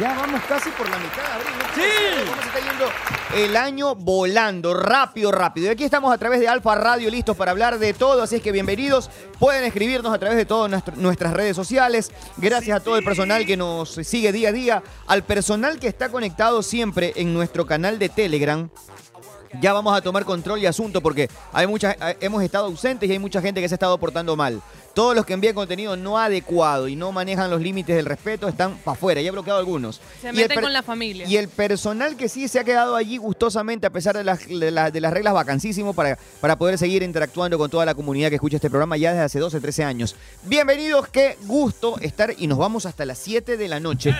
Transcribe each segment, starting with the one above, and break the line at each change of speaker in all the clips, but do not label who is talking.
ya vamos casi por la mitad de abril, ¿no? Sí. ¿Cómo se está yendo el año volando, rápido, rápido? Y aquí estamos a través de Alfa Radio, listos para hablar de todo, así es que bienvenidos, pueden escribirnos a través de todas nuestro- nuestras redes sociales, gracias a todo el personal que nos sigue día a día, al personal que está conectado siempre en nuestro canal de Telegram, ya vamos a tomar control y asunto porque hay muchas hemos estado ausentes y hay mucha gente que se ha estado portando mal. Todos los que envían contenido no adecuado y no manejan los límites del respeto están para afuera. Ya he bloqueado algunos.
Se
Y el
meten
per-
con la familia.
Y el personal que sí se ha quedado allí gustosamente a pesar de las, de la- de las reglas vacancísimo para, para poder seguir interactuando con toda la comunidad que escucha este programa ya desde hace 12, 13 años. Bienvenidos, qué gusto estar y nos vamos hasta las 7 de la noche.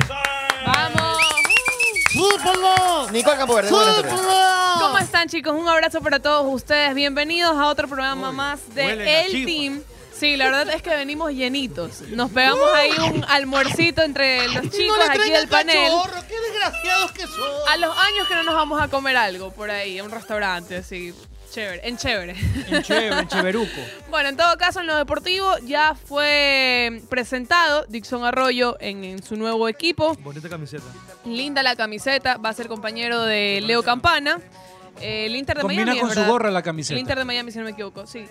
¡Vamos!
Nicole Campoverde, buenas tardes.
¿Cómo están, chicos? Un abrazo para todos ustedes. Bienvenidos a otro programa más de El Team. Sí, la verdad es que venimos llenitos. Nos pegamos ahí un almuercito entre los chicos aquí del panel.
¡Qué desgraciados que son!
A los años que no nos vamos a comer algo por ahí, en un restaurante, así. Chévere, en chévere.
En chévere, en cheveruco.
Bueno, en todo caso, en lo deportivo ya fue presentado Dixon Arroyo en, en su nuevo equipo.
Bonita camiseta.
Linda la camiseta, va a ser compañero de Leo Campana. Eh, el Inter de
Combina
Miami.
con
es
su
verdad.
gorra la camiseta.
El Inter de Miami, si no me equivoco, sí.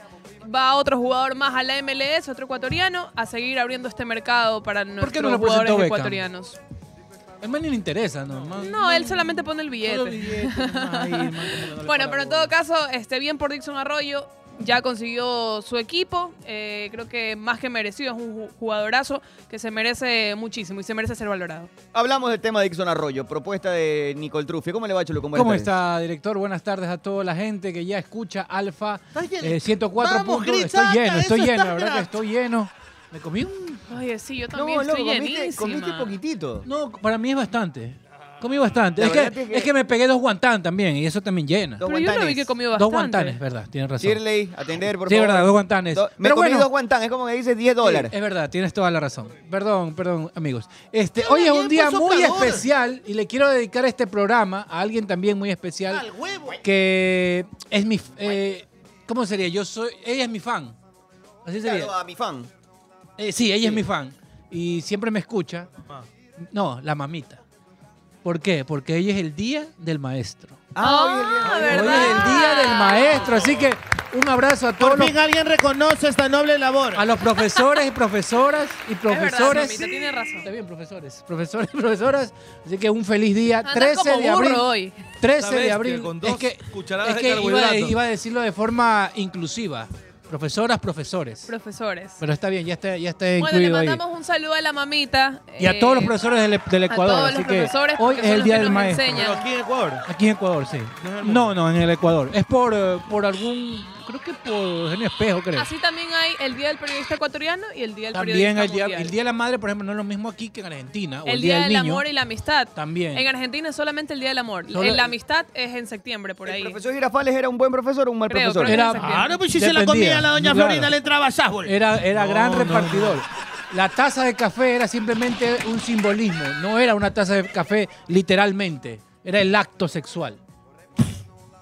Va otro jugador más a la MLS, otro ecuatoriano, a seguir abriendo este mercado para nuestros
qué no lo
jugadores
presentó Beckham?
ecuatorianos.
El man ni le interesa, ¿no? El man-
No, él solamente pone el billete.
Solo billete, nomás ahí, el man como que no le
Bueno,
para
pero en
bola.
todo caso, este, bien por Dixon Arroyo. Ya consiguió su equipo. eh, creo que más que merecido. Es un ju- jugadorazo que se merece muchísimo y se merece ser valorado.
Hablamos del tema de Dixon Arroyo, propuesta de Nicole Truffi. ¿Cómo le va, Cholo?
¿Cómo está, director? Buenas tardes a toda la gente que ya escucha Alfa
¿Estás lleno?
eh, 104.
Vamos,
punto-
Gris,
estoy
saca,
lleno, estoy
eso
lleno,
está
la verdad que
gra-
estoy lleno. Me comí un...
Oye, sí, yo
No,
también
loco,
estoy
comiste, comiste
llenísima.
poquitito.
No, para mí es bastante. Comí bastante.
La
Es que,
verdad es que-
es que me pegué dos guantanes también y eso también llena.
Dos
Dos,
Pero yo lo
guantanes.
vi que comió bastante.
guantanes, ¿verdad? Tienes razón.
Shirley, atender, por
Sí,
favor.
verdad, dos guantanes.
Do- me
Pero
comí
bueno.
dos guantanes, es como que dices 10 dólares.
Sí, eh. es verdad, tienes toda la razón. Perdón, perdón, amigos. Este,
Habla
hoy es
bien,
un día
pues,
muy
soplador.
especial y le quiero dedicar este programa a alguien también muy
¡Al
especial
huevo!
que es mi eh, ¿cómo sería? Yo soy ella es mi fan. Así sería.
Claro, a mi fan.
Eh, sí, ella es mi fan y siempre me escucha.
Ah,
No, la mamita. ¿Por qué? Porque hoy es el día del maestro.
Ah, hoy el día-
Hoy
¿verdad?
es el día del maestro, así que un abrazo a todos
Por
los,
fin alguien reconoce esta noble labor.
a los profesores y profesoras y profesores.
mamita, tiene razón.
Está bien, profesores. Profesores y profesoras. Así que un feliz día.
Andas
13
como
de abril.
burro hoy.
13
Esta
de
bestia,
abril.
con dos
Es que,
cucharadas
es
de
que iba, a-
carbohidrato.
iba a decirlo de forma inclusiva. Profesoras, profesores.
Profesores.
Pero está bien, ya está, ya está
Bueno, le
incluido ahí.
mandamos un saludo a la mamita.
Y a
eh,
todos los profesores del, e-, del Ecuador.
A todos
así
los
que
profesores,
hoy
porque
es
son
el
los
día
que
del
nos
maestro.
enseñan.
Pero aquí en Ecuador.
Aquí en Ecuador, sí.
No es en el
No,
mundo.
no, en el Ecuador. Es por, eh, por algún. Creo que por Eugenio Espejo, creo.
Así también hay el Día del Periodista Ecuatoriano y el Día del
También
Periodista
el día,
mundial.
el día de la madre, por ejemplo, no es lo mismo aquí que en Argentina. O el,
El Día del
niño.
Amor y la Amistad.
También.
En Argentina es solamente el Día del Amor.
Solo-
En la Amistad es en septiembre, por ahí.
¿El profesor Girafales era un buen profesor o un mal
Creo,
profesor?
creo
Era-
que es
Claro, pues si se la
Dependía,
comía la doña
claro.
Florinda le entraba sábol.
Era, era
No,
gran
no,
repartidor. La taza de café era simplemente un simbolismo, no era una taza de café literalmente, era el acto sexual.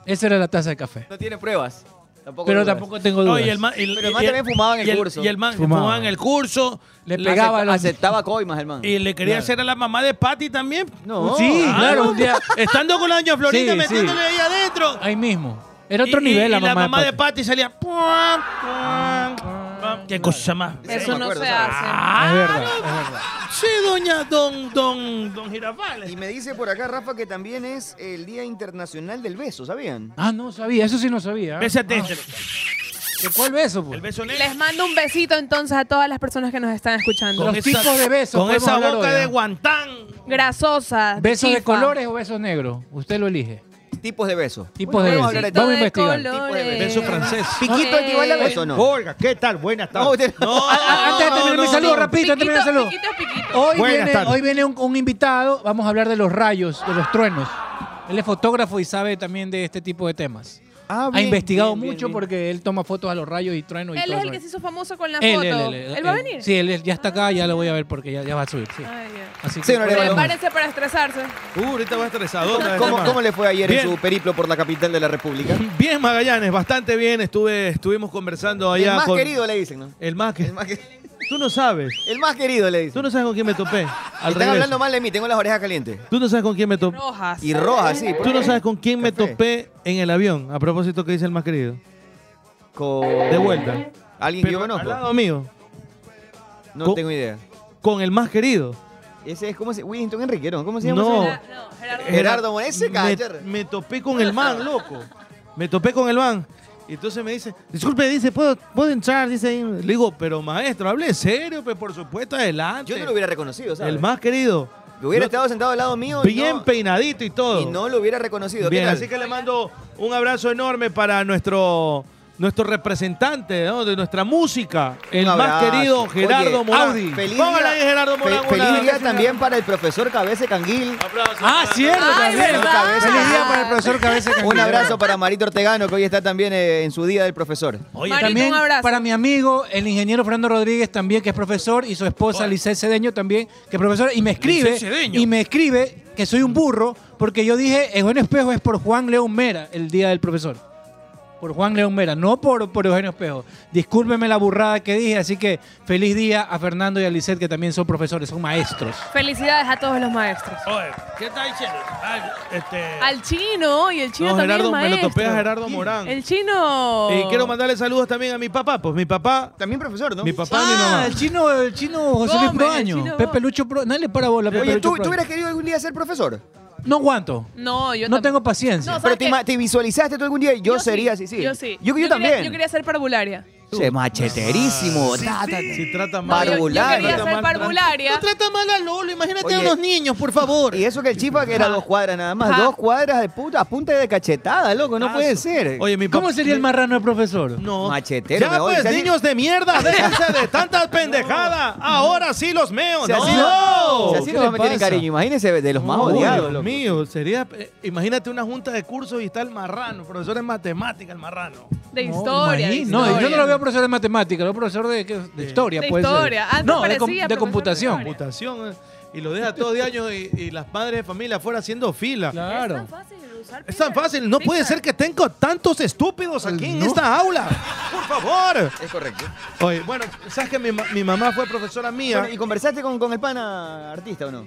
Esa era la taza de café.
No tiene pruebas. Tampoco
Pero
dudas.
tampoco tengo
No,
dudas.
y el man, y-
Pero el
y-
man
y-
también fumaba en el
y
curso.
Y el man
Fumaba.
fumaba en el curso.
Le
la-
Ah,
pegaba a los-
Aceptaba coimas, el man.
Y le quería hacer a la mamá de Patty también.
No.
Sí,
Ah,
claro,
no.
un día
Estando con la doña Florinda
Sí, sí.
metiéndole ahí adentro.
ahí mismo. Era otro
Y- y-
nivel la
y
mamá, de
de
Pato.
Patty salía. "Puam, puam, puam". Qué cosa más.
Eso
me
no
acuerdo,
se
¿sabes?
hace.
Ah,
Es verdad, es verdad.
Sí, doña Don Don Don Girafales.
Y me dice por acá, Rafa, que también es el Día Internacional del Beso, ¿sabían?
Ah, no sabía, eso sí no sabía.
Ah.
Bésate.
¿De ¿Cuál beso? pues?
El beso negro.
Les mando un besito entonces a todas las personas que nos están escuchando.
Con- los tipos de besos
Con
podemos
esa
hablar
boca
hoy,
de
¿ah?
guantán.
Grasosa.
¿Besos de
chifa.
colores o besos negros? Usted lo elige.
Tipos de beso.
Tipos de
Vamos a
besos.
hablar de
Besito
Vamos a
de
investigar.
colores.
Tipo de
Beso francés.
¿Piquito equivale a beso o no?
Olga, ¿qué tal? Buenas
No, usted-
No,
Ah, Antes de terminar
no,
mi
no,
saludo,
no.
rapidito, antes de terminar mi saludo.
Piquito, piquito, piquito.
Hoy
Buenas
viene,
tardes.
hoy viene un, un invitado, vamos a hablar de los rayos, de los truenos. Él es fotógrafo y sabe también de este tipo de temas.
Ah,
ha
bien,
investigado
bien, bien,
mucho
bien.
porque él toma fotos a los rayos y truenos y
Él
todo
es el
eso.
que se hizo famoso con la
Él,
foto.
él,
¿Él,
él, él,
va a
él.
venir?
Sí, él, él ya está acá, ya lo voy a ver porque ya, ya va a subir. Sí.
Ay, ya.
Así
Sí, no le vale más.
bueno,
Prepárense para estresarse.
Uh, ahorita va estresado.
¿Cómo, cómo le fue ayer en
Bien.
su periplo por la capital de la República?
Bien, Magallanes, bastante bien. Estuve, estuvimos conversando allá
el más
con.
querido le dicen, ¿no?
El más
El
que.
más, que-
Tú no sabes.
el más querido le
Tú
dicen.
no sabes con quién me topé. Al
Están
regreso.
hablando mal de mí, tengo las orejas calientes.
Tú no sabes con quién me topé.
Rojas.
Y rojas, sí. pues. ¿por
Tú no
qué?
sabes con quién me
Café.
topé en el avión. A propósito, que dice el más querido?
Con...
De vuelta.
¿Alguien
Pero
que yo
al
conozco?
lado mío.
No
con-
tengo idea.
Con el más querido.
Ese es, ¿cómo se Winston Enrique, ¿no? ¿Cómo se llama?
No.
ese?
No, Gerardo.
Gerardo Moreno, ese
me,
cacha.
me topé con el man, loco. Me topé con el man. Y entonces me dice, disculpe, dice, ¿puedo, puedo entrar? Dice ahí. Le digo, pero maestro, hable serio, pues por supuesto, adelante.
Yo no lo hubiera reconocido, ¿sabes?
El más querido.
Yo hubiera
Lo-
estado sentado al lado mío y
Bien
no,
peinadito y todo.
y no lo hubiera reconocido. ¿Qué
Bien,
tal?
así que le mando un abrazo enorme para nuestro, nuestro representante ¿no? de nuestra música, el
Un
más
abrazo.
querido Gerardo
Oye,
Morán.
Audi, feliz
Póngale
día-
ahí Gerardo
fe-
Morán. una-
feliz día también para el profesor Cabece Canguil.
Aplausos.
Ah, cierto,
Ay,
también.
¿verdad?
Feliz día para el profesor Cabeza Canguil.
Un abrazo para Marito Ortegano, que hoy está también eh, en su día del profesor.
Oye,
Marito,
También
un abrazo.
para mi amigo, el ingeniero Fernando Rodríguez, también, que es profesor, y su esposa, Lice Cedeño, también, que es profesora, y me escribe,
Lisset Cedeño.
y me escribe que soy un burro, porque yo dije, Eugenio Espejo es por Juan León Mera, el día del profesor. Por Juan León Mera, no por, por Eugenio Espejo. Discúlpeme la burrada que dije, así que feliz día a Fernando y a Lisset, que también son profesores, son maestros.
Felicidades a todos los maestros.
Oye, ¿qué está diciendo? Ay, este-
Al chino, y el chino
No,
también
Gerardo,
es
me lo
maestro.
topé a Gerardo Morán.
El chino.
Y quiero mandarle saludos también a mi papá. Pues mi papá,
También profesor, ¿no?
mi papá, mi mamá.
el chino, el chino José
Gómez,
Luis
el
Proaño,
chino
Pepe
Gómez.
Lucho Pro, nadie le para bola a Pepe
Oye, ¿tú,
Lucho
tú
Proaño.
hubieras querido algún día ser profesor?
No aguanto,
No, yo
no
tam-
tengo paciencia.
No, ¿sabes
Pero te,
qué?
ima- te visualizaste tú algún día y yo, sería así, sí.
Yo sí.
Yo, yo
quería-
también.
yo quería ser parvularia.
Se macheterísimo. ta, ta,
Ah, Si trata
No, yo-
mal.
Parvularia.
Yo, quería ser parvularia.
No trata mal a Lolo, imagínate
Oye.
a unos niños, por favor.
Y eso que el chifa que
Ah.
era dos cuadras nada más.
Ajá.
Dos cuadras de puta, a punta de cachetada, loco.
Ah,
No puede ser.
Oye, mi papá.
¿Cómo sería el marrano de profesor?
No.
Machetero,
Ya
me voy,
pues,
si así-
niños de mierda, déjense de tantas pendejadas. Ahora sí los meo.
Si
no.
así no, si así
¿Qué
no
le
me tienen
pasa?
cariño. Imagínese de los más
No,
odiados,
Dios
loco.
mío, sería. eh, imagínate una junta de cursos y está el marrano, profesor de matemática, el marrano.
De
No,
historia. de
imagín- No, yo no
historia.
lo veo profesor de matemática, lo veo profesor de, ¿qué? de historia.
De
puede ser.
historia. Antes
No, de, com- de
parecía profesor de
computación.
historia.
Mutación. eh, Y lo deja todo de año y, y las padres de familia afuera haciendo fila.
Es
Claro.
tan fácil usar
Es tan
Tinder.
fácil, no puede
Tinder.
ser que tengo tantos estúpidos aquí en esta aula. Por favor.
Es correcto.
Oye, bueno, sabes que mi, ma- mi mamá fue profesora mía.
Bueno, ¿Y conversaste con, con el pana artista o no?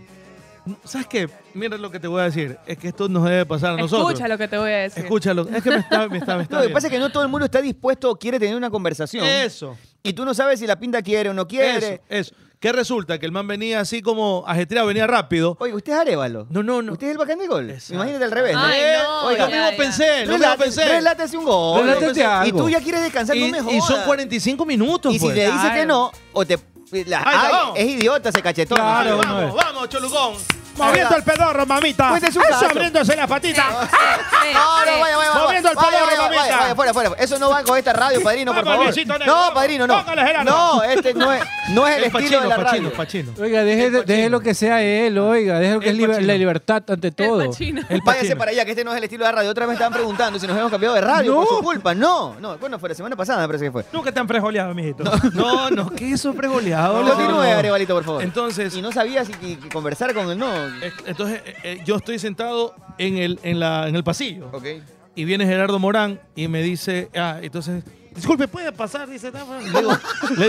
¿Sabes qué? Mira lo que te voy a decir. Es que esto nos debe pasar a nosotros.
Escucha lo que te voy a decir.
Escúchalo. Es que me está, me está, me Ah, está
No, lo que
bien.
pasa es que no todo el mundo está dispuesto o quiere tener una conversación.
Eso,
Y tú no sabes si la pinta quiere o no
eso,
quiere.
eso. ¿Qué resulta? Que el man venía así como ajetreado, venía rápido.
Oye, usted es Arevalo.
No, no, no.
Usted es el bacán de gol.
Exacto.
Imagínate al revés. ¿no?
Ay,
Eh,
no,
oiga,
ya,
lo mismo
ya.
pensé, lo mismo
Relate-
pensé.
relátese un gol.
Relátate
Y
algo.
tú ya quieres descansar, no
Y,
me
y
jodas.
son 45 minutos,
Y si
pues.
le dices que no, o te... la-
Ahí está,
ay,
vamos.
es idiota, se cachetó.
Claro,
Vamos.
no.
Vamos, vamos, Cholucón.
Moviendo el
pedorro, mamita.
Pues de su Eso, caso.
abriéndose las patitas.
Sí,
No, no,
sí.
vaya, vaya, vaya.
Moviendo el
Vaya,
pedorro,
vaya, vaya,
mamita.
vaya, fuera, fuera. Eso no va con esta radio, padrino, por
Vamos,
favor.
Luisito Negro,
No,
vamos.
padrino, no.
Póngale, Gerardo.
No, este no es, no es el,
Es
estilo de
Pachino,
la
Pachino,
radio.
Pachino.
Oiga, deje, de- deje lo que sea él, oiga, deje lo que
El
es liber-
Pacino.
la libertad ante todo.
Pacino.
El
Váyase
Pacino.
para allá, que este no es el estilo de la radio. Otra vez me estaban preguntando si nos habíamos cambiado de radio por su culpa. No, no, bueno, fue la semana pasada, me parece que fue.
Nunca te han frejoleado, mijito. No, no, ¿qué eso frejoleado?
Continúe, Arevalito, por favor.
Entonces-
Y no sabía si y- y conversar con él, no.
Eh, Entonces, eh, eh, yo estoy sentado en el, en la, en el pasillo.
Ok.
y viene Gerardo Morán y me dice, ah, entonces, disculpe, ¿puede pasar? Dice, "Tafa". le digo, le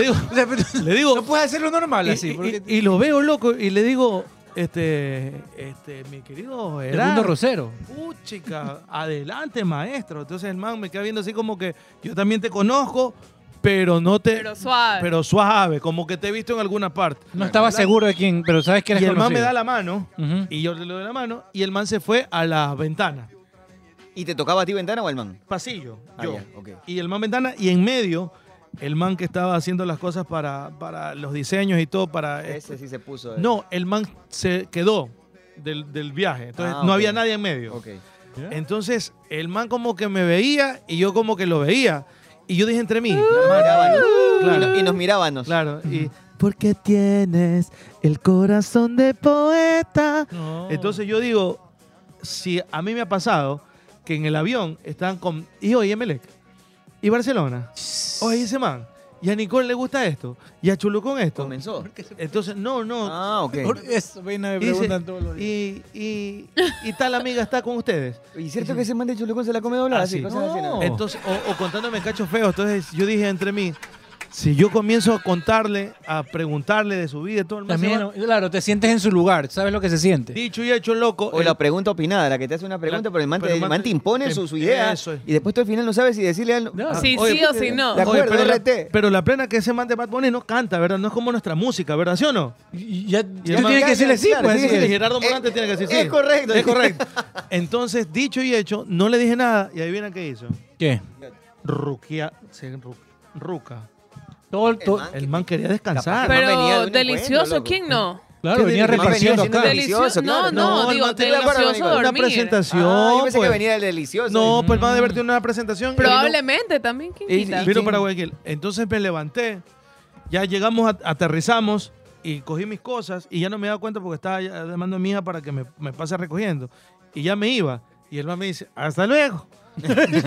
digo,
O sea, pero-
le digo,
no puedes hacerlo normal
y,
así.
y-
Porque
y lo veo loco y le digo, este, este, mi querido
el mundo
Gerardo.
rosero.
Puchica, adelante, maestro. Entonces el man me queda viendo así como que yo también te conozco, pero no te.
Pero suave.
Pero suave, como que te he visto en alguna parte.
No estaba seguro de quién, pero sabes que
Y
eres
el man me
conocido.
da la mano,
Ujú.
y yo le doy la mano, y el man se fue a la ventana,
¿Y te tocaba a ti ventana o al man?
pasillo,
Ah,
yo.
ya, ok.
Y el man ventana, y en medio, el man que estaba haciendo las cosas para, para los diseños y todo, para. este,
Ese sí se puso. eh.
No, el man se quedó del, del viaje. Entonces
Ah,
no
ok.
había nadie en medio.
Ok.
Entonces, el man como que me veía y yo como que lo veía. Y yo dije entre mí,
Mirábanos. Y
Claro.
no- Y nos mirábamos.
claro, y
Porque tienes el corazón de poeta.
entonces yo digo, si a mí me ha pasado que en el avión están con hijo y Emelec y Barcelona. Oye, ese man, y a Nicole le gusta esto, y a Chulu con esto.
Comenzó.
Entonces, no, no.
Ah, ok.
Por eso, vaina me
Y dice,
preguntan todos los días.
y, y, y tal amiga está con ustedes.
¿Y cierto que ese man de Chulucón se la come doblada?
Así.
Así, cosas así, Ah, ¿no?
No.
Entonces, o, o contándome cachos feos. Entonces, yo dije entre mí, si yo comienzo a contarle, a preguntarle de su vida, y todo el mundo se
También,
va.
claro, te sientes en su lugar, sabes lo que se siente.
dicho y hecho loco.
O
el-
la pregunta opinada, la que te hace una pregunta,
La-
pero el man te,
pero el
el
man
man te
te-
impone
te-
su, su idea.
eso es.
Y después tú al final no sabes si decirle algo. Ah,
No,
Sí,
oye,
sí o sí no.
la-
Oye,
acuerdo,
pero,
RT.
La, pero la plena que ese man de Bad Bunny no canta, ¿verdad? No es como nuestra música, ¿verdad? ¿Sí o no?
Y ya,
el
ya
man-
tienes que decirle sí,
Claro,
pues.
sí,
así
sí,
es.
Gerardo
Eh,
Morante tiene que decir sí.
es correcto.
Es correcto. Entonces, dicho y hecho, no le dije nada. Y adivina qué hizo.
¿Qué?
Ruquia, se ru- ruca.
Todo, todo-
man-
El man quería
Capaz
descansar.
que no venía de
Pero
un
delicioso,
encuentro,
¿quién no?
claro,
¿Qué
venía
dices?
repartiendo
Venía haciendo
acá.
delicia- Delicioso,
Delicioso, no,
claro.
no,
No, el
digo,
man tenía para
delicioso
una
dormir.
presentación.
Ah, yo pensé
pues.
que venía el delicioso.
No, pues el man debe haber tenido una presentación. y vino-
Ah, Probablemente también, ¿quién
Y-
quita?
y-
Vino
¿Quién?
para Guayaquil. Entonces me levanté, ya llegamos, a- aterrizamos y cogí mis cosas y ya no me daba cuenta porque estaba ya llamando a mi hija para que me, me pase recogiendo. Y ya me iba. Y el man me dice, hasta luego.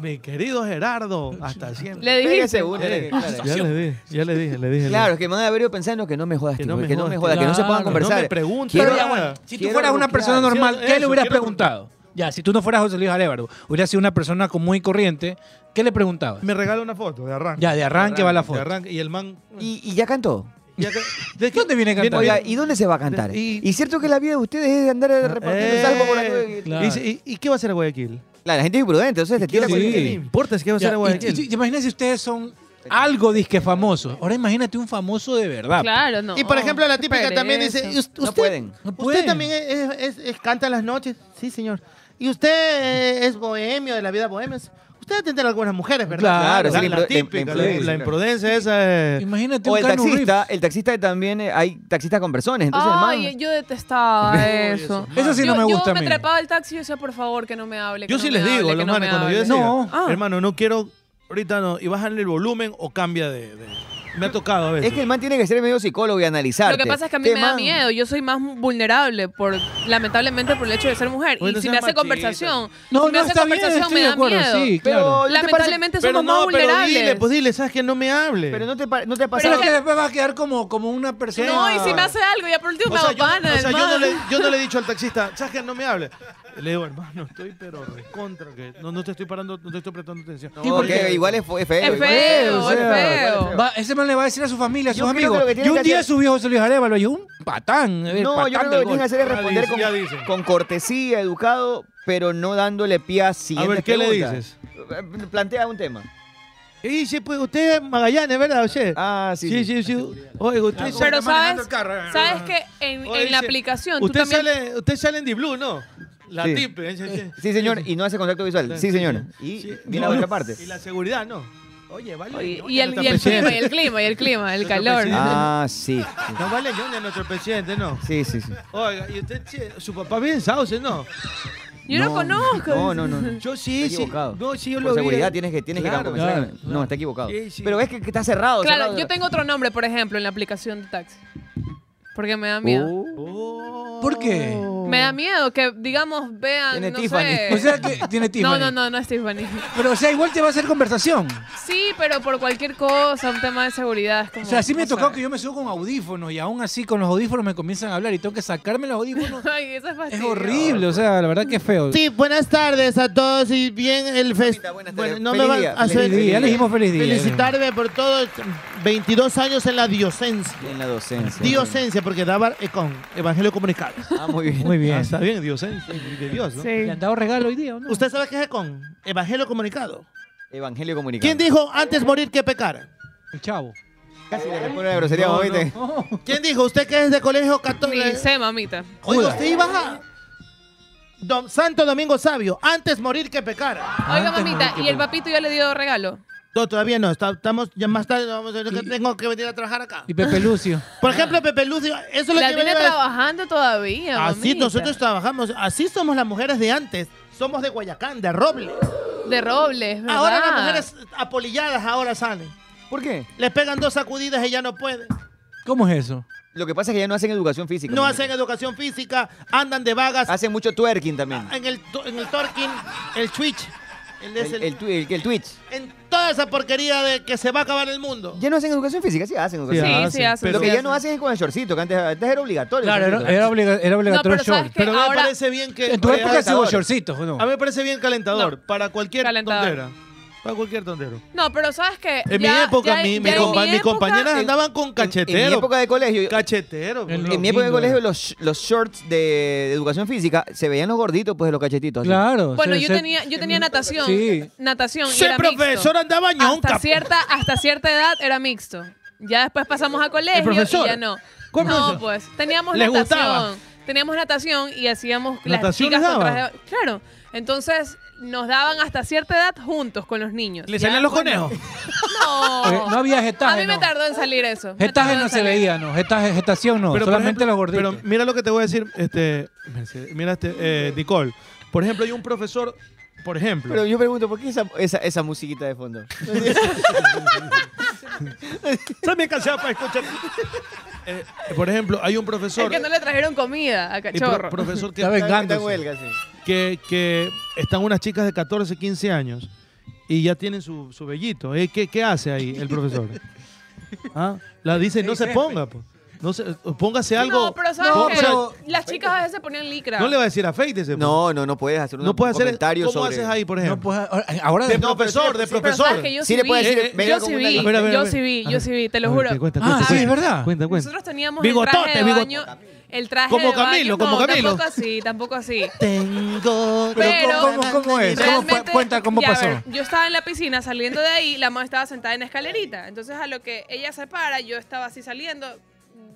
mi querido Gerardo, hasta siempre.
Le dijiste.
Pégase una,
Eh,
claro.
ya le dije, ya le dije, le dije. le
Claro,
dije.
es que me han de haber ido pensando que no me jodas,
Que
que
no
no
me
que no me
jodas,
jodas, que no se
claro,
puedan
que no
me
conversar.
preguntes.
Quiero-
Pero ya, bueno,
Si tú
quiero
fueras una
ruquear.
persona normal,
Sí,
¿qué le
eso,
hubieras
quiero
preguntado? Ya, si tú no fueras José Luis Alévaro, hubieras sido una persona con- muy corriente, ¿qué le preguntabas?
Me regala una foto de arranque.
Ya, de arranque va la
De
foto.
arranque. Y el man...
Y, y ya cantó.
ya que- ¿de qué-
¿Dónde viene cantando?
Viene-
Oiga, ¿y dónde se va a cantar?
Y-
Y, cierto que la vida de ustedes es de andar repartiendo
Eh,
salvo por la
claro. Y dice, ¿Y, y qué va a hacer a Guayaquil?
Claro, la gente es imprudente, entonces te tira
Sí.
¿Qué
cualquier-
le importa si qué va a hacer
Ya,
a
y-
Guayaquil?
y- y- imagina si ustedes son algo disque famoso. Ahora imagínate un famoso de verdad.
Claro, no.
Y por ejemplo, la típica
pereza.
también dice: "¿Y us- ¿Usted,
No pueden.
No
usted
pueden.
también es- es- es- canta en las noches? Sí, señor. ¿Y usted eh, es bohemio de la vida bohemia? Usted atender a algunas mujeres, ¿verdad?
Claro,
la,
sí,
la
la impru-
típica,
la
la,
imprudencia,
la
claro.
imprudencia esa. eh.
Imagínate
O
un
el
Keanu Reeves.
taxista, el taxista también, eh, hay taxistas con personas, entonces el man-
Ay, eh, yo detestaba eso.
Eso sí no
Yo-
me gusta
Yo
a
me
mí.
trepaba al taxi y yo decía, por favor, que no me hable. que
Yo
no
sí
me
les digo,
hable,
a
que
los
no
manes,
me
cuando yo
hable.
decía,
No.
Ah.
hermano, no quiero, ahorita no, y bajan el volumen o cambia de. de- Me ha tocado a veces.
Es que el man tiene que ser medio psicólogo y analizar.
Lo que pasa es que a mí me da miedo. Yo soy más vulnerable, por lamentablemente, por el hecho de ser mujer.
Oye,
y
no
si
seas
me hace
machista.
conversación,
No,
si me
no,
hace
está bien,
conversación,
estoy
me
de
da
acuerdo,
miedo.
sí,
Pero
claro.
¿no te parece,
Lamentablemente
pero
somos más
no, pero
vulnerables.
dile, pues dile, ¿sabes que no me hable?
pero no te, pa- no te ha
Pero
pasado.
que después vas a quedar como, como una persona.
no, y si me hace algo, ya por último
O
me
sea, yo,
abana
o sea, yo no
hermano.
le, yo no le he dicho al taxista, ¿sabes que no me hable? Le digo, hermano, estoy pero recontra, que no, no te estoy parando, no te estoy prestando atención.
No,
Sí, porque-
que igual es, fu- es feo.
Es
igual
feo,
igual
es feo.
Va- ese man le va a decir a su familia, a sus
Yo creo que
amigos.
lo que tiene
Y un
que
día
hacer-
su viejo José Luis Arevalo, y un patán. el
No,
patán
yo creo que
del
lo que tienen que
gol.
hacer es
Ya
responder
dice, ya dice.
con, con cortesía, educado, pero no dándole pie a siguientes
ver, ¿qué le
preguntas. Eh, Plantea un tema.
Y sí, pues usted es Magallanes, ¿verdad? Oye,
Ah, sí.
sí, sí, sí. Oye, usted,
Pero
Está manejando
sabes-
el carro.
Sabes que en,
eh, Oye,
en la
dice,
aplicación tú
usted,
también
sale, Eh, usted sale en D-Blue, ¿no? La
Sí.
tipe. ¿eh? Sí, sí.
Sí, señor, y no hace contacto visual. Sí, señor. Y
Sí.
viene a
No,
otra parte.
Y la seguridad, ¿no. Oye, vale.
Oye,
ñoña
Y el,
nuestro
y el clima, y
presidente.
el clima, y el clima, el
Nuestro
calor.
presidente.
Ah, sí. sí.
No vale ñoña nuestro presidente, ¿no.
Sí, sí, sí.
Oiga, y usted, che, su papá vive en Sauce, ¿no.
Yo no, conozco.
No, no, no. no.
Yo sí,
Está
sí.
equivocado.
No, sí, yo
Por
lo vi.
seguridad tienes que, tienes
Claro,
que comenzar.
claro,
No, está equivocado.
Sí, sí.
Pero ves que, que está cerrado.
Claro,
cerrado.
yo tengo otro nombre, Ah, por ejemplo, en la aplicación de taxi. Porque me da miedo.
Uh,
Oh.
¿Por qué?
Me me da miedo que, digamos, vean,
Tiene
no
Tiffany.
sé.
O sea que tiene
No,
Tiffany.
no, no, no es Tiffany.
Pero o sea, igual te va a hacer conversación.
Sí, pero por cualquier cosa, un tema de seguridad. Es como,
O sea, sí me ha
no
tocado
sé.
que yo me subo con audífonos y aún así con los audífonos me comienzan a hablar y tengo que sacarme los audífonos.
Ay, eso es
es
fastidioso.
horrible, o sea, la verdad que es feo.
Sí, buenas tardes a todos y bien el festival.
buenas tardes.
Bueno, no me
Feliz
va
día,
a hacer
feliz día. Ya le dijimos feliz día.
Felicitarme por todos 22 años en la diocencia.
En la docencia.
Diocencia, porque daba eh, con Evangelio Comunicado.
Ah, muy bien.
Muy bien.
Ah, está bien, Dios, ¿eh? de Dios, ¿no?
¿Le han dado regalo hoy día o no?
¿Usted sabe qué es con Evangelio Comunicado.
Evangelio comunicado.
¿Quién dijo antes morir que pecar?
El chavo.
Casi le responde una grosería, ¿no? ¿viste?
¿Quién dijo? ¿Usted que es de colegio católico?
Ni sé, mamita.
Oiga, usted iba a Dom- Santo Domingo Sabio, antes morir que pecar.
Oiga,
Antes
mamita,
morí que
¿y el papito ya le dio regalo?
No, todavía no, está- estamos ya más tarde, vamos a ver que
Y-
tengo que venir a trabajar acá.
Y Pepe Lucio.
Por ejemplo, Pepe Lucio, eso es lo
La
que me
tiene
iba a-
trabajando
Ah,
todavía,
Así
mamita.
nosotros trabajamos, así somos las mujeres de antes. Somos de Guayacán, de Roble.
De Robles, ¿verdad?
Ahora las mujeres apolilladas ahora salen.
¿Por qué?
Les pegan dos sacudidas y ya no pueden.
¿Cómo es eso?
Lo que pasa es que ya no hacen educación física.
No
mamita.
hacen educación física, andan de vagas Ah,
Hacen mucho twerking también.
en el, to- en el twerking, el twitch, el,
El,
es el-
el twi- el- el Twitch.
en toda esa porquería de que se va a acabar el mundo.
Ya no hacen educación física, sí hacen educación
Sí,
física.
sí, hacen.
Lo que
sí
ya no hacen es con el shortcito, que antes, antes era obligatorio.
Claro,
el
era,
shortcito.
era obliga- era obligatorio
pero
el short.
¿sabes qué?
Pero a mí me
ahora-
parece bien que.
En tu
que-
época sí hubo
calentador.
shortcitos, ¿o no?
A mí me parece bien calentador,
No.
para cualquier
Calentador.
tontera. Para cualquier tontero.
No, pero ¿sabes qué?
En
Ya-
mi época,
ya-
mi-
ya
mi
en
compa-
mi
mis
época-
compañeras andaban con
En-
cachetero.
En mi época de colegio,
Cachetero.
El-
En mi época de
Domingo,
colegio,
era.
los, los shorts de, de educación física se veían los gorditos, pues de los cachetitos. así.
Claro.
Bueno,
se-
yo
se-
tenía, yo tenía natación.
Sí.
Natación. y
Sí,
era mixto.
profesor andaba ñonca.
pues.
Hasta cierta, hasta cierta edad era mixto. Ya después pasamos a colegio y
profesor?
ya no.
¿Cuál
No,
profesor?
pues teníamos
¿Les
natación.
gustaba?
Teníamos natación y hacíamos las
¿Natación
chicas
les
con
daban?
traje- Claro. Entonces nos daban hasta cierta edad juntos con los niños.
Le
Ya
salían los
cuando-
conejos.
No.
Eh, no había getaje,
A mí me
no.
tardó en salir eso. Me tardó
Getaje
en
no se
salir.
veía, ¿no? Getaje, gestación no,
Pero, por
solamente
ejemplo,
los gorditos.
Pero mira lo que te voy a decir, este, Mercedes, mira este, eh, Nicole. Por ejemplo, hay un profesor, por ejemplo.
Pero yo pregunto, ¿por qué esa, esa, esa musiquita de fondo?
Está bien cansado para escuchar. Eh, por ejemplo, hay un
Es
profesor,
que no le trajeron comida a
y pro-
cachorro.
profesor que,
Está
Está en
vengándose.
huelga, sí.
que, que están unas chicas de 14, 15 años y ya tienen su, su vellito. Eh, ¿Qué, qué hace ahí el profesor? ¿Ah? La dice, no se ponga. po. No se, póngase algo.
No, pero ¿sabes
No,
qué?
pero-
Las chicas a veces se ponían licra.
no le va a decir afeítese. po.
No, no, no puedes hacer un
no puede hacer.
comentario
¿Cómo
sobre...
haces ahí, por
No,
ejemplo?
pues, ahora- ahora
de
no.
profesor, de
Pero sabes
profesor.
que yo
Sí
sí,
le
vi,
puede decir,
eh,
venga
yo
con
sí
una-
vi,
A ver, a ver, a
yo
ver.
sí vi,
A
yo
ver.
sí vi, te lo
A ver,
juro.
que cuenta,
Ah,
cuenta,
sí,
ver,
es verdad.
Cuenta, cuenta.
Nosotros teníamos
Bigotote,
el traje de baño, el traje
Como
de baño,
Camilo, como
no,
Camilo.
Tampoco así, tampoco así.
Tengo.
Pero-
¿cómo, cómo- cómo es? ¿Cómo fue?
Realmente,
Cuenta cómo
ya, a
pasó.
ver, yo estaba en la piscina saliendo de ahí, la mamá estaba sentada en la escalerita. Entonces, a lo que ella se para, yo estaba así saliendo,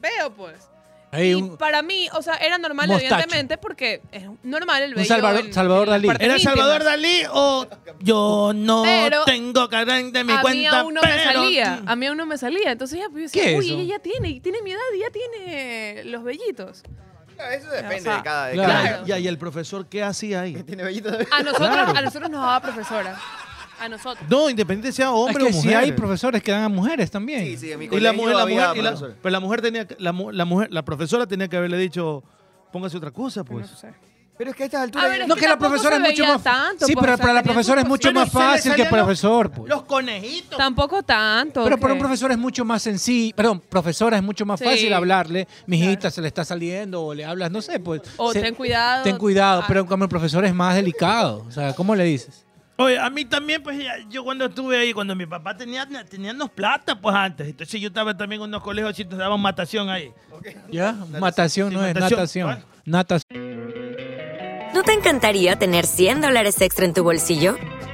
veo pues.
Ahí
y
un-
para mí, o sea, era normal,
mostacho.
evidentemente, porque es normal el
Un
vello
Salvador-
en-
Salvador
en las
Dalí.
partes
¿Era
íntimas.
Salvador Dalí o yo no
Pero
tengo carán de mi
a mí
cuenta?
aún no me
pero-
salía, a mí aún no me salía. Entonces ya, pues, yo
¿Qué
decía,
es
uy,
eso?
ella ya tiene, y tiene mi edad y ya tiene los vellitos.
Eso depende
O sea,
de cada... De
claro.
cada-
Ya, ya, ¿y el profesor qué hacía ahí?
Tiene vellito de-
A nosotros, a nosotros nos daba profesora. A nosotros.
No, independiente sea
Es
hombre
que
o
si
mujer.
hay profesores que dan a mujeres también.
Sí, sí, en mi
y la
colegio
mujer, la
había
mujer, y la-
profesor.
pero la mujer tenía que- la, mu- la mujer, la profesora tenía que haberle dicho, póngase otra cosa, pues.
Pero es que a estas
A
alturas...
ver,
ya-
es
No, que, la
tampoco
profesora
se
es mucho
veía
más.
tanto,
sí,
pues,
pero
o sea,
para la
tenía sus
profesora es mucho
Pero
más
se le
fácil que
salían
para el
los-
profesor. pues.
Los conejitos.
Tampoco tanto.
Pero para
¿qué?
un profesor es mucho más sencillo, perdón, profesora es mucho más
Sí.
fácil hablarle, mijita, se le está saliendo o le hablas, no sé, pues.
O
se-
ten cuidado.
Ten cuidado,
Ah.
pero como el profesor es más delicado, o sea, ¿cómo le dices?
Oye, a mí también, pues ya- yo cuando estuve ahí, cuando mi papá tenía, tenía unos plata, pues antes. Entonces yo estaba también en unos colegios y daban matación ahí.
¿Ya? Natación
Sí,
no es
natación.
natación. Natación.
¿No te encantaría tener 100 dólares extra en tu bolsillo?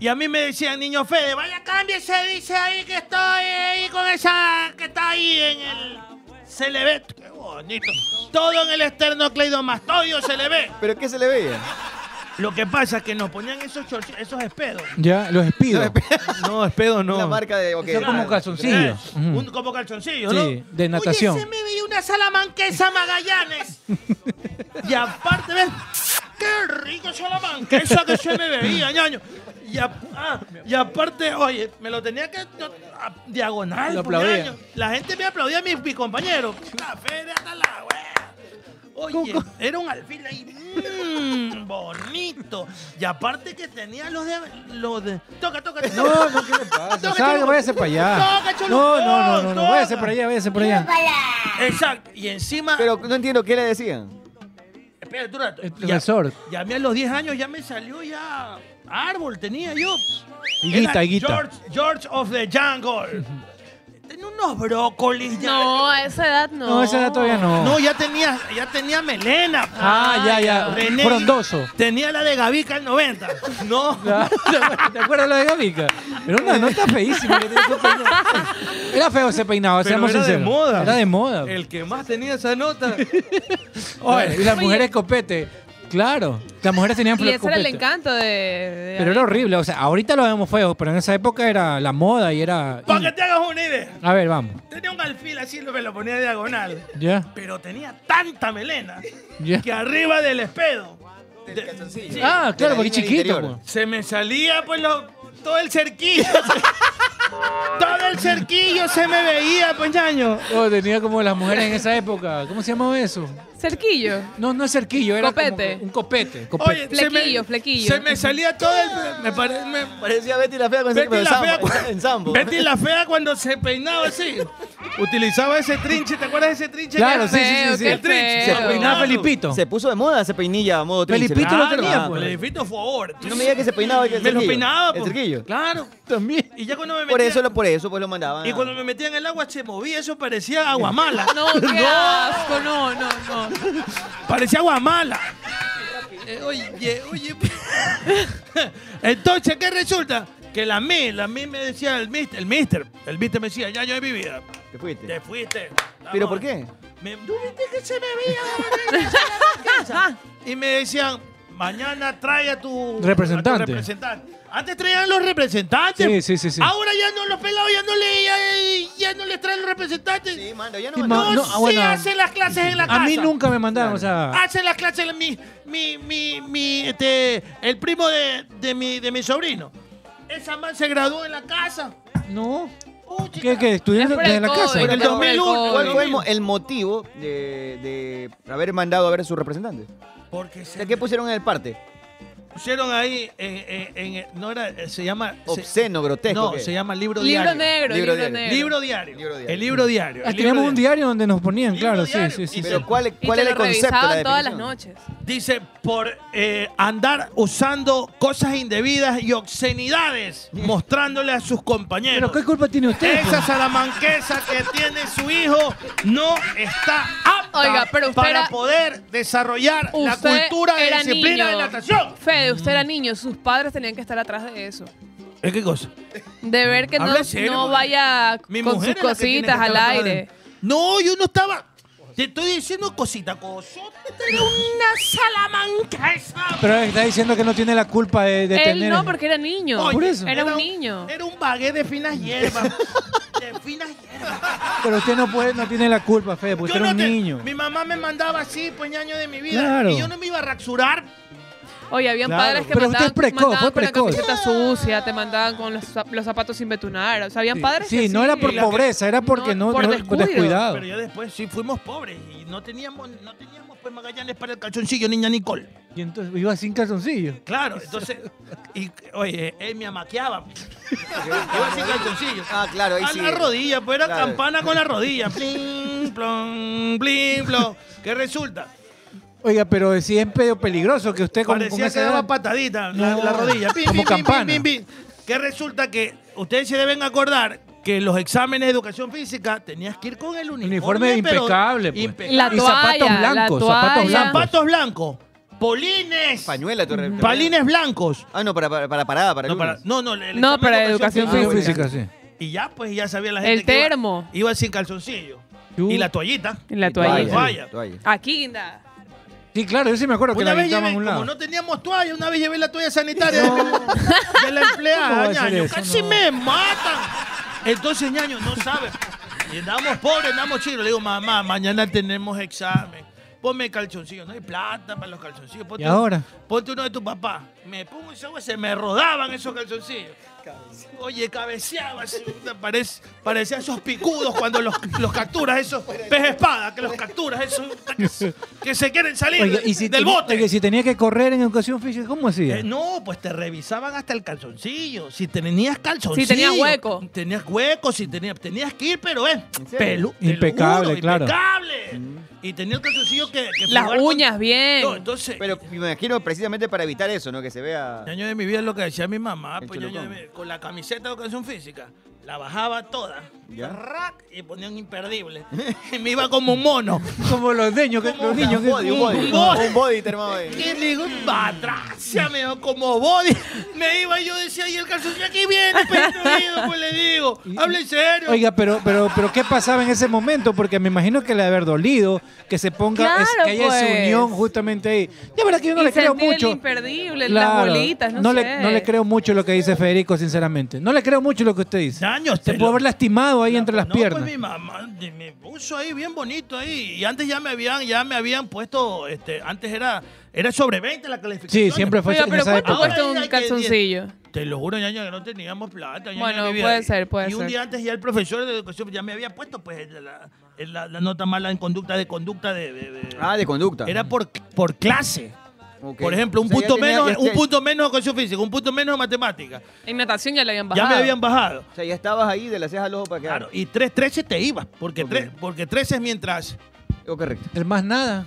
Y a mí me decían, niño Fede, vaya, cámbiese, dice ahí que estoy ahí con esa que está ahí en el... Se le ve,
Oh,
qué bonito. Todo en el externo cleidomastoideo se le ve.
¿Pero qué se le veía?
Lo que pasa es que nos ponían esos shorts, esos espedos.
Ya, los espido.
No, espedo no.
Una marca de. ok.
Son como calzoncillos.
Eh,
Ujú.
un- como calzoncillos, ¿no?
Sí, de natación.
Oye, se me veía una salamanquesa Magallanes.
Y aparte, ¿ves?
¡Qué rico salamanquesa!
Eso que se me veía, ñaño. Y, a- ah, y aparte, oye, me lo tenía que no, a- diagonal.
Lo
pues,
aplaudía.
ñaño. La gente me aplaudía, mi, mi compañero. La feria está la wea. Oye, era un alfil ahí. mm, bonito. Y aparte que tenía los de. Los de toca, toca, toca.
No, no, ¿qué le pasa? Salga, váyase para allá. No, no, no, no, no, váyase para allá, váyase para allá.
Exacto. Y encima.
Pero no entiendo qué le decían.
espérate un rato.
El
Ya-
resort.
Ya a mí a los 10 años ya me salió ya árbol, tenía yo.
Higuita,
Era
higuita.
George, George of the Jungle. tenía unos brócolis ya.
No, a esa edad no.
No, esa edad todavía no.
No, ya tenía, ya tenía melena. pues.
Ah, ya, ya.
René-
Frondoso.
Tenía la de Gavica el 90. No.
Ya. ¿Te acuerdas lo de Gavica? Era una nota feísima. que tenía ese peinado. Era feo ese peinado,
Pero
seamos
era de
sinceros.
moda.
Era de moda.
El que más tenía esa nota.
Oye, y las
Oye.
mujeres copete. Claro, las mujeres tenían
Y
flor
ese era el
copete.
encanto de. de-
Pero era horrible, o sea, ahorita lo vemos feo, pero en esa época era la moda y era...
Para que te hagas una idea.
A ver, vamos.
Tenía un alfil así, me lo ponía diagonal.
Ya.
Pero tenía tanta melena
Ya.
que arriba del espedo. de- sí,
Ah,
de la
claro, porque
línea del
chiquito.
interior.
pues.
Se me salía pues lo- todo el cerquillo. todo el cerquillo se me veía, pues ñaño.
Oh, tenía como las mujeres en esa época. ¿Cómo se llamaba eso?
Cerquillo.
No, no es cerquillo, era como
Copete.
un copete. copete.
Oye, se
Flequillo,
me,
flequillo.
Se me salía todo el. Me pare- me-
Parecía Betty la fea con ese
Betty
pero
la, fea,
en sambo, en sambo.
Betty la fea cuando se peinaba así. Utilizaba ese trinche, ¿te acuerdas de ese trinche?
Claro, sí,
ñaño?
sí,
feo,
sí. sí.
qué
El trinche. Se
feo.
peinaba Felipito.
Se puso de moda ese peinilla a modo trinche.
Felipito
¿verdad?
lo tenía,
Ah,
pues.
pero-
Felipito fue ahora.
No me digas que se peinaba el
Me lo
cerquillo,
peinaba,
El
pues.
cerquillo.
Claro.
También.
Y ya cuando me metía.
Por eso, lo- por eso pues lo mandaban.
Y
a-
cuando me metía en el agua se movía, eso parecía agua mala.
No, qué asco, no, no, no.
Parecía guamala. Eh, oye, oye.
pues.
Entonces, ¿qué resulta? Que la mí, la mí me decía el mister, el mister, el mister me decía, ya yo he vivido.
Te fuiste.
Te fuiste.
¿Pero por qué?
Me, ¿Tú viste que se me veía?
Ah.
la vergüenza? y me decían, mañana trae a tu
Representante.
a tu representante. Antes traían los representantes.
Sí, sí, sí, sí.
Ahora ya no, los pelados ya no le, ya, ya no les traen los representantes.
Sí, mando, ya no
Sí,
mando.
ma-
No,
No,
sí
ah, bueno.
hacen las clases en la casa.
A mí nunca me mandaron, o sea... Ah,
Hace las clases mi, mi, mi, mi, este, el primo de, de, mi, de mi sobrino. Esa man se graduó en la casa.
No.
Uh, chica.
¿Qué, qué? ¿Estudiando
Es por el
desde la
COVID,
casa?
es
En el
por
2001,
¿Cuál
COVID.
fue el, mo- el motivo de, de haber mandado a ver a su representante?
Porque
O sea,
se
¿Qué pusieron en el parte?
pusieron ahí en, en- en- no era, eh, se llama... se-
Obsceno, grotesco.
no,
¿qué?
se llama libro,
Libro
diario.
negro,
Libro
libro,
diario.
negro.
Libro diario.
Libro diario.
El libro diario.
Ah,
el
Teníamos
libro
un
diario.
diario donde nos ponían,
Libro
claro, sí,
diario.
sí, sí. sí.
Y
Pero ¿cuál,
Y
cuál
te
era el
lo
concepto? la
revisaban todas las
definición?
noches.
Dice, por eh, andar usando cosas indebidas y obscenidades, mostrándole a sus compañeros.
¿Pero qué culpa tiene usted?
Esa salamanquesa que tiene su hijo no está apta
Oiga, pero usted
para
era-
poder desarrollar la
Usted
cultura de
era
disciplina
niño.
de natación.
Fede, usted
Mm.
era niño, sus padres tenían que estar atrás de eso.
¿Eh,
¿Es qué cosa?
De ver que no,
Habla en serio,
no
porque
vaya
Mi
con
mujer
sus
es la que tiene que
cositas al
estar atrás de-
aire.
No, yo no estaba. Te estoy diciendo cosita, cosota. Era una salamanquesa.
Pero está diciendo que no tiene la culpa de, de
Él
tener...
no, porque era niño.
Oye,
por eso.
Era un niño.
Era un bagué de finas hierbas. de finas hierbas.
Pero usted no puede, no tiene la culpa, Fede, porque usted
no
era un
te-
niño.
Mi mamá me mandaba así, pues ñaño de mi vida.
Claro.
Y yo no me iba a raxurar.
Oye, habían
Claro.
padres que
Pero
mandaban,
usted es precoz, fue
mandaban con
precoz.
la camiseta sucia, te mandaban con los, zap- los zapatos sin betunar. O sea, habían padres que
Sí, no era por
Y la que-
pobreza, era porque no,
No, por
no-
descuido.
descuidado.
Pero ya después sí fuimos pobres y no teníamos, no teníamos pues Magallanes para el calzoncillo, niña Nicole.
Y entonces iba sin calzoncillo.
Claro, entonces, y, oye, él me amaqueaba. Iba sin calzoncillo.
Ah, claro, ahí
A
sí.
la rodilla, pues era
Claro.
campana con la rodilla. Plin, plon, plin, plon. ¿Qué resulta?
Oiga, pero sí es medio peligroso que usted con, con
Parecía que
esa
daba
edad-
patadita la, la rodilla. Pim,
Como
pim, pim,
campana.
pim, pim, pim. Que resulta que ustedes se deben acordar que los exámenes de educación física tenías que ir con el uniforme.
Uniforme
pero
impecable, pues.
impecable.
La
Y zapatos
toalla, la
blancos,
toalla.
zapatos blancos.
Zapatos blancos, polines,
Pañuela, tu re-
palines blancos.
Ah, no, para, para, para parada, para
No, para,
algunos.
no, no, le- le
No,
llaman
para educación
Sí,
Ah,
física, sí.
Y ya, pues, ya sabía la gente.
El
que iba-
termo.
Iba, sin calzoncillo.
Yo-
Y la toallita.
en la
Toalla,
toalla.
toalla.
toalla.
Aquí, nada.
Sí, Sí, claro, yo sí me acuerdo que
Una
la
vez
aventaban
llevé,
a un lado.
como no teníamos toalla, una vez llevé la toalla sanitaria de la
¿Cómo va a
empleada,
decir
ñaño.
eso?
Casi
No.
me matan. Entonces, ñaño, no sabe. Y andamos pobres, andamos chicos. Le digo, mamá, mañana tenemos examen. Ponme calzoncillos. No hay plata para los calzoncillos. Ponte,
¿Y ahora?
Ponte uno de tu papá. Me pongo ese agua, se me rodaban esos calzoncillos. Oye, cabeceaba, así, puta, parece- parecían esos picudos cuando los, los capturas, esos pez espada, que los capturas, esos puta, que, se- que se quieren salir
Oiga, y si
del
tenía-
bote.
oiga, si tenía que correr en educación física, ¿cómo hacía?
Eh, no, pues te revisaban hasta el calzoncillo. Si tenías calzoncillo.
Si tenías hueco.
Tenías hueco, si tenías, tenías que ir, pero es pelu, te lo
Impecable,
juro,
claro.
Impecable.
Mm.
Y tenía el calzoncillo que. que
Las
jugar con-
uñas, bien.
No, entonces.
Pero me imagino precisamente para evitar eso, ¿no? Que se vea.
ñaño de mi vida es lo que decía mi mamá, pues
El
ñaño de
cholucón.
mi- con la camiseta de educación física, la bajaba toda,
¿Ya?
rac, y ponía un imperdible. y me iba como un mono.
Como los niños que, los niños que-
Un body, un body.
Un body.
Un body, te armaba ahí.
Y le digo, patracia, me dijo, como body. Me iba y yo decía, y el calzoncillo aquí viene, pestruido, pues le digo, hable en serio.
Oiga, pero, pero, pero ¿qué pasaba en ese momento? Porque me imagino que le ha de haber dolido que se ponga,
Claro,
es- que haya esa
pues.
unión justamente ahí. Ya verdad que yo no
Y
le creo
sentir el
mucho.
imperdible,
Claro,
las bolitas, no,
le,
sé.
no le creo mucho lo que dice Federico, sinceramente. No le creo mucho lo que usted dice.
Daños,
Se
te
puede
lo-
haber lastimado ahí entre las
no,
piernas.
Pues mi mamá de- me puso ahí bien bonito ahí. Y antes ya me habían, ya me habían puesto, este, antes era, era sobre 20 la calificación.
Sí, siempre fue
Oiga,
en
pero
esa
¿cuánto
época.
cuesta
Ahora
un
ya que diez.
calzoncillo?
Te lo juro, ñaña, que no teníamos plata. ñaña,
Bueno,
no vivía
puede
ahí.
ser, puede
Y un
ser.
día antes ya el profesor de educación ya me había puesto pues la, la- la nota mala en conducta de conducta de... de- de-
Ah, de conducta.
era por, por clase.
Ok.
Por ejemplo, un
O sea, ya
punto
tenía-
menos,
ya-
un
ya-
punto menos de educación física, un punto menos de matemática.
En natación ya le habían bajado.
Ya me habían bajado.
O sea, ya estabas ahí de la ceja al ojo para quedar.
Claro, y 3.13 te ibas, porque,
Ok.
tres- porque 13 es mientras.
Oh, correcto.
El más nada.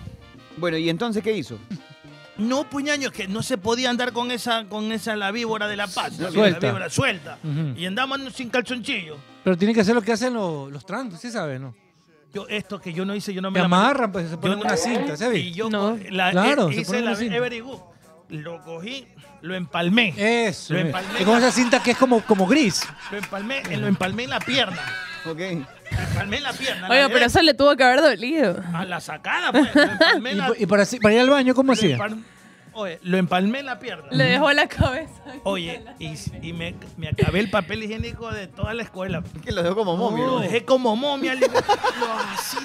Bueno, ¿y entonces qué hizo?
No, puñaño, es que no se podía andar con esa, con esa la víbora de la paz. la víbora-
Suelta.
La víbora suelta.
Ujú.
Y andábamos sin calzoncillo.
Pero tiene que hacer lo que hacen los, los trans, ¿sí sabes? ¿no?
Yo, esto que yo no hice, yo no me
Me
la
amarran, pues se ponen
Yo-
una cinta,
Y
¿sabes?
yo
No.
co- la,
Claro,
eh,
se
hice
ponen
la
así.
Every Good. Lo cogí, lo empalmé.
Eso.
Lo
mira.
empalmé.
Y con esa cinta que es como, como gris.
Lo empalmé, eh, lo empalmé en la pierna.
Ok.
Lo empalmé en la pierna. la
Oiga, pero
derecha.
eso le tuvo que haber dolido.
A la sacada, pues. Lo empalmé en la,
Y, y para, para ir al baño, ¿cómo
lo
hacía?
empal- Oye, lo empalmé en la pierna.
Le dejó la cabeza.
Oye, y, y me, me acabé el papel higiénico de toda la escuela.
Que lo dejó como momio.
Lo dejé como momia. le- Lo así,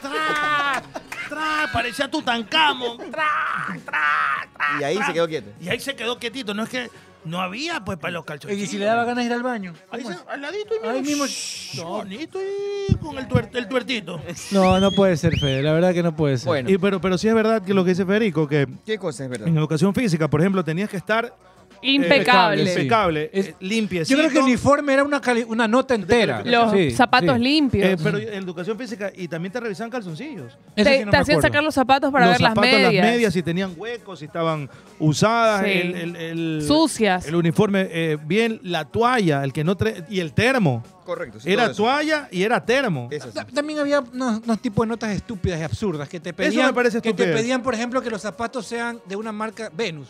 tra, tra, tra, parecía Tutankamón. Tra, tra, tra,
Y ahí
tra.
se quedó quieto.
Y ahí se quedó quietito. No es que no había, pues, para los calzoncillos.
Y si le daba ganas de ir al baño.
Ahí
¿cómo
se-
es?
al ladito y
Ahí mismo.
bonito y con el, tuer- el tuertito.
No, no puede ser, Fede. La verdad que no puede ser.
Bueno,
Y pero, pero sí es verdad que lo que dice Federico, que
¿qué cosa es verdad?
en educación física, por ejemplo, tenías que estar
Impecable.
sí.
impecable,
Es-
eh, limpiecito.
Yo creo que el uniforme era una, cali- una nota entera.
Los
Sí,
zapatos
sí.
limpios.
Eh, pero en educación física y también te revisaban calzoncillos.
te,
Eso sí no
te
me
hacían
acuerdo.
sacar los zapatos para
los
ver
zapatos,
las medias.
si tenían huecos, si estaban usadas,
Sí.
el, el- el-
Sucias.
el uniforme eh, bien, la toalla, el que no tra- y el termo.
Correcto. sí,
Era
todo eso.
toalla y era termo.
Eso sí.
Ta- También había unos, unos tipos de notas estúpidas y absurdas que te
me
pedían.
parece
que te
estupidez.
pedían, por ejemplo, que los zapatos sean de una marca Venus.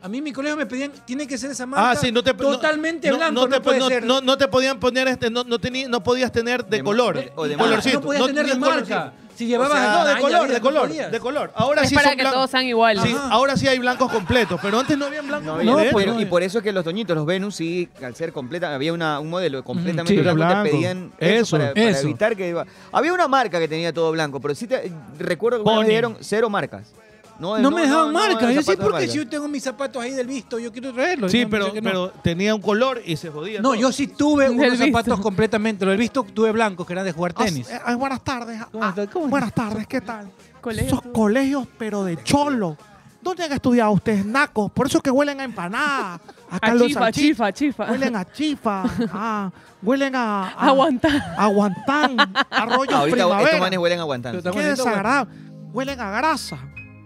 A mí en mi colegio me pedían, tiene que ser esa marca
Ah, sí, no te
totalmente
no- no
blanco, no,
te, po-
puede
no-
ser.
no- no te podían poner este, no, no, tení- no podías tener de,
De-
color.
de- o de
Ah,
colorcito.
no podías tener
ni
de
un
marca.
colorcito.
Si llevabas
O sea, no, de
araña,
color, de
no
color,
podías. Ah,
de color. Ahora
Es
sí
para
son
que
blancos.
todos sean iguales.
Sí, Ah.
Ajá.
ahora sí hay blancos completos, pero antes no había
No,
blancos.
había
No,
de
pues,
esto.
no.
y por eso es que los doñitos, los Venus, sí, al ser completa, había una, un modelo completamente
sí,
era
blanco, te
blanco.
pedían
Mm, Eso,
eso, para, para
eso.
evitar que iba- Había una marca que tenía todo blanco, pero sí te recuerdo que una vez
Pony.
dieron cero marcas.
No me dejaban marca.
no,
yo
zapatos
sí,
de
porque
marca.
si yo tengo mis zapatos ahí del visto, yo quiero traerlos.
Sí,
Yo no
pero,
sé que no.
pero tenía un color y se jodía.
No,
todo.
yo sí tuve
Del
unos
visto.
zapatos completamente. Lo del visto tuve blancos, que eran de jugar tenis.
Ah, eh, buenas tardes.
¿Cómo
Ah,
está? ¿Cómo está?
buenas tardes, ¿qué tal?
Colegio,
Esos
tú.
colegios, pero de cholo. ¿Dónde han estudiado ustedes, nacos? Por eso es que huelen a empanada. A
A
Carlos
chifa,
Sanchís.
chifa, chifa.
Huelen a chifa. ah, huelen a, a.
Aguanta.
A guantán. A rollos
Ahorita estos manes
primavera.
huelen a guantán,
Pero
Qué desagradable. Huelen a grasa.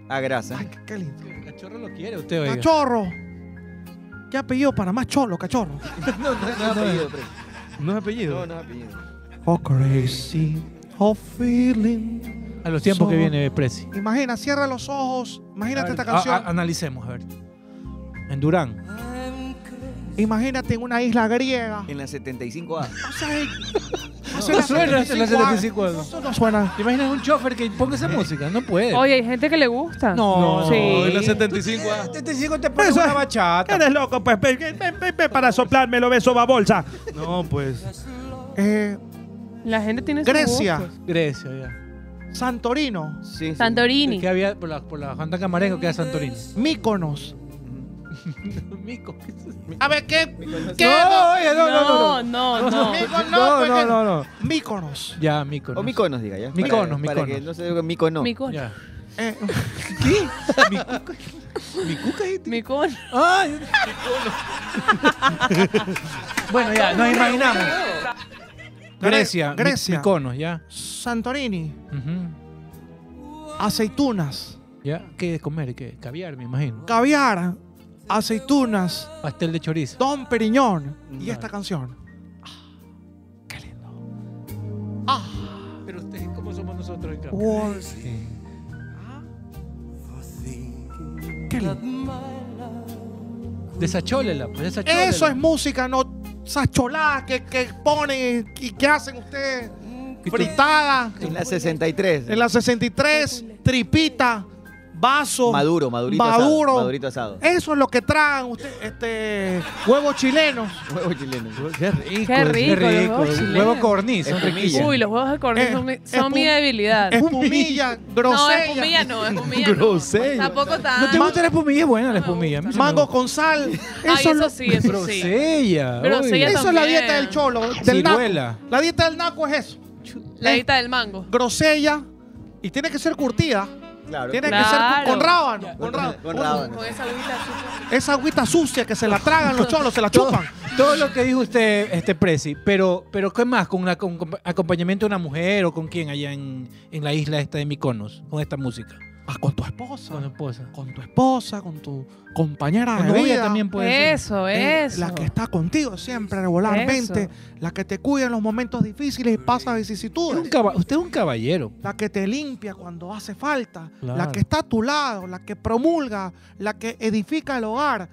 a Ah, grasa.
Ay, qué- qué lindo.
Cachorro lo quiere usted, oiga.
Ah,
Cachorro. ¿Qué apellido para más cholo, cachorro?
No, no, es apellido, pero-
No es apellido.
no, no es apellido.
Oh, crazy. Oh, feeling.
A los tiempos que
Son-
viene Prezi.
Imagina, cierra los ojos.
A
Imagínate
ver,
esta
a-
canción.
a- analicemos, a ver. En Durán. ah.
Imagínate en una isla griega.
En la 75A.
No seas, no
No Ah, suena
hasta
Ah,
la
las
75
75
años.
Eso no suena.
¿Te imaginas un chofer que ponga esa música? No puede.
Oye, hay gente que le gusta.
No,
sí.
en la 75. ah.
75 te pone
Eso
una
es-
bachata.
ah, Eres loco, pues. Ven, ven, ven, ven, ven para soplarme lo beso va bolsa. No, pues. Eh,
La gente tiene sus
Grecia,
gustos.
Grecia, ya.
Santorino,
Sí, sí.
Santorini.
Que había por la, por la Juan Camarengo que era Santorini.
Míconos.
Mico.
A ver, ¿qué? ¿Qué?
No, oye, no,
No,
no, no.
no, no.
Mico, no,
No,
pues,
no,
que-
no, no.
Míconos.
Ya, Mico.
O Miconos, diga ya.
Miconos,
Para- Para que
Miconos.
no se diga Micono.
Mi cono.
Ya.
Eh,
¿Qué? ¿Micuca? ¿Micuca?
este.
Mi cono.
Ah, bueno, ya, nos imaginamos. Grecia,
Grecia.
Grecia. Miconos, ya.
Santorini,
Ujú.
aceitunas,
Ya, ¿qué comer? ¿Qué? Caviar, me imagino.
caviar, aceitunas,
Pastel de chorizo.
Don Periñón y
Ya.
esta canción.
Pero ustedes, ¿cómo somos nosotros en
Wall- Qué lindo.
Desachólela, pues desachólela.
Eso es música, no esas choladas que, que ponen y que hacen ustedes.
tú-
Fritada,
En la 63.
en la 63, tripita, vaso.
Maduro, madurito
Maduro.
asado. Madurito asado.
Eso es lo que tragan ustedes, este, huevos chilenos.
Huevo chileno.
Qué rico.
Qué rico, los huevos chilenos.
Huevo corniz, son
Espumilla.
riquísimos.
Uy, los huevos de cordón
Eh,
son, mi,
es
son mi
pu-
debilidad.
Espumilla,
no,
grosella.
espumilla no, espumilla no.
Grosella.
Tampoco tan.
¿No te gusta la espumilla? Es buena la
me
espumilla. a mí sí me
Mango
gusta.
con sal.
Ay,
Eso, es lo-
eso sí, eso sí. Ah,
Grosella.
Grosella
uy.
eso es la
también.
dieta del cholo, del naco.
Ciruela.
La dieta del naco es eso.
La
Eh,
dieta del mango.
grosella y tiene que ser curtida.
Claro.
Tiene
Claro.
que ser con- con rábano. Con
Con
rábano.
rábano.
Con esa agüita azul.
Esa agüita sucia que se la tragan los cholos, se la
Todo,
chupan.
todo lo que dijo usted, este Prezi, pero, pero ¿qué más? ¿Con, una- con- con acompañamiento de una mujer o con quién allá en, en la isla esta de Miconos? Con esta música.
Ah, con tu esposa.
Con esposa.
Con tu esposa, con tu compañera
Con
de
novia
vida.
también puede ser.
Eso,
Eh,
eso.
La que está contigo siempre regularmente. La que te cuida en los momentos difíciles y pasa
Es un
vicisitudes.
caba- usted es un caballero.
La que te limpia cuando hace falta. La
Claro.
que está a tu lado. La que promulga. La que edifica el hogar.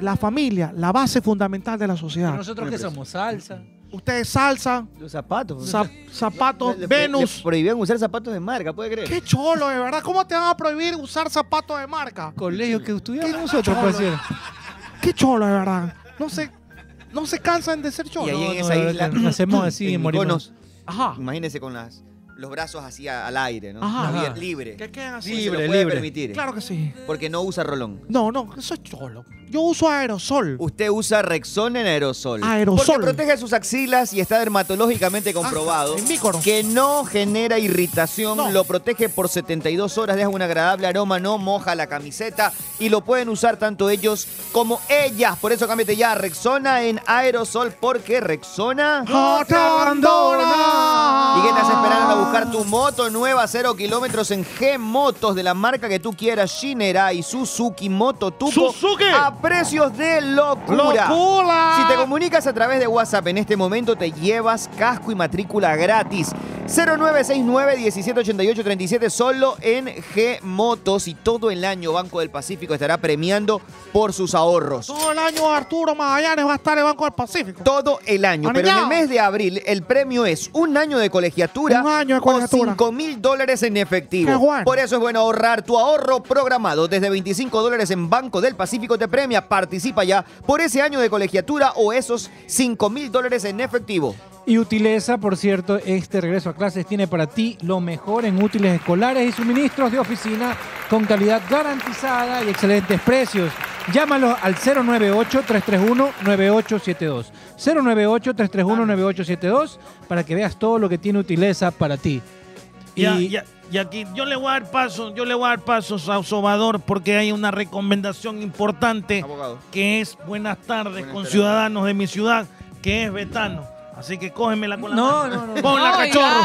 La familia, la base fundamental de la sociedad.
¿Nosotros
pues.
que somos? Salsa.
Ustedes salsa,
Los zapatos.
zap- zapatos,
Le- le-
Venus.
le prohibían usar zapatos de marca, ¿puede creer?
Qué cholo, de verdad. ¿Cómo te van a prohibir usar zapatos de marca?
Colegio que estudiamos
Qué
nosotros,
cholo.
puede ser.
Qué cholo, de verdad. No se, no se cansan de ser
Y ahí
cholos.
en esa
no,
isla.
no, no, hacemos así,
en
morimos.
Mykonos,
Ajá.
Imagínense con las, los brazos así a- al aire, ¿no?
Ajá.
Javier,
Ajá.
libre.
Que queden así.
Sí, se lo
Libre,
puede
libre.
permitir.
Claro que sí.
Porque no usa rolón.
No, no, eso es cholo. Yo uso aerosol.
Usted usa Rexona en aerosol.
Aerosol. Ah,
Porque protege sus axilas y está dermatológicamente comprobado
en Mykonos.
que no genera irritación,
No.
lo protege por 72 horas, deja un agradable aroma, no moja la camiseta y lo pueden usar tanto ellos como ellas. Por eso cámbiate ya a Rexona en aerosol porque Rexona...
¡No te abandona!
¿Y qué estás esperando a buscar tu moto nueva, 0 kilómetros en G Motos de la marca que tú quieras, Shinerai, Suzuki, Moto Tuco,
¡Suzuki!
a precios de locura.
¡Locura!
Si te comunicas a través de WhatsApp en este momento, te llevas casco y matrícula gratis. 0969-1788-37 solo en G Motos y todo el año Banco del Pacífico estará premiando por sus ahorros.
Todo el año Arturo Magallanes va a estar en el Banco del Pacífico.
Todo el año, pero en el
Aniñao.
mes de abril el premio es un año de colegiatura,
Un año de colegiatura.
o 5 mil dólares en efectivo.
Qué bueno.
Por eso es bueno ahorrar tu ahorro programado. Desde 25 dólares en Banco del Pacífico te premia. Participa ya por ese año de colegiatura o esos 5 mil dólares en efectivo.
Y Utileza, por cierto, este regreso a clases tiene para ti lo mejor en útiles escolares y suministros de oficina con calidad garantizada y excelentes precios. Llámalos al 098-331-9872. 098-331-9872 para que veas todo lo que tiene Utileza para ti. Y
Ya, ya, y aquí yo le voy a dar paso, yo le voy a dar pasos a Sobador porque hay una recomendación importante
Abogado.
que es buenas tardes
Buenas
con
tardes.
ciudadanos de mi ciudad, que es Betano. Así que cógemela con la
No,
mano.
no, no, no.
Ponla,
Oiga.
cachorro.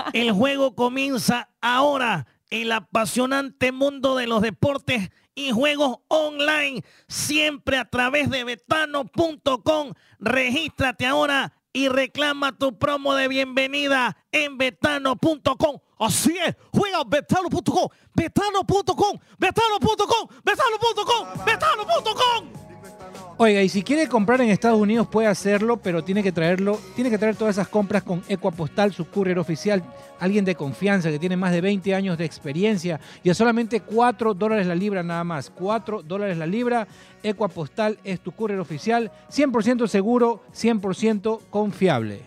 El juego comienza ahora. El apasionante mundo de los deportes y juegos online. Siempre a través de betano.com. Regístrate ahora y reclama tu promo de bienvenida en betano.com. Así es, juega betano.com, betano.com, betano.com, betano.com, betano.com.
Oiga, y si quiere comprar en Estados Unidos puede hacerlo, pero tiene que traerlo, tiene que traer todas esas compras con Ecuapostal, su courier oficial, alguien de confianza que tiene más de 20 años de experiencia y a solamente 4 dólares la libra nada más. 4 dólares la libra, Ecuapostal es tu courier oficial, 100% seguro, 100% confiable.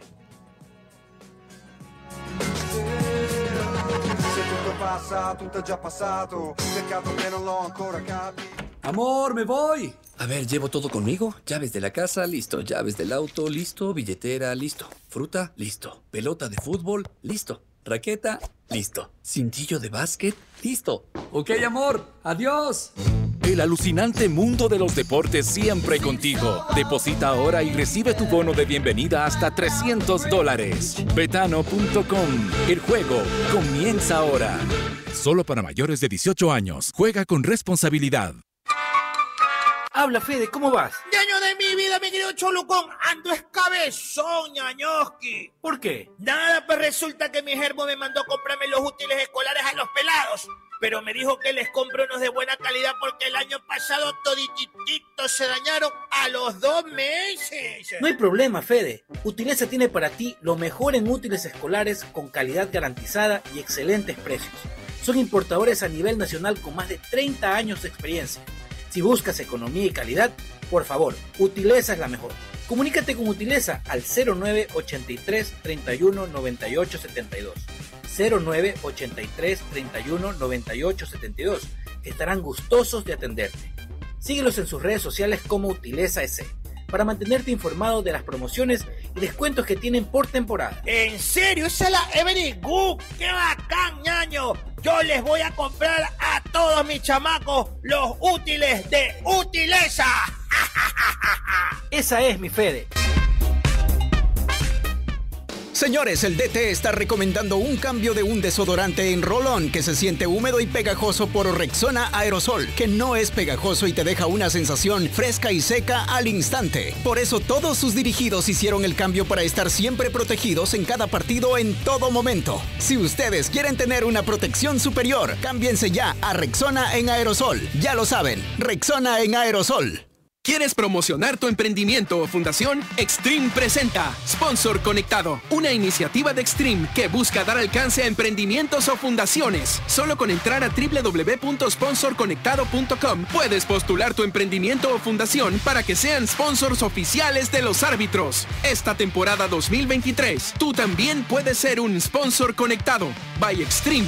Amor, me voy. A ver, llevo todo conmigo. Llaves de la casa, listo. Llaves del auto, listo. Billetera, listo. Fruta, listo. Pelota de fútbol, listo. Raqueta, listo. Cintillo de básquet, listo. Ok, amor. Adiós.
El alucinante mundo de los deportes siempre contigo. Deposita ahora y recibe tu bono de bienvenida hasta 300 dólares. Betano.com. El juego comienza ahora.
Solo para mayores de 18 años. Juega con responsabilidad.
Habla, Fede, ¿cómo vas?
Ñaño de mi vida, mi querido Cholucón, ando es cabezón, ñañoski.
¿Por qué?
Nada, pues resulta que mi germo me mandó comprarme los útiles escolares a los pelados. Pero me dijo que les compre unos de buena calidad porque el año pasado todititos se dañaron a los dos meses.
No hay problema, Fede. Utileza tiene para ti lo mejor en útiles escolares con calidad garantizada y excelentes precios. Son importadores a nivel nacional con más de 30 años de experiencia. Si buscas economía y calidad, por favor, Utileza es la mejor. Comunícate con Utileza al 0983 31 98 72. 0983 31 98 72. Estarán gustosos de atenderte. Síguelos en sus redes sociales como Utileza S para mantenerte informado de las promociones y descuentos que tienen por temporada.
¿En serio? Esa es la Every Good. ¡Qué bacán, ñaño! Yo les voy a comprar a todos mis chamacos los útiles de Utileza.
Esa es mi Fede.
Señores, el DT está recomendando un cambio de un desodorante en rolón que se siente húmedo y pegajoso por Rexona Aerosol, que no es pegajoso y te deja una sensación fresca y seca al instante. Por eso todos sus dirigidos hicieron el cambio para estar siempre protegidos en cada partido en todo momento. Si ustedes quieren tener una protección superior, cámbiense ya a Rexona en Aerosol. Ya lo saben, Rexona en Aerosol.
¿Quieres promocionar tu emprendimiento o fundación? Extreme presenta Sponsor Conectado, una iniciativa de Extreme que busca dar alcance a emprendimientos o fundaciones. Solo con entrar a www.sponsorconectado.com puedes postular tu emprendimiento o fundación para que sean sponsors oficiales de los árbitros. Esta temporada 2023, tú también puedes ser un sponsor conectado. By Extreme.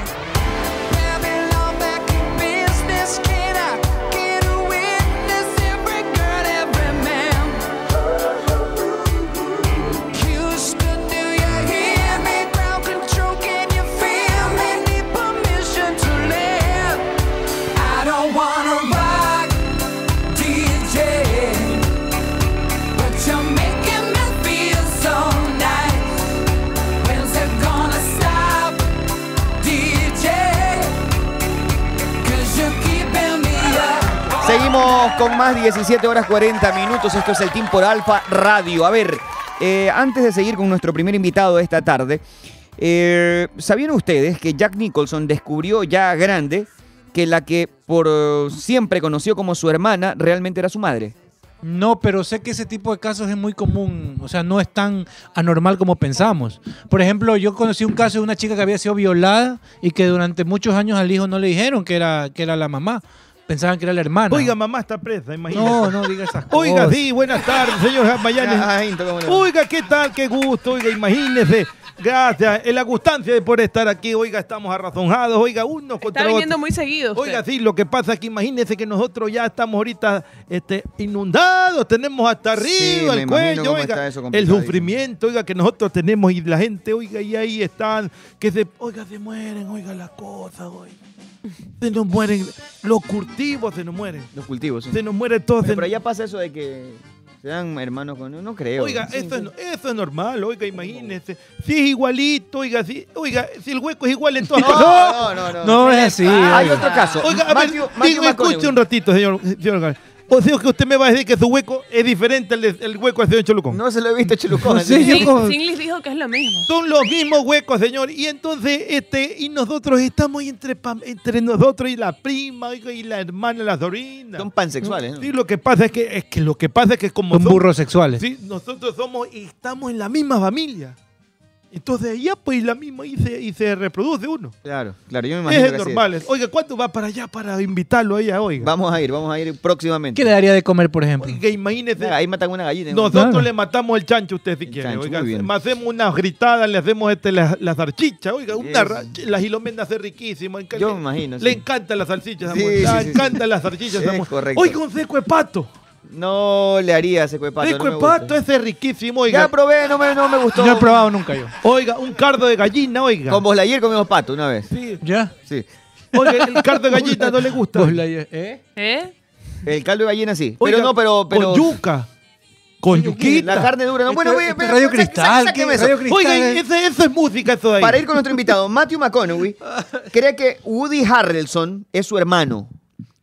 Babylon back in business. Can I get a witness? Every girl, every man. Houston, do you hear me? Ground control, can you feel me? Need permission to live. I don't wanna rock, DJ, but you're making me feel so nice. When's it gonna stop, DJ? 'Cause you're keeping me up.
Seguimos con más 17 horas 40 minutos. Esto es el Team por Alfa Radio. A ver, eh, antes de seguir con nuestro primer invitado de esta tarde, eh, ¿sabían ustedes que Jack Nicholson descubrió ya grande que la que por eh, siempre conoció como su hermana realmente era su madre?
No, pero sé que ese tipo de casos es muy común, o sea, no es tan anormal como pensamos. Por ejemplo, yo conocí un caso de una chica que había sido violada y que durante muchos años al hijo no le dijeron que era, que era la mamá. Pensaban que era la hermana.
Oiga, mamá está presa, imagínate.
No, no diga esas cosas.
Oiga, sí, buenas tardes, señor Magallanes. Oiga, ¿qué tal? Qué gusto. Oiga, imagínese. Gracias. En la gustancia de poder estar aquí. Oiga, estamos arrazonjados. Oiga, uno contra
Está viniendo
otro.
muy seguido. usted.
Oiga, sí, lo que pasa es que imagínese que nosotros ya estamos ahorita este, inundados, tenemos hasta arriba
Sí, me
el
imagino
cuello,
cómo
oiga,
está eso
el
complicadísimo.
sufrimiento, oiga, que nosotros tenemos y la gente, oiga, y ahí están, que se, oiga, se mueren, oiga, las cosas, oiga. Se nos mueren, los cultivos se nos mueren.
Los cultivos, sí.
Se nos muere todo.
Pero, ya pasa eso de que sean hermanos con... No creo.
Oiga,
Sí,
eso,
sí.
Es, eso es normal, oiga, imagínese. Si es igualito, oiga, si, oiga, si el hueco es igual en todas
No,
partes.
no, no, no. No es así, Hay oiga. otro caso.
Oiga, a ver,
Matthew- Matthew
dígame, escuche
McConaughey.
un ratito, señor, señor Gal. O sea, que usted me va a decir que su hueco es diferente al de- el hueco de Cholucón. No
se lo he visto Cholucón.
Sing- Singlis dijo que es lo mismo.
Son los mismos huecos, señor. Y entonces, este, y nosotros estamos ahí entre, pam- entre nosotros y la prima, oiga, y la hermana, la sobrina. Son
pansexuales, ¿no?
Sí, lo que pasa es que, es que lo que pasa es que como
Son burros sexuales.
Sí, nosotros somos y estamos en la misma familia. Entonces ya pues la misma y se, y se reproduce uno.
Claro, claro, yo me imagino
Es
que así
normal. Oiga, ¿cuánto va para allá para invitarlo a ella, oiga?
Vamos a ir, vamos a ir próximamente.
¿Qué le daría de comer, por ejemplo?
Que imagínese.
Ahí matan una gallina.
Nosotros
Claro.
le matamos el chancho a usted si quiere.
chancho,
oiga,
muy bien.
Le hacemos unas gritadas, le hacemos este, las, las salchichas. Oiga, una
Yes.
ra- las hilomenas es riquísima. enca-
Yo me imagino,
Le
sí.
encantan las salchichas,
Sí,
amor.
sí,
le
sí, sí.
encantan las salchichas,
Es
amor.
correcto.
Oiga, un seco de pato.
No le haría seco de pato.
Seco
no
de
me gusta.
pato, ese es riquísimo, oiga.
Ya probé, no me, no me gustó.
No he probado
nunca yo.
Oiga, un cardo de gallina, oiga.
Con vos ayer comimos pato una vez.
Sí.
¿Ya?
Sí.
Oiga, el cardo de gallina no le gusta.
¿Eh?
¿Eh?
El caldo de gallina sí.
Oiga,
pero no, pero. pero
Con yuca. Con yuquita.
La carne dura. No, bueno, voy a- pero- sa- sa- sáqueme eso.
Oiga, y ese- eso es música, eso de ahí.
Para ir con nuestro invitado, Matthew McConaughey cree que Woody Harrelson es su hermano.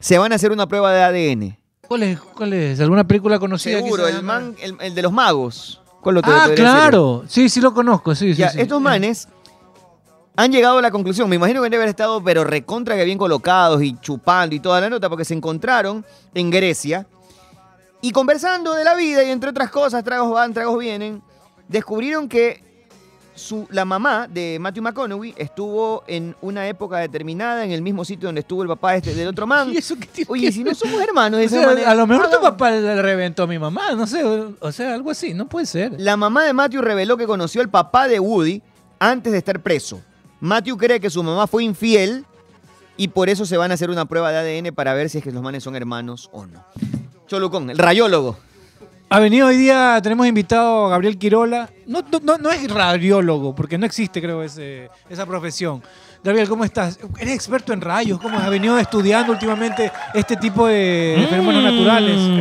Se van a hacer una prueba de ADN.
¿Cuál es? ¿Cuál es? ¿Alguna película conocida?
Seguro,
quizá?
el, man, el, el de los magos. ¿Cuál lo te-
Ah,
podría decir?
claro. Sí, sí lo conozco, sí, sí,
Ya,
sí.
estos manes han llegado a la conclusión. Me imagino que deben haber estado, pero recontra que bien colocados y chupando y toda la nota, porque se encontraron en Grecia y conversando de la vida y entre otras cosas, tragos van, tragos vienen, descubrieron que su, la mamá de Matthew McConaughey estuvo en una época determinada en el mismo sitio donde estuvo el papá este, del otro man. Oye, si no somos hermanos, de
O
esa
sea,
manera-
a lo mejor
Ah,
tu papá le reventó a mi mamá, no sé, o o sea, algo así, no puede ser.
La mamá de Matthew reveló que conoció al papá de Woody antes de estar preso. Matthew cree que su mamá fue infiel y por eso se van a hacer una prueba de ADN para ver si es que los manes son hermanos o no. Cholucón, el rayólogo.
Ha venido hoy día, tenemos invitado a Gabriel Quirola. No, no, no, no es radiólogo, porque no existe, creo, ese, esa profesión. Gabriel, ¿cómo estás? Eres experto en rayos, ¿cómo has venido estudiando últimamente este tipo de de fenómenos naturales?
Mm,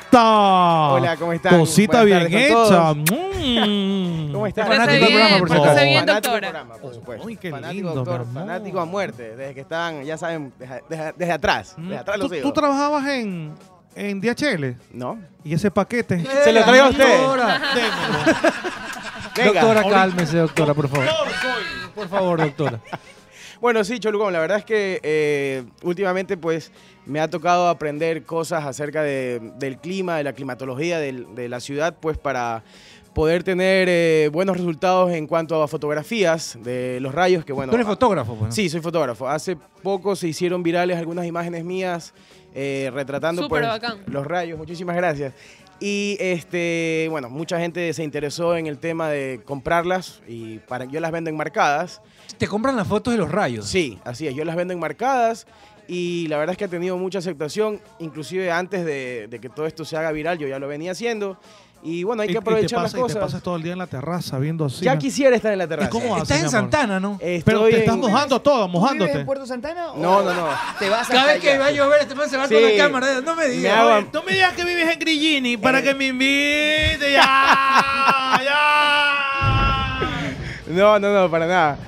Cosita.
Hola, ¿cómo están?
Cosita
Buenas
bien
tardes con
hecha.
todos.
Mm.
¿Cómo estás?
Fanático del
Pórtese
programa, por si
bien, pórtese
acaso. Fanático del
bien, doctora.
programa, por supuesto. Uy, qué
fanático,
lindo,
doctor,
mi amor.
fanático a muerte, desde que estaban, ya saben, deja- deja- desde atrás, desde atrás
Mm. ¿Tú,
los
tú trabajabas en, en DHL?
No.
¿Y ese paquete?
Se lo traigo a usted.
doctora, cálmese, doctora, por favor. Por favor, doctora.
Bueno, sí, Cholucón, la verdad es que eh, últimamente pues me ha tocado aprender cosas acerca de- del clima, de la climatología del- de la ciudad, pues para poder tener eh, buenos resultados en cuanto a fotografías de los rayos que bueno...
Tú eres fotógrafo, pues, ¿no?
Sí, soy fotógrafo. Hace poco se hicieron virales algunas imágenes mías eh, retratando
Súper
pues,
bacán.
los rayos. Muchísimas gracias. Y este, bueno, mucha gente se interesó en el tema de comprarlas y para yo las vendo enmarcadas.
¿Te compran las fotos de los rayos?
Sí, así es. Yo las vendo enmarcadas y la verdad es que ha tenido mucha aceptación, inclusive antes de, de que todo esto se haga viral, yo ya lo venía haciendo. Y bueno, hay
Y-
que
y te
aprovechar
pasa- Y
las
te pasas
cosas.
todo el día en la terraza viendo así.
Ya quisiera estar en la terraza.
cómo haces,
Estás en
mi amor?
Santana, ¿no?
Pero
Estoy
te estás
en-
mojando todo, mojándote.
Puerto Santana?
No, no, no.
Te vas
Cada vez que va a llover, este man se va con la
Sí.
cámara. No me digas.
hago-
Oye,
No me digas que vives en Grillini
Eh.
para que me invite. Ya, ya.
No, no, no, para nada.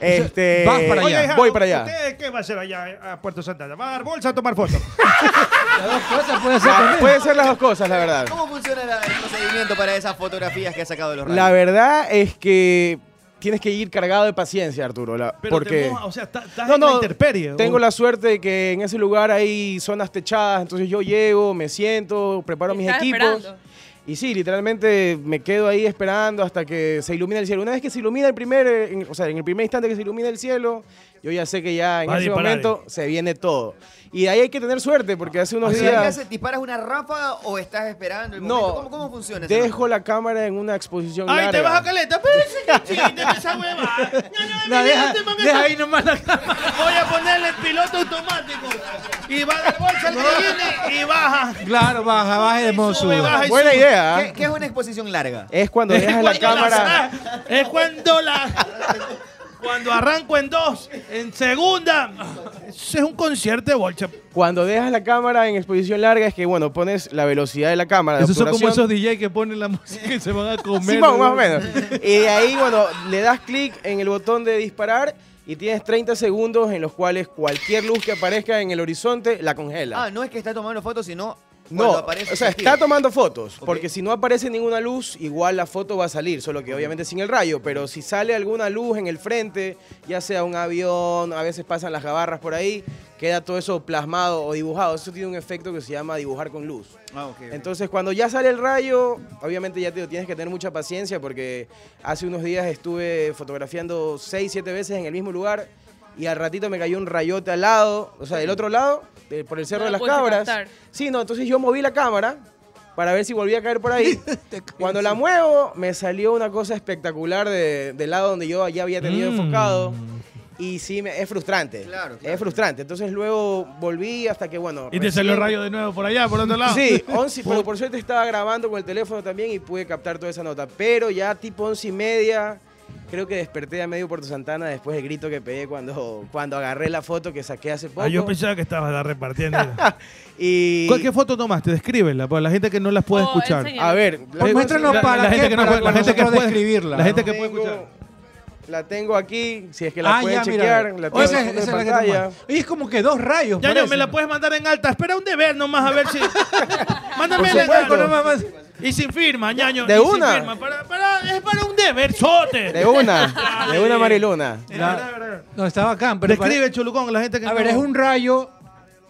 Este,
Eh, Vas para allá.
Voy para allá.
¿Usted qué va a hacer allá eh, a Puerto Santana? ¿Va a dar bolsa a tomar fotos? Ah,
puede ser, Ah, las dos cosas, la verdad.
¿Cómo funciona la- el procedimiento para esas fotografías que ha sacado de los
La verdad es que tienes que ir cargado de paciencia, Arturo. la- porque
o sea, está- estás
No,
en la
no,
intemperie.
tengo la suerte de que en ese lugar hay zonas techadas, entonces yo llego, me siento, preparo mis
Estás
equipos.
esperando.
Y sí, literalmente me quedo ahí esperando hasta que se ilumine el cielo. Una vez que se ilumina el primer, eh, en- o sea, en el primer instante que se ilumina el cielo, yo ya sé que ya en
Va a
ese
disparar.
momento se viene todo. Y de ahí hay que tener suerte, porque hace unos
O sea, ¿qué
días...
haces? ¿Disparas una ráfaga o estás esperando el
No,
momento? ¿Cómo, cómo funciona eso?
Dejo la cámara en una exposición
Ay,
larga.
te vas a
Caleta, pero ese cachito, esa hueva.
La deja- deja ahí
nomás Voy a ponerle el piloto automático. Y va de bolsa al que viene y baja.
Claro, baja, baja de mozo.
Buena idea. ¿ah?
¿Qué, qué es una exposición larga?
Es cuando dejas la cámara...
Ah,
Es cuando la. Cuando arranco en dos, en segunda. Eso es un concierto de bolcha.
Cuando dejas la cámara en exposición larga es que, bueno, pones la velocidad de la cámara. de
Esos son como
obturación.
esos DJ que ponen la música y se van a comer.
Sí, más, más o menos. Y de ahí, bueno, le das clic en el botón de disparar y tienes 30 segundos en los cuales cualquier luz que aparezca en el horizonte la congela.
Ah, no es que está tomando fotos, sino
No,
cuando aparece
o sea,
el tiro.
está tomando fotos, porque si no aparece ninguna luz, igual la foto va a salir, solo que obviamente sin el rayo, pero si sale alguna luz en el frente, ya sea un avión, a veces pasan las gabarras por ahí, queda todo eso plasmado o dibujado. Eso tiene un efecto que se llama dibujar con luz.
Ah,
Entonces, cuando ya sale el rayo, obviamente ya te tienes que tener mucha paciencia porque hace unos días estuve fotografiando 6, 7 veces en el mismo lugar y al ratito me cayó un rayote al lado, o sea, del otro lado, de- por el Cerro
No
de
lo
las
pudiste
Cabras.
captar.
Sí, no, entonces yo moví la cámara para ver si volvía a caer por ahí. Cuando la muevo, me salió una cosa espectacular de- del lado donde yo ya había tenido
Mm.
enfocado. Y sí, me- es frustrante. Es frustrante. Entonces luego volví hasta que, bueno...
Y te salió el
recién-
rayo de nuevo por allá, por otro lado.
Sí, 11, pero por suerte estaba grabando con el teléfono también y pude captar toda esa nota. Pero ya tipo 11 y media, creo que desperté a medio Puerto Santana después del grito que pegué cuando, cuando agarré la foto que saqué hace poco.
Ah, yo pensaba que estabas la repartiendo.
y... Oh,
¿Cuál qué foto tomaste? Descríbela para la gente que no Pues las puede escuchar.
A ver,
la- la- la gente que no puede, la gente que puede La gente que
puede escuchar. La tengo aquí, si es que la
Ah, ya,
pueden
mira.
chequear, la tengo
Esa es-
en
esa
fondo
es
de
la que
pantalla.
tomas. Oye, es como que dos rayos.
Ya, ya,
parece.
me la puedes mandar en alta. Espera un deber nomás a ver si. Mándame
Por
el
supuesto,
enano.
nomás,
Y sin firma, ñaño.
De
y sin
una.
firma. Para- para- es para un deber, sote.
De una, de una Mariluna.
No, está bacán. Pero
Describe, Cholucón, la gente que
A ver,
no-
es un rayo.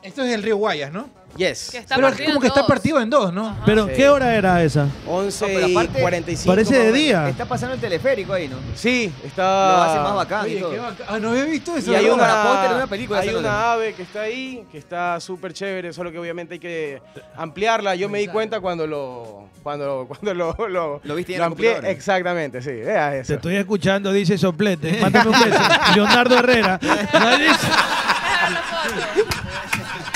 Esto es el río Guayas, ¿no?
Yes.
Que está
pero es
partido
como
en
que está
dos.
partido en dos, ¿no?
Pero,
Sí.
¿qué hora era esa?
11
Pero
y
aparte-
45.
Parece de día.
Está pasando el teleférico ahí, ¿no?
Sí, está.
Lo hace más bacán y
Oye,
todo.
qué
Ah, no había visto eso.
Y hay
¿no?
una,
Póster de una película,
hay
esa no
una
tengo.
ave que está ahí, que está súper chévere, solo que obviamente hay que ampliarla. Yo me di cuenta cuando lo cuando, cuando lo, lo,
viste
en
lo
la
amplié.
computadora.
Exactamente, sí. vea
Te
eso.
estoy escuchando, dice Soplete. Mándame un beso. Leonardo Herrera.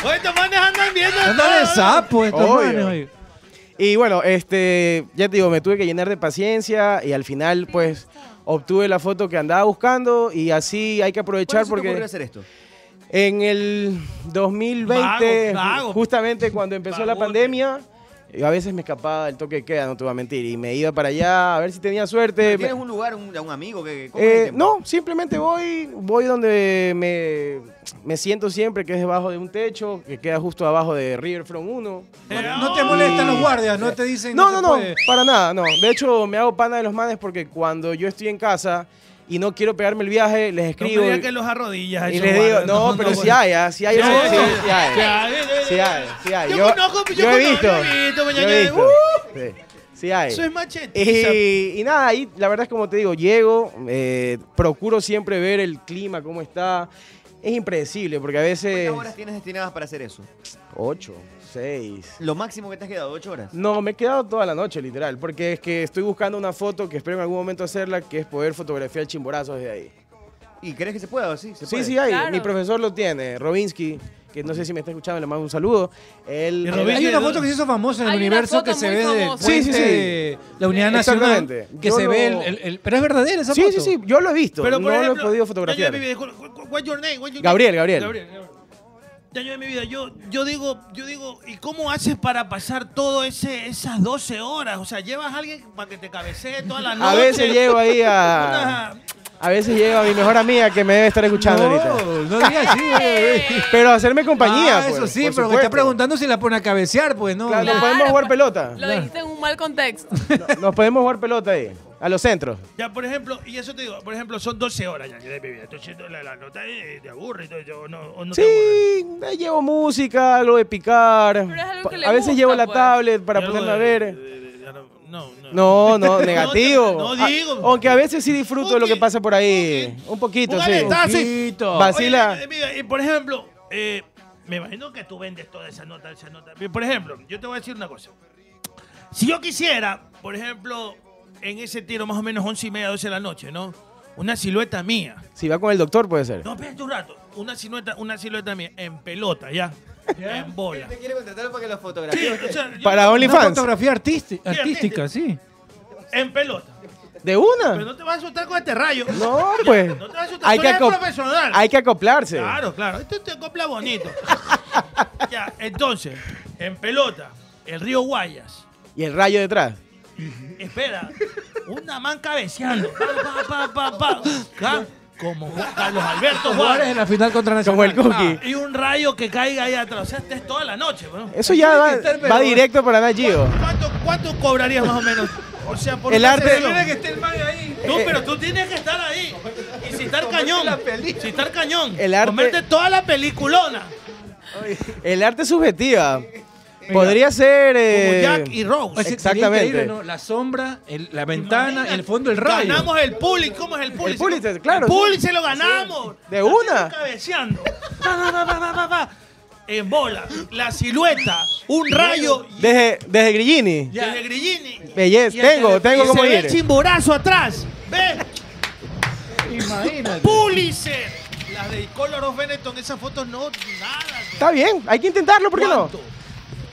Oye, estos manes andan viendo.
de
sapo
estos manes,
Y bueno, este, ya te digo, me tuve que llenar de paciencia y al final, pues, obtuve la foto que andaba buscando y así hay que aprovechar
¿Cuándo se te
porque
ocurrió hacer esto?
en el 2020,
Vago, vago.
justamente cuando empezó la pandemia, yo a veces me escapaba del toque de queda, no te voy a mentir, y me iba para allá a ver si tenía suerte.
¿Tienes un pues? lugar, un, un amigo que... ¿cómo es el
Eh,
tema?
no, simplemente voy, voy donde me, me siento siempre, que es debajo de un techo, que queda justo abajo de Riverfront 1.
No te molestan los guardias, no te dicen.
No,
se
no, no,
puede.
para nada, no. De hecho, me hago pana de los manes porque cuando yo estoy en casa y no quiero pegarme el viaje, les
No
escribo.
me digas
y-
que los arrodillas.
y
esos
les digo,
guardas,
no, pero si hay, ah, si hay,
Sí
sí,
hay,
sí,
sí
sí hay.
hay,
Sí hay, sí hay.
Yo
Yo,
conozco, yo
yo he
conozco,
visto.
yo he visto,
yo he
mañana, uh.
visto. Sí, sí hay.
Eso es machete.
Y, y nada, ahí la verdad es como te digo, llego, eh, procuro siempre ver el clima, cómo está. Es impredecible porque a veces...
¿Cuántas horas tienes destinadas para hacer eso?
Ocho, seis.
Lo máximo que te has quedado, ocho horas.
No, me he quedado toda la noche, literal, porque es que estoy buscando una foto que espero en algún momento hacerla, que es poder fotografiar el chimborazo desde ahí.
¿Y crees que se pueda? Sí, se
Sí,
puede.
sí hay. Mi profesor lo tiene, Robinsky, que no sé si me está escuchando, le mando un saludo. Él,
Hay una foto que se hizo famosa en el
Hay una
universo
foto
que se
muy
ve de
famosa. Sí, sí, sí.
la Unidad Nacional.
Exactamente.
Que
Yo
se ve el,
lo-
el- el- Pero es verdadera esa
Sí,
foto.
sí, sí, yo lo he visto.
Pero,
no
por
lo
ejemplo,
he podido
Ya yo
fotografiar.
en mi vida, ¿cu- cu- cu- what's your name? What's your
Gabriel,
name?
Gabriel.
Ya yo en mi vida, yo, yo digo, yo digo, ¿y cómo haces para pasar todo ese, esas 12 horas? O sea, llevas a alguien para que te cabecee toda la noche.
A veces llego ahí a. A veces llego a mi mejor amiga que me debe estar escuchando ahorita.
No digas así, bebé.
Pero hacerme compañía.
Ah,
pues,
eso sí,
por
pero me está
supuesto.
preguntando si la pone a cabecear, pues no.
Claro, nos podemos jugar pelota.
Lo dijiste en Este un mal contexto.
Nos podemos jugar pelota ahí. A los centros.
Ya, por ejemplo, y eso te digo, por ejemplo, son 12 horas ya yo de mi vida. Entonces, la, la nota eh, te aburre y todo eso, o no, o no te aburre.
Sí, ahí llevo música, algo de picar.
Pero es algo que
Pa-
le
a veces
gusta,
llevo la
pues.
tablet para
Y algo
ponerme a
de-
ver.
No,
No, no, negativo.
No,
Ah,
digo.
aunque a veces sí disfruto de lo que pasa por ahí. Un poquito,
Un
sí.
aletazo.
Vacila.
Oye, eh, mira, y por ejemplo, eh, me imagino que tú vendes toda esa nota, esa nota. Mira, Por ejemplo, yo te voy a decir una cosa. Si yo quisiera, por ejemplo, en ese tiro más o menos 11 y media, 12 de la noche, ¿no? Una silueta mía.
Si va con el doctor, puede ser.
No, espérate un rato. Una silueta, una silueta mía en pelota, ya. En bola. ¿Te
quiere contratar para que la fotografíe?
Para
Una
OnlyFans.
fotografía artisti- artística, sí.
En pelota.
¿De una?
Pero no te vas a asustar con este rayo.
No,
Ya,
pues.
No te vas a asustar.
Ah. Hay
Tú
que,
eres
acop-
profesional.
hay que acoplarse.
Claro, claro. Esto te copla bonito. ya, entonces, en pelota, el río Guayas.
Y el rayo detrás.
Espera, una man cabeceando. Pa, pa, pa, pa, pa. Ca- Como Juan Carlos Alberto
Juárez
Juárez.
en la final contra
Como
Nacional. Ah,
el cookie.
Y un rayo que caiga ahí atrás. O sea, esta es toda la noche, bro.
Eso ya va, va directo para allá, Gio.
¿Cuánto, ¿Cuánto cobrarías más o menos? O sea, por
El
una
arte- Eh,
sesión.
Tiene
que estar ahí. No, pero tú tienes que estar ahí. Y si estar cañón. Si estar cañón.
El arte-
Comerte toda la peliculona.
El arte es subjetiva. Podría ser. eh,
Jack y Rose.
Oye, sería
Exactamente.
increíble, ¿no? La sombra, el- la ventana, el fondo, el rayo.
Ganamos el Pulitzer. ¿Cómo es el Pulitzer?
Pulitzer, claro,
El
sí.
Pulitzer lo ganamos.
De
Ah.
una.
Cabeceando. Pa, pa, pa, pa, pa, pa. En bola. La silueta. Un rayo.
Desde, desde Grillini.
Desde Grillini.
Belleza.
Y el
Tengo,
tele-
tengo
y
como
se ve
ir.
el chimborazo atrás. Ve. Imagínate. Pulitzer. Las de Color of Benetton, esas fotos no, nada.
Está bien, hay que intentarlo, ¿por qué
¿Cuánto?
no?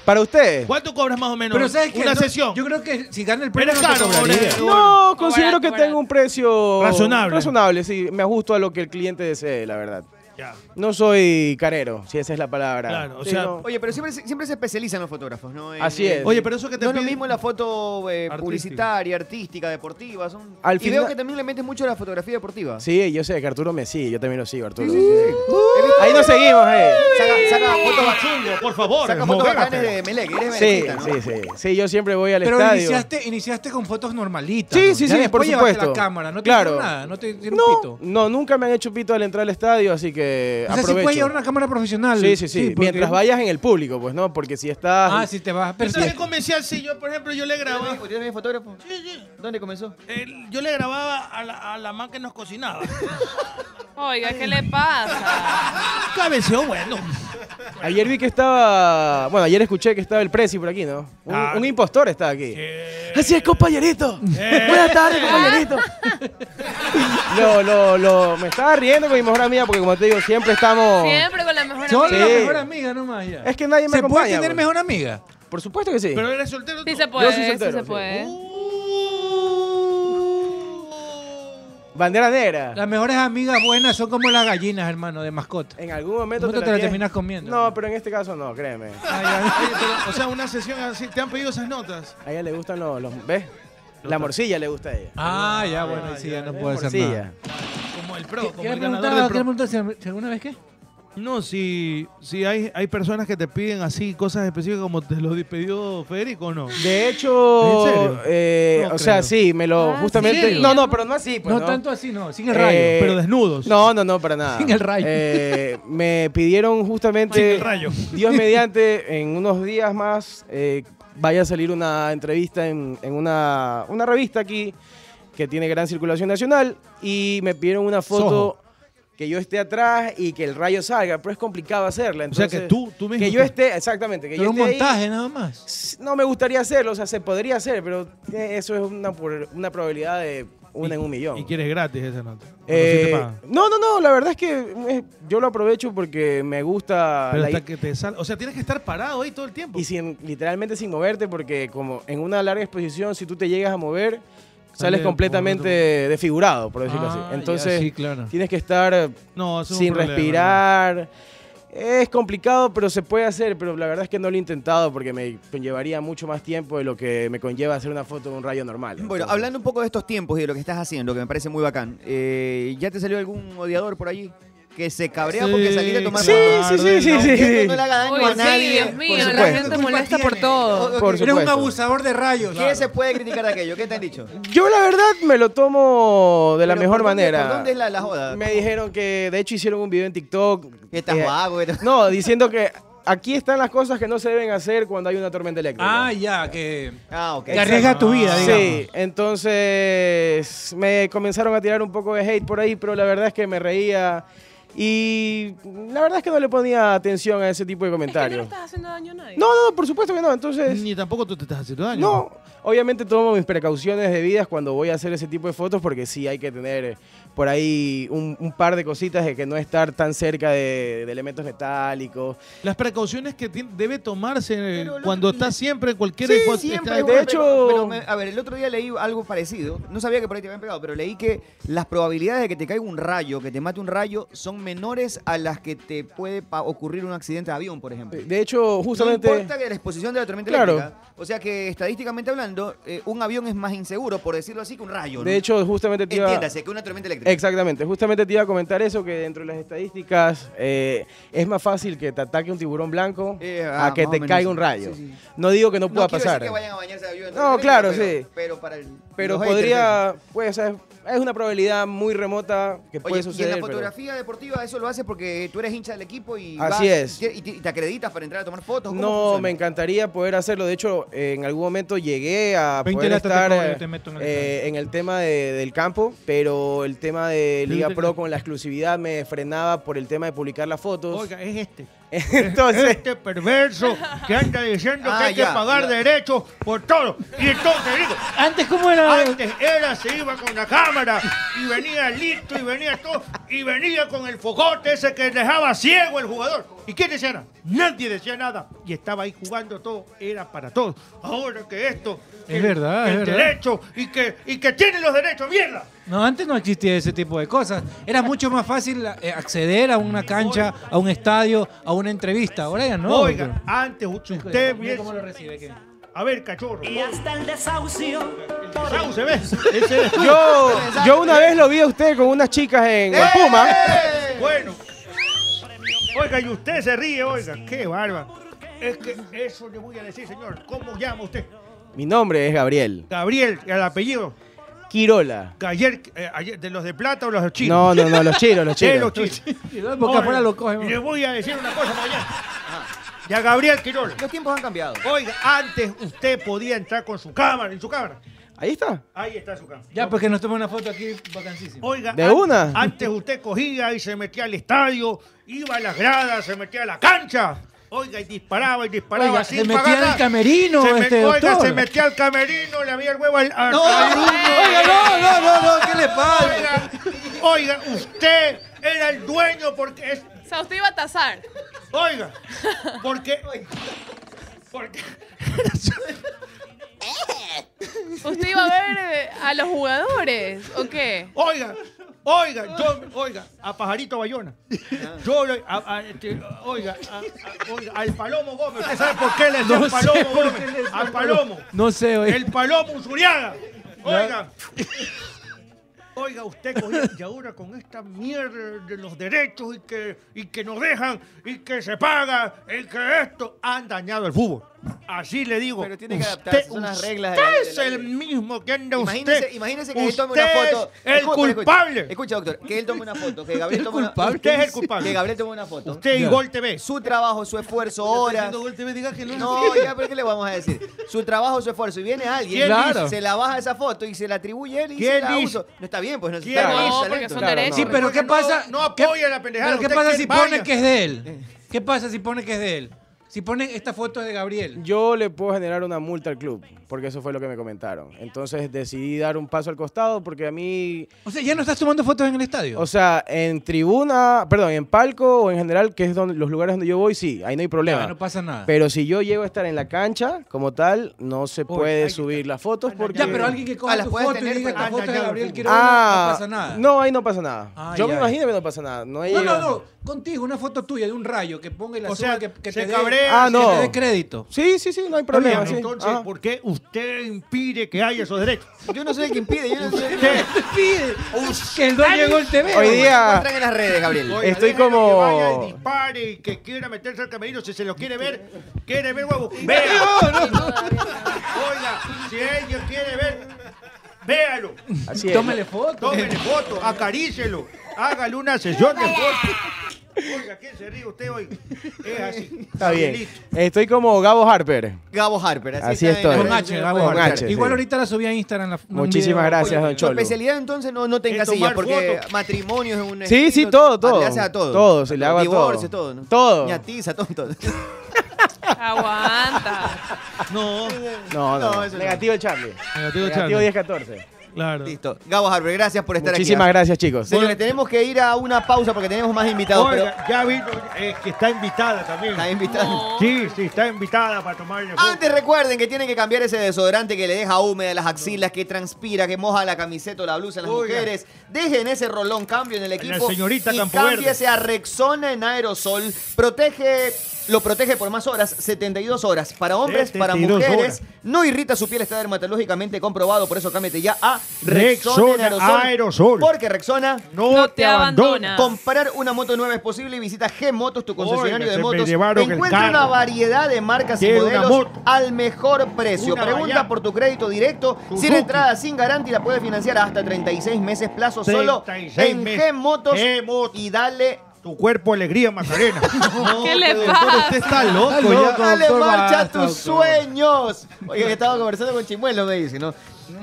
Para ustedes.
¿Cuánto cobras más o menos?
Pero ¿sabes qué?
Una
No,
sesión.
Yo creo que si gana el
Pero
premio
es
no te
caro,
cobraría.
pobre.
No, considero que tengo un precio
Razonable.
Razonable, sí. Me ajusto a lo que el cliente desee, la verdad.
Ya.
No soy carero, si esa es la palabra. Sí, no.
Oye, pero siempre, se- siempre se especializan los fotógrafos, ¿no? En-
Así es.
en-
Oye, pero eso que te
No es lo
piden-
mismo la foto eh,
Artística.
publicitaria, artística, deportiva. Son...
Al
y
final-
veo que también le metes mucho a la fotografía deportiva.
Sí, yo sé que Arturo me sigue, yo también lo sigo, Arturo.
He visto-
Ahí nos seguimos, eh.
Saca, saca fotos
bachungo, por favor.
Saca fotos
movégate.
bacanes de Melec. Eres
Sí,
melecista, ¿no?
sí, sí. Sí, yo siempre voy al
Pero
estadio.
iniciaste, iniciaste con fotos normalitas.
Sí,
¿no?
sí,
Ya
sí,
después
por
llevaste
supuesto.
la cámara, no te
Claro.
hicieron nada, no te hicieron
no,
pito.
no, nunca me han hecho pito al entrar al estadio, así que
O sea, si
aprovecho.
puedes llevar una cámara profesional.
Sí, sí, sí.
porque-
Mientras vayas en el público, pues, ¿no? Porque si estás...
Ah, sí, te vas. Pero
Yo también comencé así. Yo, por ejemplo, yo le grababa.
¿Tú eres fotógrafo?
Sí, sí.
¿Dónde comenzó?
Eh, yo le grababa a la, a la man que nos cocinaba.
Oiga, ¿qué le pasa?
Cabeceo bueno.
Ayer vi que estaba... Bueno, ayer escuché que estaba el Prezi por aquí, ¿no? Un,
Ah.
un impostor estaba aquí. Así es, compañerito.
Eh.
Buenas
Eh.
tardes, compañerito. lo, lo, lo... Me estaba riendo con mi mejor amiga porque, como te digo, siempre estamos...
Siempre con la mejor
Solo la
Sí.
mejor amiga nomás ya.
Es que nadie me
¿Se
acompaña.
puede tener
pues.
mejor amiga?
Por supuesto que sí.
Pero eres pues, soltero.
Sí
tú.
se puede,
soy
Pues, sí
soltero,
se
sí.
puede.
Bandera negra.
Las mejores amigas buenas son como las gallinas, hermano, de mascota.
En algún momento
¿Cómo te la
tienes-
terminas comiendo?
No, pero en este caso no, créeme.
Oye, pero, o sea, una sesión así. ¿Te han pedido esas notas?
A ella le gustan los, los- ¿ves? La morcilla le gusta a ella.
Ah, ya, bueno, ahí sí, ya no puedo hacer
morcilla.
nada.
Como el pro. Como
¿Qué le
el ganador del
preguntaba? ¿Qué
pro.
le preguntaba? si- si ¿Alguna vez qué?
No, si, si hay, hay personas que te piden así cosas específicas como te lo pidió Federico o no.
De hecho,
¿En serio?
eh,
No
o sea,
creo.
sí, me lo
Ah,
justamente.
sí.
No, no, pero no así, pues.
no,
No,
tanto así, no. Sin el rayo.
Eh,
Pero desnudos.
No, no, no, para nada.
Sin el rayo.
Eh, me pidieron justamente.
Sin el rayo.
Dios mediante, en unos días más eh, vaya a salir una entrevista en, en una, una revista aquí que tiene gran circulación nacional y me pidieron una foto
Soho.
que yo esté atrás y que el rayo salga, pero es complicado hacerla.
O sea,
Entonces,
que tú, tú mismo.
Que yo esté, exactamente. Que
Pero
yo
un
esté ahí.
montaje nada más.
No me gustaría hacerlo, o sea, se podría hacer, pero eh, eso es una, por- una probabilidad de una en un millón.
Y quieres gratis esa nota. Bueno, sí te
Eh,
pagan.
no, no, no, la verdad es que eh, yo lo aprovecho porque me gusta...
Pero
la
hasta que te Eh, sal- O sea, tienes que estar parado ahí todo el tiempo.
y sin, literalmente sin moverte, porque como en una larga exposición, si tú te llegas a mover, sales
por
completamente desfigurado, por decirlo
Ah,
así.
ya,
Entonces,
sí, claro.
tienes que estar eh,
No, eso es un
sin
problema.
respirar. Es complicado, pero se puede hacer, pero la verdad es que no lo he intentado porque me conllevaría mucho más tiempo de lo que me conlleva hacer una foto de un rayo normal.
Bueno,
Entonces,
hablando un poco de estos tiempos y de lo que estás haciendo, que me parece muy bacán, eh, ¿ya te salió algún odiador por allí? Que se cabrea porque
Sí,
saliste a tomar
Sí, sí,
Tarde,
sí, sí,
no.
sí.
Que no le haga daño
Uy,
a
sí,
nadie.
Dios
por
mío, la
supuesto.
gente molesta por
O-
todo.
o-
Por
Eres un
supuesto.
abusador de rayos.
¿Qué se puede criticar de aquello? ¿Qué te han dicho? De
Yo la verdad me lo tomo de la mejor manera.
¿Por dónde es la, la joda?
Me dijeron que, de hecho, hicieron un video en TikTok.
Que estás
eh,
vago. que estás-
No, diciendo que aquí están las cosas que no se deben hacer cuando hay una tormenta eléctrica.
Ah, ya, que.
Ah, ok.
Te arriesgas tu vida, digamos.
Sí, entonces me comenzaron a tirar un poco de hate por ahí, pero la verdad es que me reía y la verdad es que no le ponía atención a ese tipo de comentarios.
estás haciendo daño a nadie.
No, no, por supuesto que no. Entonces.
Ni tampoco tú te estás haciendo daño.
No, obviamente tomo mis precauciones debidas cuando voy a hacer ese tipo de fotos porque sí hay que tener eh, por ahí un, un par de cositas de que no estar tan cerca de, de elementos metálicos.
Las precauciones que ti- debe tomarse cuando está siempre en cualquier
Sí,
hipo-
siempre
está-
es una- pero- pero me- a ver, el otro día leí algo parecido. No sabía que por ahí te habían pegado, pero leí que las probabilidades de que te caiga un rayo, que te mate un rayo, son menores a las que te puede pa- ocurrir un accidente de avión, por ejemplo.
De hecho, justamente.
No importa que la exposición de la tormenta
Claro.
eléctrica. O sea que estadísticamente hablando, eh, un avión es más inseguro, por decirlo así, que un rayo. ¿no?
De hecho, justamente te iba-
Entiéndase, que una tormenta eléctrica.
Exactamente, justamente te iba a comentar eso, que dentro de las estadísticas eh, es más fácil que te ataque un tiburón blanco
Eh, ah,
a que
más o
te
menos
caiga
sí.
un rayo.
Sí, sí.
No digo que no pueda
no quiero
pasar.
decir que vayan a bañarse de avión.
No, claro,
pero,
sí.
Pero para el-
Pero
los haters,
podría, pues, es es una probabilidad muy remota que
Oye,
puede suceder.
y en la
pero-
fotografía deportiva eso lo haces porque tú eres hincha del equipo y vas-
Así es.
y te, y te acreditas para entrar a tomar fotos. ¿Cómo
No,
funciona?
me encantaría poder hacerlo. De hecho, eh, en algún momento llegué a
20
poder
latas te
estar
cobro,
eh,
yo te meto en el
eh, en el tema de- del campo, pero el tema de Liga
te-
Pro con la exclusividad me frenaba por el tema de publicar las fotos.
Oiga, es este.
Entonces,
este perverso que anda diciendo
Ah,
que hay
ya,
que pagar
ya.
derechos por todo. Y entonces digo,
antes cómo era.
Antes era, se iba con la cámara y venía listo y venía todo y venía con el fogote ese que dejaba ciego el jugador. ¿Y quién decía nada? Nadie decía nada y estaba ahí jugando todo, era para todos. Ahora que esto
Es verdad,
que
es
el
verdad.
derecho y que y que tiene los derechos, mierda.
No, antes no existía ese tipo de cosas. Era mucho más fácil eh, acceder a una cancha, a un estadio, a una entrevista. Ahora ya no.
Oiga, antes usted
Mira cómo lo
A ver, cachorro.
Y hasta el desahucio.
Sauce, ¿ves? Ese-
yo, yo una vez lo vi a usted con unas chicas en Guapuma.
Bueno. Oiga, y usted se ríe, oiga. Qué barba. Es que eso le voy a decir, señor. ¿Cómo llama usted?
Mi nombre es Gabriel.
Gabriel, el apellido.
Quirola.
Que Ayer, eh, ayer, ¿de los de plata o los de
No,
chinos?
no, no, los chinos, los
De
chinos.
los chinos.
Porque afuera lo cogen,
Le voy a decir una cosa para allá. Y a Gabriel Quirola.
Los tiempos han cambiado.
Oiga, antes usted podía entrar con su cámara, en su cámara.
Ahí está.
Ahí está su cámara.
Ya,
pues
porque nos tomó una foto aquí vacancísima.
Oiga,
¿De
an-
una?
antes usted cogía y se metía al estadio, iba a las gradas, se metía a la cancha. Oiga, y disparaba y disparaba.
Oiga,
sin
se metía
pagar
al
nada.
camerino,
se me-
este
Oiga,
doctor.
se metía al camerino, le había el huevo al. al-
No,
al-
oiga, no, no, no, no, ¿qué le pasa?
Oiga, oiga, usted era el dueño porque es.
O sea, usted iba a tasar.
Oiga, porque. Porque.
Usted iba a ver eh, a los jugadores, ¿o qué?
Oiga, oiga, yo, oiga, a Pajarito Bayona. Yo, le- a- a- este, oiga, a- a- oiga, al Palomo Gómez. ¿Usted sabe por qué le decían
No sé
Palomo
por
Gómez?
qué le decían
Al
Palomo.
Palomo.
No sé, oiga.
El Palomo Usuriaga. Oiga. Oiga, usted cogía, y ahora con esta mierda de los derechos y que, y que nos dejan y que se paga y que esto han dañado el fútbol. Así le digo. Pero
tiene que adaptarse, son las reglas de la-
usted
de
es
la
el mismo que anda
Imagínese,
usted.
imagínese que él tome una
Usted
foto.
es el
Escucha, escucha.
culpable.
Escucha, doctor, que él tome una foto, que Gabriel
¿El
tome una
culpable? Usted es el culpable.
Que Gabriel tome una foto.
Usted y
Ya.
Gol TV.
Su trabajo, su esfuerzo, horas. No, ya, pero ¿qué le vamos a decir? Su trabajo, su esfuerzo. Y viene alguien,
¿Quién Claro.
se la baja esa foto y se la atribuye él y
¿Quién
se la
dice?
"Ah, uso. No está bien, pues no
¿Quién
está bien.
dice?
talento.
Porque son Claro, derechos.
Sí,
no.
pero ¿qué
No,
pasa?
no apoya la pendejada,
¿Pero qué
usted
pasa
quiere
si
baña.
pone que es de
Eh.
él? ¿Qué pasa si pone que es de él? Si pone esta foto es de Gabriel.
Yo le puedo generar una multa al club, porque eso fue lo que me comentaron. Entonces decidí dar un paso al costado porque a mí,
O sea, ya no estás tomando fotos en el estadio.
o sea, en tribuna, perdón, en palco o en general, que es donde los lugares donde yo voy, sí, ahí no hay problema.
Ya, no pasa nada.
Pero si yo llego a estar en la cancha como tal, no se puede subir las fotos porque
ya, pero alguien que coja
Ah, las
tu
puedes
foto
tener,
y diga
pero-
esta
Ah,
foto es
ya,
de Gabriel
ya.
Quiroga, no
Ah,
pasa nada.
no, ahí no pasa nada.
Ah,
yo
ya,
me
ya.
imagino que no pasa nada. No, he
No, no,
llegado-
no. Contigo, una foto tuya de un rayo que ponga y la
O
suba
sea,
que, que
se
te dé- Ah,
cabrea,
que
no.
te dé crédito.
Ah, Sí, sí, sí, no hay
Oiga,
problema. sí.
entonces,
Ah.
Ajá.
¿por qué usted impide que haya esos derechos?
Yo no soy el que impide, yo no soy el
Usted.
Pide que el dueño llegó el TV.
Hoy día-
Encuentran en las
Eh,
redes, Gabriel.
Oiga,
Estoy
déjelo
como-
Que vaya y dispare y que quiera meterse al camerino. Si se lo quiere ver, quiere ver huevo. Vea. Oiga, si ella quiere ver, véalo.
Así es.
Tómele foto.
Tómele foto, acarícelo. Hágale una sesión de foto.
Oiga, ¿quién se ríe usted hoy? Es así.
Está bien. Estoy como Gabo Harper.
Gabo Harper, así,
Así
está
estoy.
en-
Con H,
en-
Gabo
en-
Harper.
sí.
Igual ahorita la subí a Instagram. la- un
Muchísimas
video.
gracias, don
Tu
Cholo.
especialidad entonces no, no te
El
encasillas
tomar
porque
fotos.
matrimonio es un
Sí, sí,
estilo,
todo, todo.
Le haces a todo.
Todo, se le hago a todo.
Divorcio, todo. ¿no?
Todo.
Ñatiza, todo, todo.
Aguanta.
No.
No, no.
No, eso no.
Negativo Charlie.
Negativo
Negativo
Charlie.
10-14.
Claro.
Listo. Gabo Harper, gracias por estar
Muchísimas
aquí.
gracias, chicos.
Señores, tenemos que ir a una pausa porque tenemos más invitados.
Oiga,
pero
ya vi eh, que está invitada también. Está
invitada.
Sí, sí, está invitada para tomarle foto.
antes recuerden que tienen que cambiar ese desodorante que le deja húmeda las axilas, que transpira, que moja la camiseta o la blusa en las
Oiga.
mujeres. Dejen ese rolón, cambio en el equipo.
señorita
y
Campo Verde.
cámbiese a Rexona en aerosol. Protege, lo protege por más horas, 72 horas. Para hombres, para
72
mujeres.
horas.
No irrita su piel, está dermatológicamente comprobado. Por eso cámbiate ya a Rexona, en
Rexona
aerosol.
Aerosol.
Porque Rexona
No No te te abandona. abandona.
Comprar una moto nueva es posible y visita G Motos, tu concesionario
Oiga,
de
se me
motos.
llevaron el
Encuentra una
carro.
variedad de marcas y
Quiero una
modelos
moto.
al mejor precio.
Una
Pregunta
Bayard.
por tu crédito directo. Sin
Suzuki.
entrada, sin garantía, la puedes financiar hasta 36 meses plazo solo
36
en
meses.
G Motos
G
y dale
Tu cuerpo alegría, Macarena.
¿Qué le pasa?
usted está loco
Dale,
ya,
Dale
doctor,
marcha a
basta,
tus
doctor.
sueños. Oye, que estaba conversando con Chimuelo, me dice, ¿no?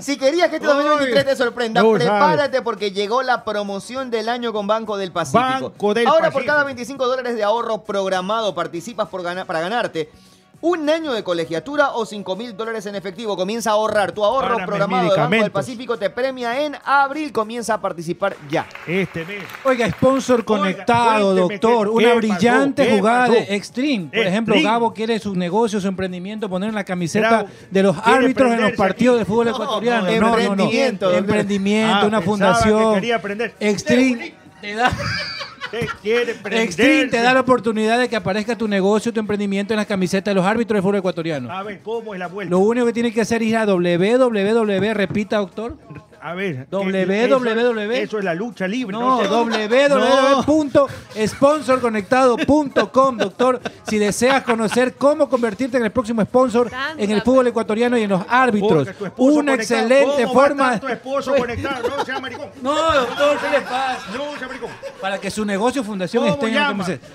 Si querías que este 2023 te sorprenda,
no
prepárate porque llegó la promoción del año con Banco del Pacífico.
Banco del
Ahora por
Pacífico.
cada 25 dólares de ahorro programado participas por gana- para ganarte. Un año de colegiatura o 5 mil dólares en efectivo. Comienza a ahorrar. Tu ahorro
Para mis
programado de Banco del
medicamentos.
Pacífico te premia en abril. Comienza a participar ya.
Este mes.
Oiga, sponsor conectado,
cuénteme
doctor.
qué-
una
qué
brillante
pasó, qué
jugada
pasó.
de Extreme. Por ejemplo,
Extreme.
Gabo quiere su negocio, su emprendimiento, poner en la camiseta
Bravo.
de los
Quiere
árbitros en los
prenderse
partidos de fútbol
No,
ecuatoriano.
no,
No, no, no.
emprendimiento, doctor.
Emprendimiento,
Ah,
una
pensaba que
fundación.
quería aprender.
Extreme. Te da.
quiere
Extreme te
prenderse.
da la oportunidad de que aparezca tu negocio, tu emprendimiento en las camisetas de los árbitros de fútbol ecuatoriano.
A ver, ¿cómo es la vuelta?
Lo único que tiene que hacer es ir a www, repita, doctor.
A ver.
www.
Eso, eso es la lucha libre.
No,
E,
www.sponsorconectado.com, doctor. Si deseas conocer cómo convertirte en el próximo sponsor en el fútbol ecuatoriano y en los árbitros. Una excelente forma.
Tu esposo conectado, no sea maricón.
No, doctor, ¿qué le pasa?
No sea maricón.
Para que su negocio o fundación
¿Cómo
esté en la
llama?
camiseta.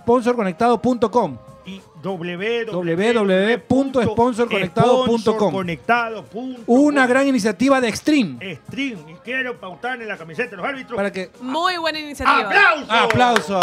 www.sponsorconectado.com.
Y www.
E www.sponsorconectado.com.
E Conectado.
Una gran iniciativa de Extreme.
Stream. Y quiero pautar en la camiseta de los árbitros.
Para que
Muy buena iniciativa.
¡Aplausos!
¡Aplauso!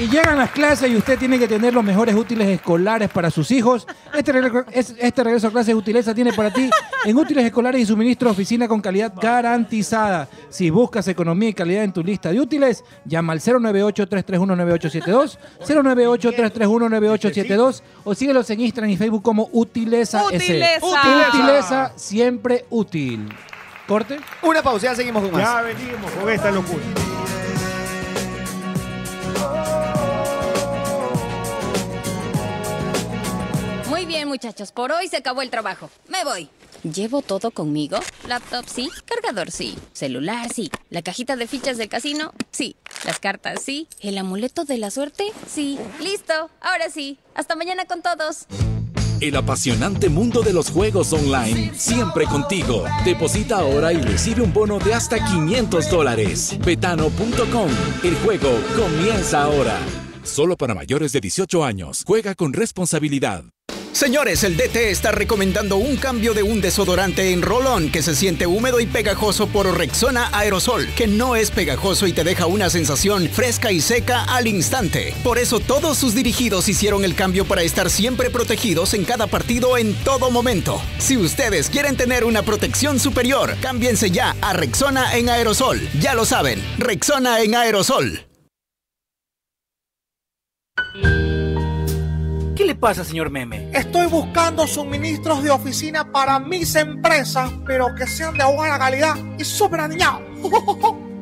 Y llegan las clases y usted tiene que tener los mejores útiles escolares para sus hijos. Este regreso, es- este regreso a clases Utileza tiene para ti en útiles escolares y suministro oficina con calidad garantizada. Si buscas economía y calidad en tu lista de útiles, llama al 098-331-9872, 098-331-9872 o síguelos en Instagram y Facebook como Utileza, S.
Utileza.
Utileza siempre útil. ¿Corte?
Una pausa, ya seguimos con más.
Ya venimos con esta locura.
Muy bien, muchachos, por hoy se acabó el trabajo. Me voy. Llevo todo conmigo. Laptop sí, cargador sí, celular sí, la cajita de fichas del casino sí, las cartas sí, el amuleto de la suerte sí. Listo, ahora sí. Hasta mañana con todos.
El apasionante mundo de los juegos online, siempre contigo. Deposita ahora y recibe un bono de hasta 500 dólares. Betano.com. El juego comienza ahora.
Solo para mayores de 18 años. Juega con responsabilidad.
Señores, el DT está recomendando un cambio de un desodorante en Rolón que se siente húmedo y pegajoso por Rexona Aerosol, que no es pegajoso y te deja una sensación fresca y seca al instante. Por eso todos sus dirigidos hicieron el cambio para estar siempre protegidos en cada partido en todo momento. Si ustedes quieren tener una protección superior, cámbiense ya a Rexona en Aerosol. Ya lo saben, Rexona en Aerosol.
¿Qué le pasa, señor Meme?
Estoy buscando suministros de oficina para mis empresas, pero que sean de buena calidad y súper aniñados.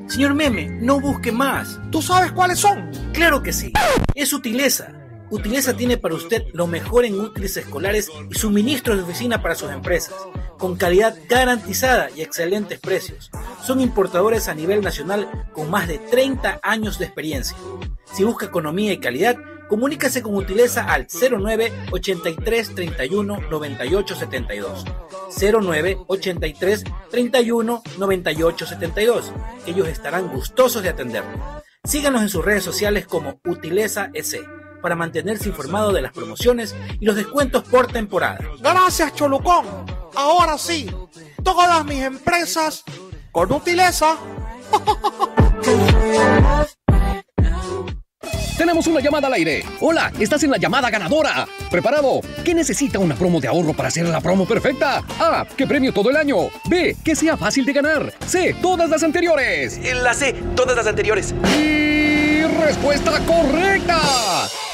Señor Meme, no busque más.
¿Tú sabes cuáles son?
Claro que sí. Es Utileza. Utileza tiene para usted lo mejor en útiles escolares y suministros de oficina para sus empresas, con calidad garantizada y excelentes precios. Son importadores a nivel nacional con más de 30 años de experiencia. Si busca economía y calidad, Comunícase con Utileza al 09 83 31 98 72. 09 83 31 98 72. Ellos estarán gustosos de atenderlo. Síganos en sus redes sociales como Utileza EC para mantenerse informado de las promociones y los descuentos por temporada.
Gracias, Cholucón. Ahora sí, todas mis empresas con utileza.
Tenemos una llamada al aire. Hola, estás en la llamada ganadora. ¿Preparado? ¿Qué necesita una promo de ahorro para hacer la promo perfecta? A. Que premio todo el año. B. Que sea fácil de ganar. C. Todas las anteriores.
La C, todas las anteriores.
Y respuesta correcta.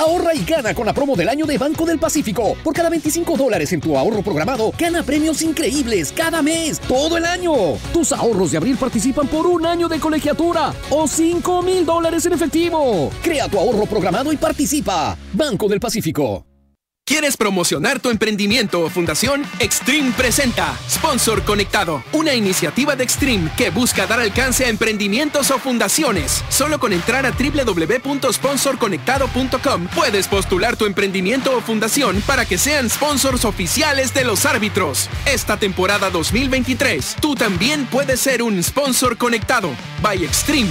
Ahorra y gana con la promo del año de Banco del Pacífico. Por cada 25 dólares en tu ahorro programado, gana premios increíbles cada mes, todo el año. Tus ahorros de abril participan por un año de colegiatura o 5 mil dólares en efectivo. Crea tu ahorro programado y participa. Banco del Pacífico.
¿Quieres promocionar tu emprendimiento o fundación? Extreme presenta Sponsor Conectado, una iniciativa de Extreme que busca dar alcance a emprendimientos o fundaciones. Solo con entrar a www.sponsorconectado.com puedes postular tu emprendimiento o fundación para que sean sponsors oficiales de los árbitros. Esta temporada 2023, tú también puedes ser un sponsor conectado. By Extreme.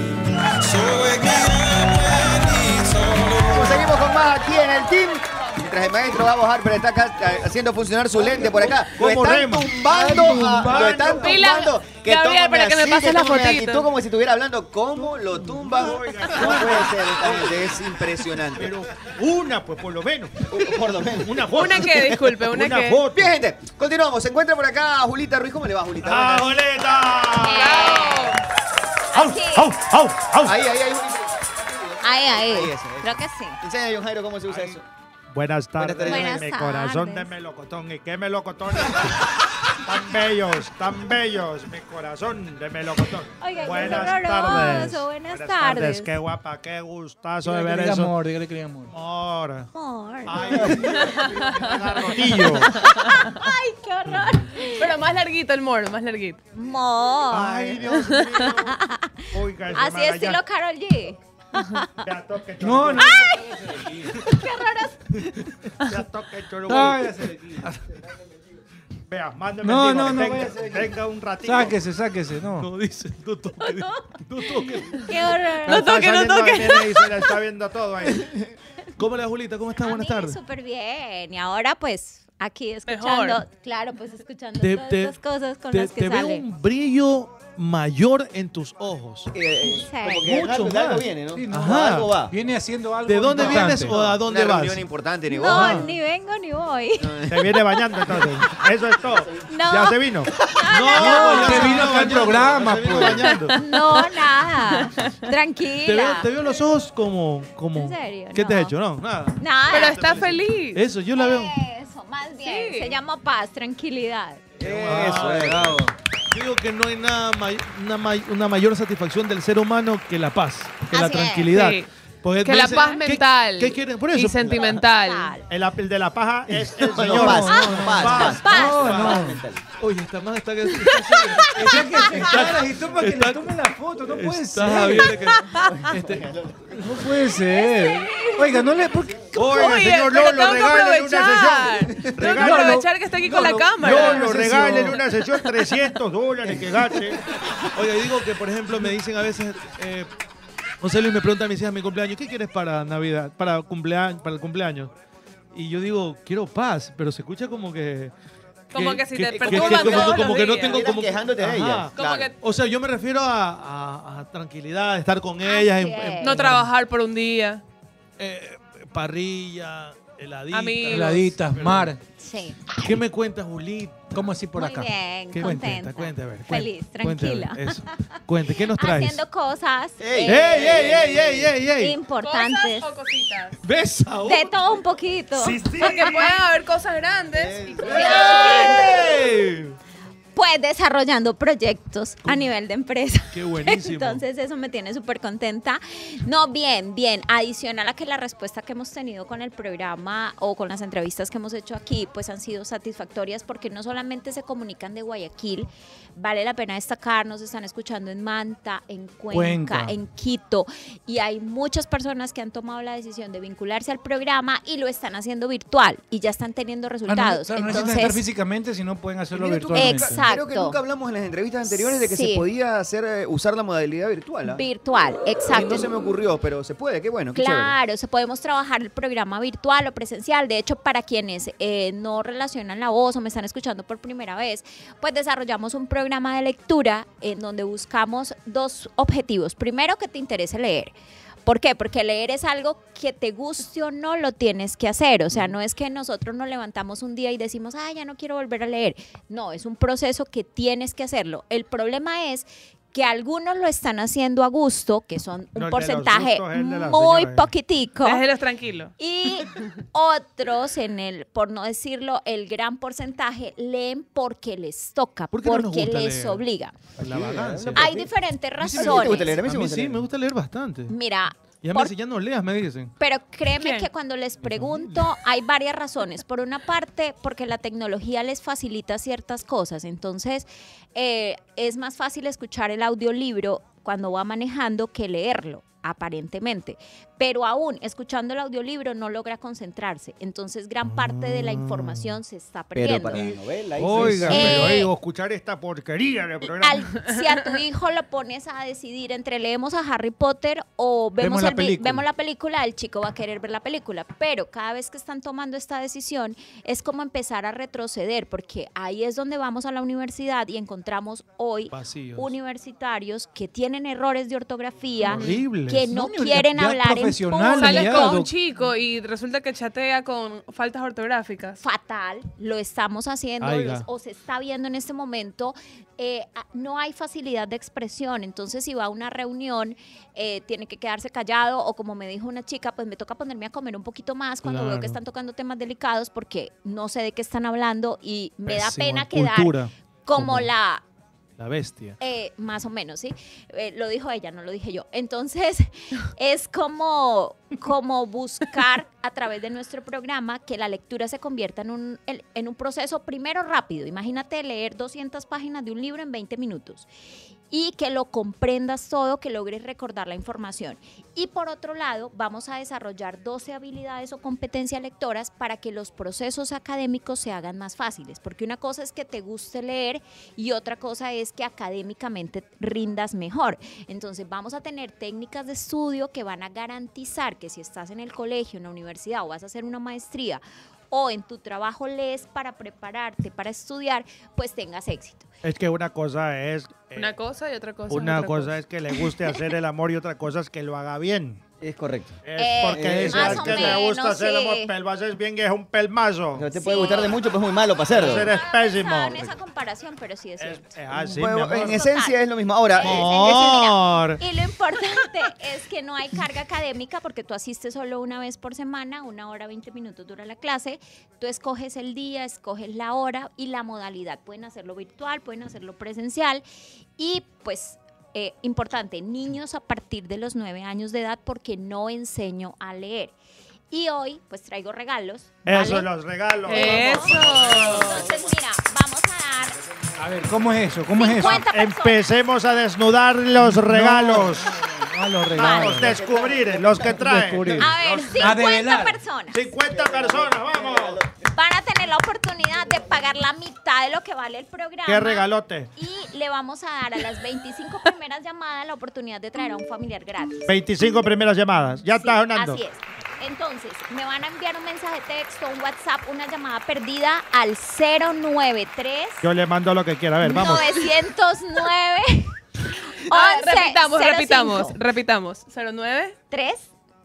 Bueno, seguimos con más aquí en el team. Mientras el maestro Gabo Harper está acá, eh, haciendo funcionar su lente por acá. Lo
cómo
están
rema?
tumbando,
Tumbando.
a- lo están
Pila,
tumbando. Que
Gabriel,
toma
para que me
así,
pases la
toma una
fotito.
actitud como si estuviera hablando. ¿Cómo lo tumban? No puede ser, realmente, es impresionante. Pero
una, pues por lo menos.
Por lo menos.
Una foto. Una que, disculpe, una Una que- foto.
Bien, gente, continuamos. Se encuentra por acá Julita Ruiz. ¿Cómo le va, Julita?
¡Ah,
Buenas.
¡Au, au, au, au!
Ahí, ahí, ahí.
Ahí, ahí.
Ahí, eso,
Creo que sí.
Enseña, John Jairo, cómo se usa eso.
Buenas tardes,
Buenas
mi
tardes.
corazón de melocotón. ¿Y qué melocotón? tan bellos, tan bellos, mi corazón de melocotón.
Oiga, qué
Buenas
sabroso,
tardes.
buenas tardes.
Qué guapa, qué gustazo de
Dígale que
ver
le diga
eso.
amor, dígale que le diga amor.
Amor.
Ay,
qué horror. Pero más larguito el moro, más larguito.
Mor.
Ay, Dios mío. Oiga, ese
Así
man
estilo
allá.
Carol G.
No, no.
¡Ay! ¡Qué horror!
Ya toca el chorro.
Ay,
Vea, mándeme
No,
el
no,
libro,
no,
venga,
voy a hacer-
venga un ratito.
Sáquese, sáquese, no.
No dice, no toque.
¡Qué horror!
No toque, no toque. Y se la está viendo todo ahí.
¿Cómo le va, Julita? ¿Cómo estás? Buenas tardes.
Súper bien. Y ahora, pues, aquí escuchando.
Mejor.
Claro, pues escuchando
Te-
todas
te-
las cosas con
te-
las que
te veo
sale.
un brillo mayor en tus ojos.
eh, Como que
Mucho
de algo
más.
viene, ¿no?
Sí, no.
Ajá. Algo va.
Viene haciendo algo.
¿De dónde
importante.
vienes o a dónde
Una
vas?
reunión importante, ni vos.
No, ni vengo ni voy.
Se viene bañando entonces. Eso es todo.
No.
Ya se vino.
No,
no,
ya
se
se
vino acá al
bañando,
programa,
ya se vino
pues.
bañando.
No, nada.
Te veo,
Tranquila.
te veo los ojos como, como.
¿En serio?
¿Qué te
No.
has hecho? No, nada.
Nada.
Pero está feliz.
Eso, yo la veo.
Eso, más bien. Se llama paz, tranquilidad.
Eso,
es, bravo.
Yo digo que no hay nada may- una, may- una mayor satisfacción del ser humano que la paz, que la
Así es.
tranquilidad.
Sí.
Porque
Que la
dicen,
paz
¿qué-
mental
¿Qué, quieren? Por
y
eso.
sentimental.
El, el de la paja es el
No,
señor.
paz, paz,
Paz,
paz,
no,
paz.
no.
Oye, está más está que.
Está que se para y toma que le
está-
tome la foto, no puede
está
ser.
Javier que-
No puede ser. Oiga, no le. ¿por qué?
Oiga,
Oye,
señor
pero
Lolo,
tengo que
regalen una
aprovechar.
sesión.
Tengo que
Regalen-
aprovechar que está aquí con la cámara.
Lolo, regalen una sesión 300 dólares que gaste.
Oiga, digo que, por ejemplo, me dicen a veces. eh, José Luis me pregunta a mis hijas mi cumpleaños, ¿qué quieres para Navidad? Para, cumpleaños, para el cumpleaños. Y yo digo, quiero paz, pero se escucha como que.
Como que si te
como, como-
perturban todos
como
los
que no
días.
tengo como
quejándote de
Ajá.
ellas,
Como claro. que-
O sea, yo me refiero a, a- a tranquilidad, estar con ellas, en, en-
No trabajar por un día.
parrilla, heladitas.
Amigos.
Heladitas, mar.
Sí.
¿Qué me cuentas, Juli?
¿Cómo así por
Muy
acá?
bien,
¿Qué?
contenta.
cuente, a ver, cuente,
Feliz,
cuente, a ver,
tranquila.
eso. Cuente, ¿qué nos traes?
Haciendo cosas eh,
Ey. Ey, ey, ey, ey, ey, ey.
importantes.
¿Cosas o cositas?
¿Ves ahora?
De todo un poquito.
Porque pueden haber cosas grandes y cosas
Pues desarrollando proyectos a nivel de empresa.
Qué buenísimo.
Entonces eso me tiene súper contenta. No, bien, bien. Adicional a que la respuesta que hemos tenido con el programa o con las entrevistas que hemos hecho aquí, pues han sido satisfactorias porque no solamente se comunican de Guayaquil, vale la pena destacar, nos están escuchando en Manta, en
Cuenca.
Cuenca, en Quito y hay muchas personas que han tomado la decisión de vincularse al programa y lo están haciendo virtual y ya están teniendo
Ah, no,
resultados.
claro, no necesitan estar
Entonces,
físicamente, sino pueden hacerlo
Mira tú,
virtualmente.
Exacto.
Creo que nunca hablamos en las entrevistas anteriores de que
Sí.
se podía hacer, eh, usar la modalidad virtual. ¿ah?
virtual,
Y
exacto.
No se me ocurrió, pero se puede, qué bueno, qué chévere.
Claro, se podemos trabajar el programa virtual o presencial. De hecho, para quienes eh, no relacionan la voz o me están escuchando por primera vez, pues desarrollamos un programa de lectura en donde buscamos dos objetivos. Primero, que te interese leer. ¿Por qué? Porque leer es algo que te guste o no lo tienes que hacer. O sea,
Mm.
no es que nosotros nos levantamos un día y decimos, ah, ya no quiero volver a leer. No, es un proceso que tienes que hacerlo. El problema es que algunos lo están haciendo a gusto, que son un
No, el de los
porcentaje
sustos es el de la
muy
señora, ¿eh?
poquitico.
Déjelos tranquilos.
Y otros, en el, por no decirlo, el gran porcentaje, leen porque les toca,
qué no nos
porque
gusta
les
leer?
obliga.
La vagancia.
Hay diferentes
A mí sí
razones.
me gusta leer, a mí sí me gusta leer. A mí sí me gusta leer bastante.
Mira,
Ya me
por-
dicen, ya no leas, me dicen.
pero créeme que cuando les pregunto hay varias razones. Por una parte, porque la tecnología les facilita ciertas cosas. Entonces, eh, es más fácil escuchar el audiolibro cuando va manejando que leerlo aparentemente, pero aún escuchando el audiolibro no logra concentrarse, entonces gran parte de la información se está perdiendo.
novela.
ahí Oiga, sí.
pero
Eh,
oigo, escuchar esta porquería de programa.
al- si a tu hijo lo pones a decidir entre leemos a Harry Potter o
Vemos
vemos,
la
el vi-
película.
vemos la película, el chico va a querer ver la película. Pero cada vez que están tomando esta decisión es como empezar a retroceder, porque ahí es donde vamos a la universidad y encontramos hoy
Vacíos.
universitarios que tienen errores de ortografía,
Horribles.
que no,
No, ya-
quieren
ya
hablar en
profesionales,
público.
Sales ya, con un doc-
chico y resulta que chatea con faltas ortográficas.
Fatal, lo estamos haciendo
Aiga.
los- o se está viendo en este momento, eh, a- no hay facilidad de expresión. Entonces, si va a una reunión, eh, tiene que quedarse callado o como me dijo una chica, pues me toca ponerme a comer un poquito más cuando veo
Claro.
que están tocando temas delicados porque no sé de qué están hablando y me
Pésimo,
da pena
en
quedar
cultura,
como
como-
la
La bestia.
eh, más o menos, ¿sí? Eh, lo dijo ella, no lo dije yo. Entonces, es como, como buscar a través de nuestro programa que la lectura se convierta en un, el- en un proceso primero rápido. Imagínate leer 200 páginas de un libro en 20 minutos y que lo comprendas todo, que logres recordar la información. Y por otro lado, vamos a desarrollar 12 habilidades o competencias lectoras para que los procesos académicos se hagan más fáciles, porque una cosa es que te guste leer y otra cosa es que académicamente rindas mejor. Entonces vamos a tener técnicas de estudio que van a garantizar que si estás en el colegio, en la universidad o vas a hacer una maestría o en tu trabajo lees para prepararte, para estudiar, pues tengas éxito.
Es que una cosa es
Una cosa y otra cosa.
una
otra
cosa, es que le guste hacer el amor y otra cosa es que lo haga bien.
Es correcto.
Es
Eh,
porque eso
más
es
o
que
menos,
le gusta hacer el amor,
sí.
pero lo haces bien que es un pelmazo. No
te puede Sí. gustar de mucho, pues muy malo para hacerlo. Ah,
Ser es pésimo.
Pensaba en esa comparación, pero sí es cierto.
eh,
así,
Bueno,
mi amor. Oh,
en esencia es lo mismo. Ahora,
Amor. Y lo importante es que no hay carga académica porque tú asistes solo una vez por semana, una hora, 20 minutos dura la clase. Tú escoges el día, escoges la hora y la modalidad. Pueden hacerlo virtual, pueden hacerlo presencial. Y pues, eh, importante, niños a partir de los 9 años de edad porque no enseño a leer. Y hoy, pues traigo regalos.
Eso,
¿vale?
los regalos.
Entonces, mira, vamos a dar
A ver, ¿cómo es eso? ¿Cómo es eso?
50 personas.
Empecemos a desnudar los regalos.
No, los regalos.
Vamos, descubrir los que traen.
Descubrir.
A ver, 50 personas.
50 personas, vamos.
Van a tener la oportunidad de pagar la mitad de lo que vale el programa.
Qué regalote.
Y le vamos a dar a las 25 primeras llamadas la oportunidad de traer a un familiar gratis.
25 primeras llamadas. Ya está sonando.
Así es. Entonces, me van a enviar un mensaje de texto, un WhatsApp, una llamada perdida al 093
Yo le mando lo que quiera. A ver, vamos.
909
Ah, repitamos,
11
repitamos,
05.
repitamos. 09
3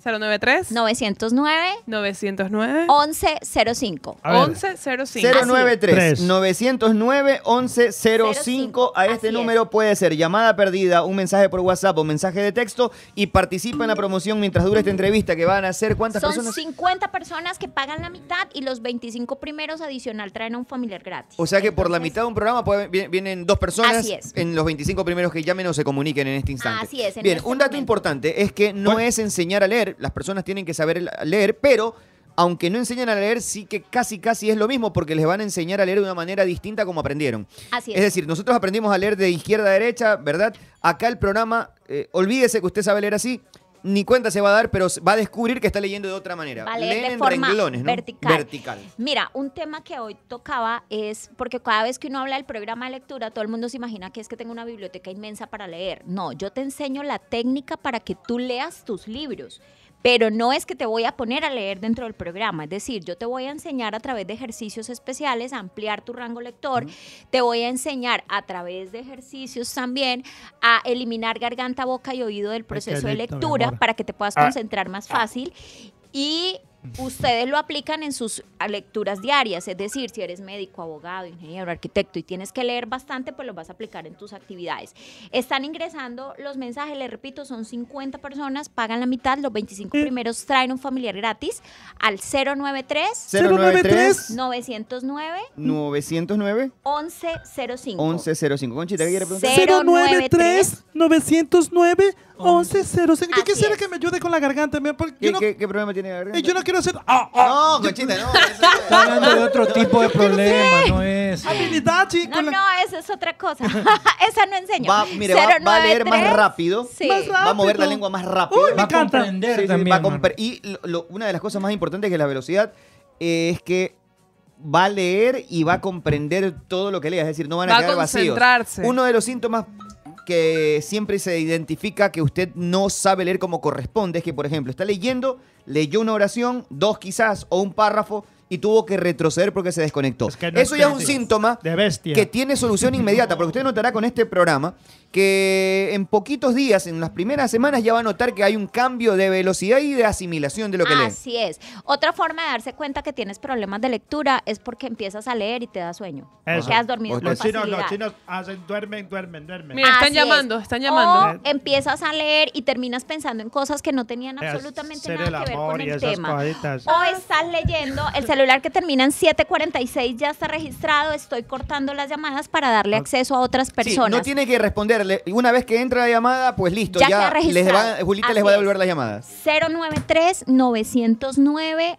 093
909
909
1105.
A ver.
1105.
093 909 1105 a este número puede ser llamada perdida, un mensaje por WhatsApp o mensaje de texto y participa en la promoción mientras dure esta entrevista que van a ser cuántas
Son
personas
50 personas que pagan la mitad y los 25 primeros adicional traen a un familiar gratis.
O sea que por la mitad de un programa puede- vi- vienen dos personas
Así es.
en los 25 primeros que llamen o se comuniquen en este instante.
Así es, en
Bien,
este
un dato importante es que no es enseñar a leer, las personas tienen que saber la- leer, pero aunque no enseñan a leer, sí que casi casi es lo mismo porque les van a enseñar a leer de una manera distinta como aprendieron.
Así es.
Es decir, nosotros aprendimos a leer de izquierda a derecha, ¿verdad? Acá el programa, eh, olvídese que usted sabe leer así, ni cuenta se va a dar, pero va a descubrir que está leyendo de otra manera.
Va a leer
Leen
de
en
forma
renglones, ¿no?
vertical.
Vertical.
Mira, un tema que hoy tocaba es, porque cada vez que uno habla del programa de lectura, todo el mundo se imagina que es que tengo una biblioteca inmensa para leer. No, yo te enseño la técnica para que tú leas tus libros. Pero no es que te voy a poner a leer dentro del programa, es decir, yo te voy a enseñar a través de ejercicios especiales a ampliar tu rango lector, te voy a enseñar a través de ejercicios también a eliminar garganta, boca y oído del proceso de
lindo, mi
lectura
amor.
para que te puedas
Ah.
concentrar más fácil y ustedes lo aplican en sus ah, lecturas diarias, es decir, si eres médico, abogado, ingeniero, arquitecto y tienes que leer bastante, pues lo vas a aplicar en tus actividades. Están ingresando los mensajes, les repito, son 50 personas, pagan la mitad, los 25 primeros traen un familiar gratis al 093
093
909
909
1105.
1105. Conchita, ¿qué quiere preguntar?
093
909 1105. Yo quisiera que me ayude con la garganta. mira, porque
¿Qué,
yo no-
qué- qué problema tiene la garganta?
eh, Yo no quiero hacer. ah, ah.
No, Conchita, no.
Está hablando de otro tipo de problema, no es.
Habilidad,
No, no, esa es otra cosa. esa no enseño.
Va, mire, va, va a leer más
093.
rápido,
Sí.
va a mover la lengua más rápido, va a comprender
también,
y lo- lo- una de las cosas más importantes que la velocidad eh, es que va a leer y va a comprender todo lo que lea, es decir, no van a
Va a
quedar vacíos.
concentrarse.
Uno de los síntomas que siempre se identifica que usted no sabe leer como corresponde es que, por ejemplo, está leyendo, leyó una oración, dos quizás, o un párrafo, y tuvo que retroceder porque se desconectó.
no
Eso ya es un
entendí.
síntoma
De bestia.
que tiene solución inmediata, porque usted notará con este programa que en poquitos días, en las primeras semanas, ya va a notar que hay un cambio de velocidad y de asimilación de lo que lee.
Así es. Otra forma de darse cuenta que tienes problemas de lectura es porque empiezas a leer y te da sueño.
Eso.
Quedas dormido con
pues,
Los chinos, los
facilidad.
chinos
Oh.
hacen, duermen, duermen, duermen.
Mira, están llamando, están llamando.
O empiezas a leer y terminas pensando en cosas que no tenían
Es
absolutamente
ser
nada
el
que ver
amor
con
y
el
esas
tema.
cositas.
O estás leyendo, el celular que termina en 746 ya está registrado, estoy cortando las llamadas para darle acceso a otras
Ah. Sí,
personas.
no tiene que responderle. Una vez que entra la llamada, pues listo, ya,
Ya
les
queda
va-
registrado.
Julita
Así
les va a devolver
es.
las llamadas.
093 909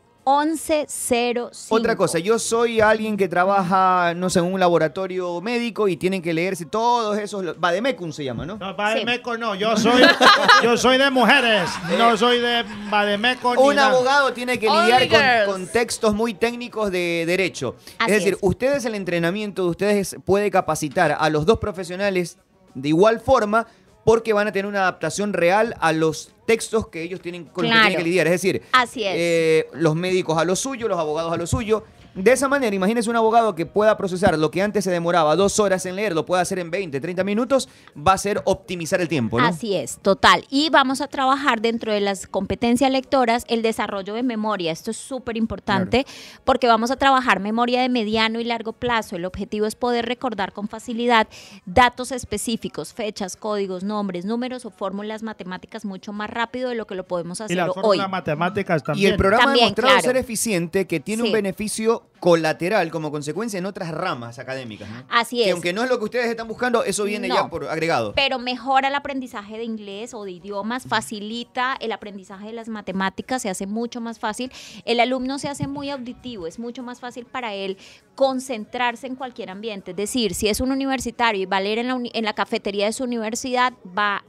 1105.
Otra cosa, yo soy alguien que trabaja, no sé, en un laboratorio médico y tienen que leerse todos esos. Bademecum se llama, ¿no?
No, Bademeco no, yo soy, yo soy de mujeres, no soy de Bademeco ni
Un
nada.
abogado tiene que lidiar con, con textos muy técnicos de derecho.
Así
es decir,
es.
ustedes el entrenamiento de ustedes puede capacitar a los dos profesionales de igual forma porque van a tener una adaptación real a los textos que ellos tienen con los que tienen
Claro.
que lidiar. Es decir,
Así es.
eh, los médicos a lo suyo, los abogados a lo suyo. De esa manera, imagínense un abogado que pueda procesar lo que antes se demoraba dos horas en leer, lo puede hacer en 20, 30 minutos, va a ser optimizar el tiempo, ¿no?
Así es, total. Y vamos a trabajar dentro de las competencias lectoras el desarrollo de memoria. Esto es súper importante porque vamos a trabajar memoria de mediano y largo plazo. El objetivo es poder recordar con facilidad datos específicos, fechas, códigos, nombres, números o fórmulas matemáticas mucho más rápido de lo que lo podemos
Y
hacer
las
hoy.
fórmulas matemáticas también.
Y el programa ha
También,
demostrado
claro.
ser eficiente, que tiene
Sí.
un beneficio colateral como consecuencia en otras ramas académicas. ¿no?
Así
Que
es.
aunque no es lo que ustedes están buscando, eso viene
No.
ya por agregado.
Pero mejora el aprendizaje de inglés o de idiomas, facilita el aprendizaje de las matemáticas, se hace mucho más fácil. El alumno se hace muy auditivo, es mucho más fácil para él concentrarse en cualquier ambiente. Es decir, si es un universitario y va a leer en la, uni- en la cafetería de su universidad, va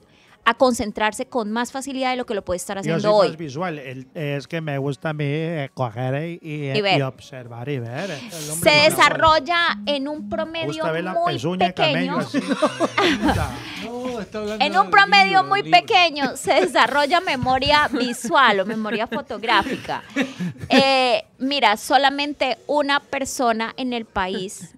a concentrarse con más facilidad de lo que lo puede estar
Yo
haciendo
soy
hoy.
más visual, el- es que me gusta a mí eh, coger y, y-
Y ver.
y observar y ver. El hombre es una
Se
bola.
desarrolla en un promedio
Gusta ver la
muy
pezuña de camello
pequeño.
así.
En un promedio muy pequeño se desarrolla memoria visual o memoria fotográfica. Eh, mira, solamente una persona en el país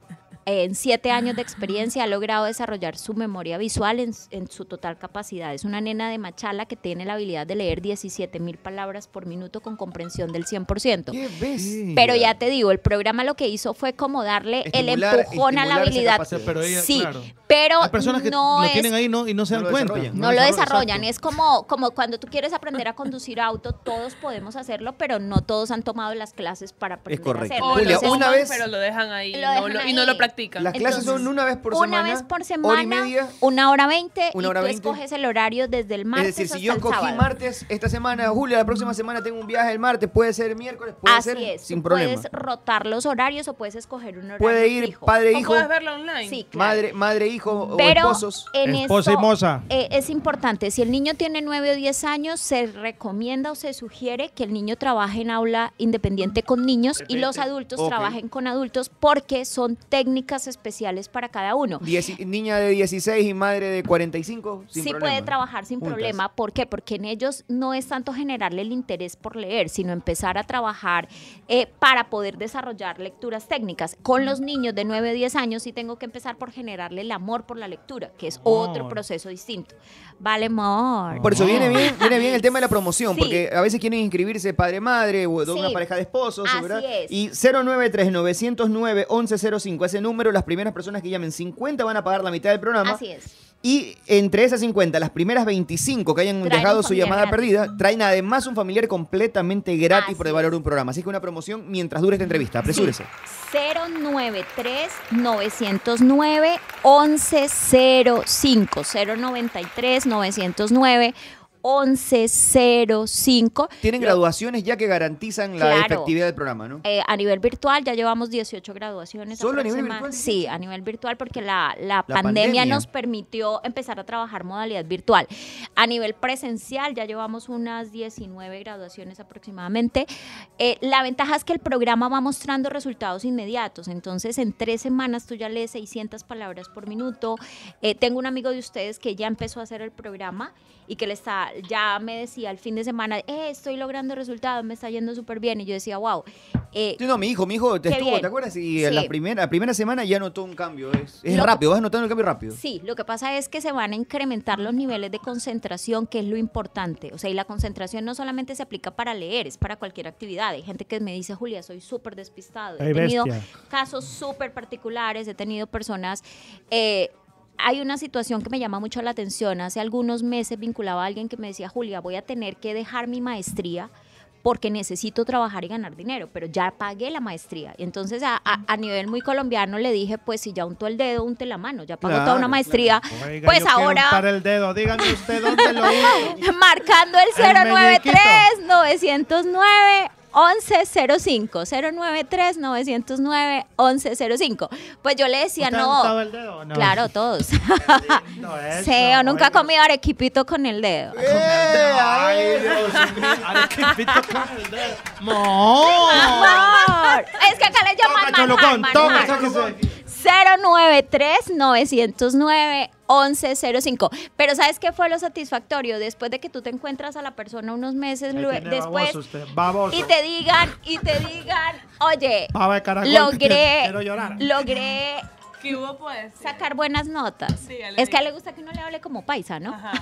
eh, en siete años de experiencia ha logrado desarrollar su memoria visual en, en su total capacidad. Es una nena de Machala que tiene la habilidad de leer 17 mil palabras por minuto con comprensión del 100%. Pero ya te digo, el programa lo que hizo fue como darle
Estimular-
el empujón a
estimular esa
la habilidad.
capacidad, pero ella,
sí,
claro.
pero
Hay personas que
no
lo
es
tienen ahí no, y no se dan cuenta.
no lo desarrollan.
exacto.
Es como, como cuando tú quieres aprender a conducir auto, todos podemos hacerlo, pero no todos han tomado las clases para aprender
correcto.
a hacerlo.
O lo
Entonces,
toman, Una vez-
pero lo dejan ahí,
Lo
no
dejan
lo- y no lo
ahí.
practican.
Las clases son una vez por
una
semana.
vez por semana,
hora y media.
una hora veinte,
Una
y
hora
tú
20.
escoges el horario desde el martes
es decir, si
hasta
yo
el
escogí
sábado.
martes esta semana, Julia, la próxima semana tengo un viaje el martes, puede ser miércoles, puede
Así
ser
es,
sin
tú
problema.
puedes rotar los horarios o puedes escoger un horario
Puede ir
fijo.
padre, e hijo,
online. Sí, claro.
madre, madre, hijo
Pero
o esposos.
en esto, eh, es importante, si el niño tiene 9 o 10 años, se recomienda o se sugiere que el niño trabaje en aula independiente con niños y los adultos
Ok.
trabajen con adultos porque son técnicas especiales para cada uno.
Dieci- niña de 16 y madre de 45, sin
sí
problema.
puede trabajar sin
Juntas.
problema. ¿Por qué? Porque en ellos no es tanto generarle el interés por leer, sino empezar a trabajar eh, para poder desarrollar lecturas técnicas. Con los niños de 9, 10 años sí tengo que empezar por generarle el amor por la lectura, que es otro
Amor.
proceso distinto. Vale, amor.
Por eso
Ah.
viene bien, viene bien el tema de la promoción,
Sí.
porque a veces quieren inscribirse padre-madre o de una
Sí.
pareja de esposos,
Así
¿verdad?
es.
Y 093-909-1105, ese número, las primeras personas que llamen 50 van a pagar la mitad del programa.
Así es.
Y entre esas 50, las primeras 25 que hayan
Traen un
dejado su
familiar
llamada
gratis.
perdida, traen además un familiar completamente gratis por el valor de un programa. Así que una promoción mientras dure esta entrevista. Apresúrese.
093 909 1105 093 909 1105
Tienen
Lo-
graduaciones ya que garantizan la
Claro.
efectividad del programa, ¿no?
Eh, a nivel virtual ya llevamos 18 graduaciones.
¿Solo a nivel
aproxima-
virtual,
Sí, a nivel virtual porque la, la
La
pandemia,
pandemia.
nos permitió empezar a trabajar modalidad virtual. A nivel presencial ya llevamos unas 19 graduaciones aproximadamente. Eh, la ventaja es que el programa va mostrando resultados inmediatos. Entonces en tres semanas tú ya lees 600 palabras por minuto. Eh, tengo un amigo de ustedes que ya empezó a hacer el programa y que le está, ya me decía el fin de semana, "Eh, estoy logrando resultados, me está yendo súper bien. Y yo decía, wow. eh,
Sí, No, mi hijo, mi hijo te
Qué
estuvo,
bien.
¿te acuerdas? Y
Sí.
en la primera, la primera semana ya notó un cambio. Es, es
Lo que-
rápido, vas notando el cambio rápido.
Sí, lo que pasa es que se van a incrementar los niveles de concentración, que es lo importante. O sea, y la concentración no solamente se aplica para leer, es para cualquier actividad. Hay gente que me dice, Julia, soy súper despistado. He
Ay,
tenido
bestia.
casos súper particulares, he tenido personas... eh, hay una situación que me llama mucho la atención. Hace algunos meses vinculaba a alguien que me decía, Julia, voy a tener que dejar mi maestría porque necesito trabajar y ganar dinero, pero ya pagué la maestría. Entonces, a, a- a nivel muy colombiano le dije, pues si ya untó el dedo, unte la mano, ya pagó toda
Claro,
una maestría,
claro. Oiga,
pues
yo quiero untar
ahora
el dedo, díganme usted dónde lo uno.
marcando el
El
093 909 1105 093 909 1105. Pues yo le decía,
¿Usted ha untado
no.
el dedo o no?
Claro, todos. Sí, yo nunca he comido arequipito con el dedo.
Eh, Ay, Dios mío. Arequipito con el dedo. ¡No!
Amor. Es que acá le llaman
Toma,
manjar,
Cholocón, toma,
manjar.
sáquese.
093-909-1105. Pero ¿sabes qué fue lo satisfactorio? Después de que tú te encuentras a la persona unos meses
Me
lue-
tiene
después
baboso usted, baboso.
y te digan, y te digan, oye,
Pava de caracol,
logré,
quiero llorar.
logré sacar buenas notas. es que a él le gusta que uno le hable como paisa, ¿no? Así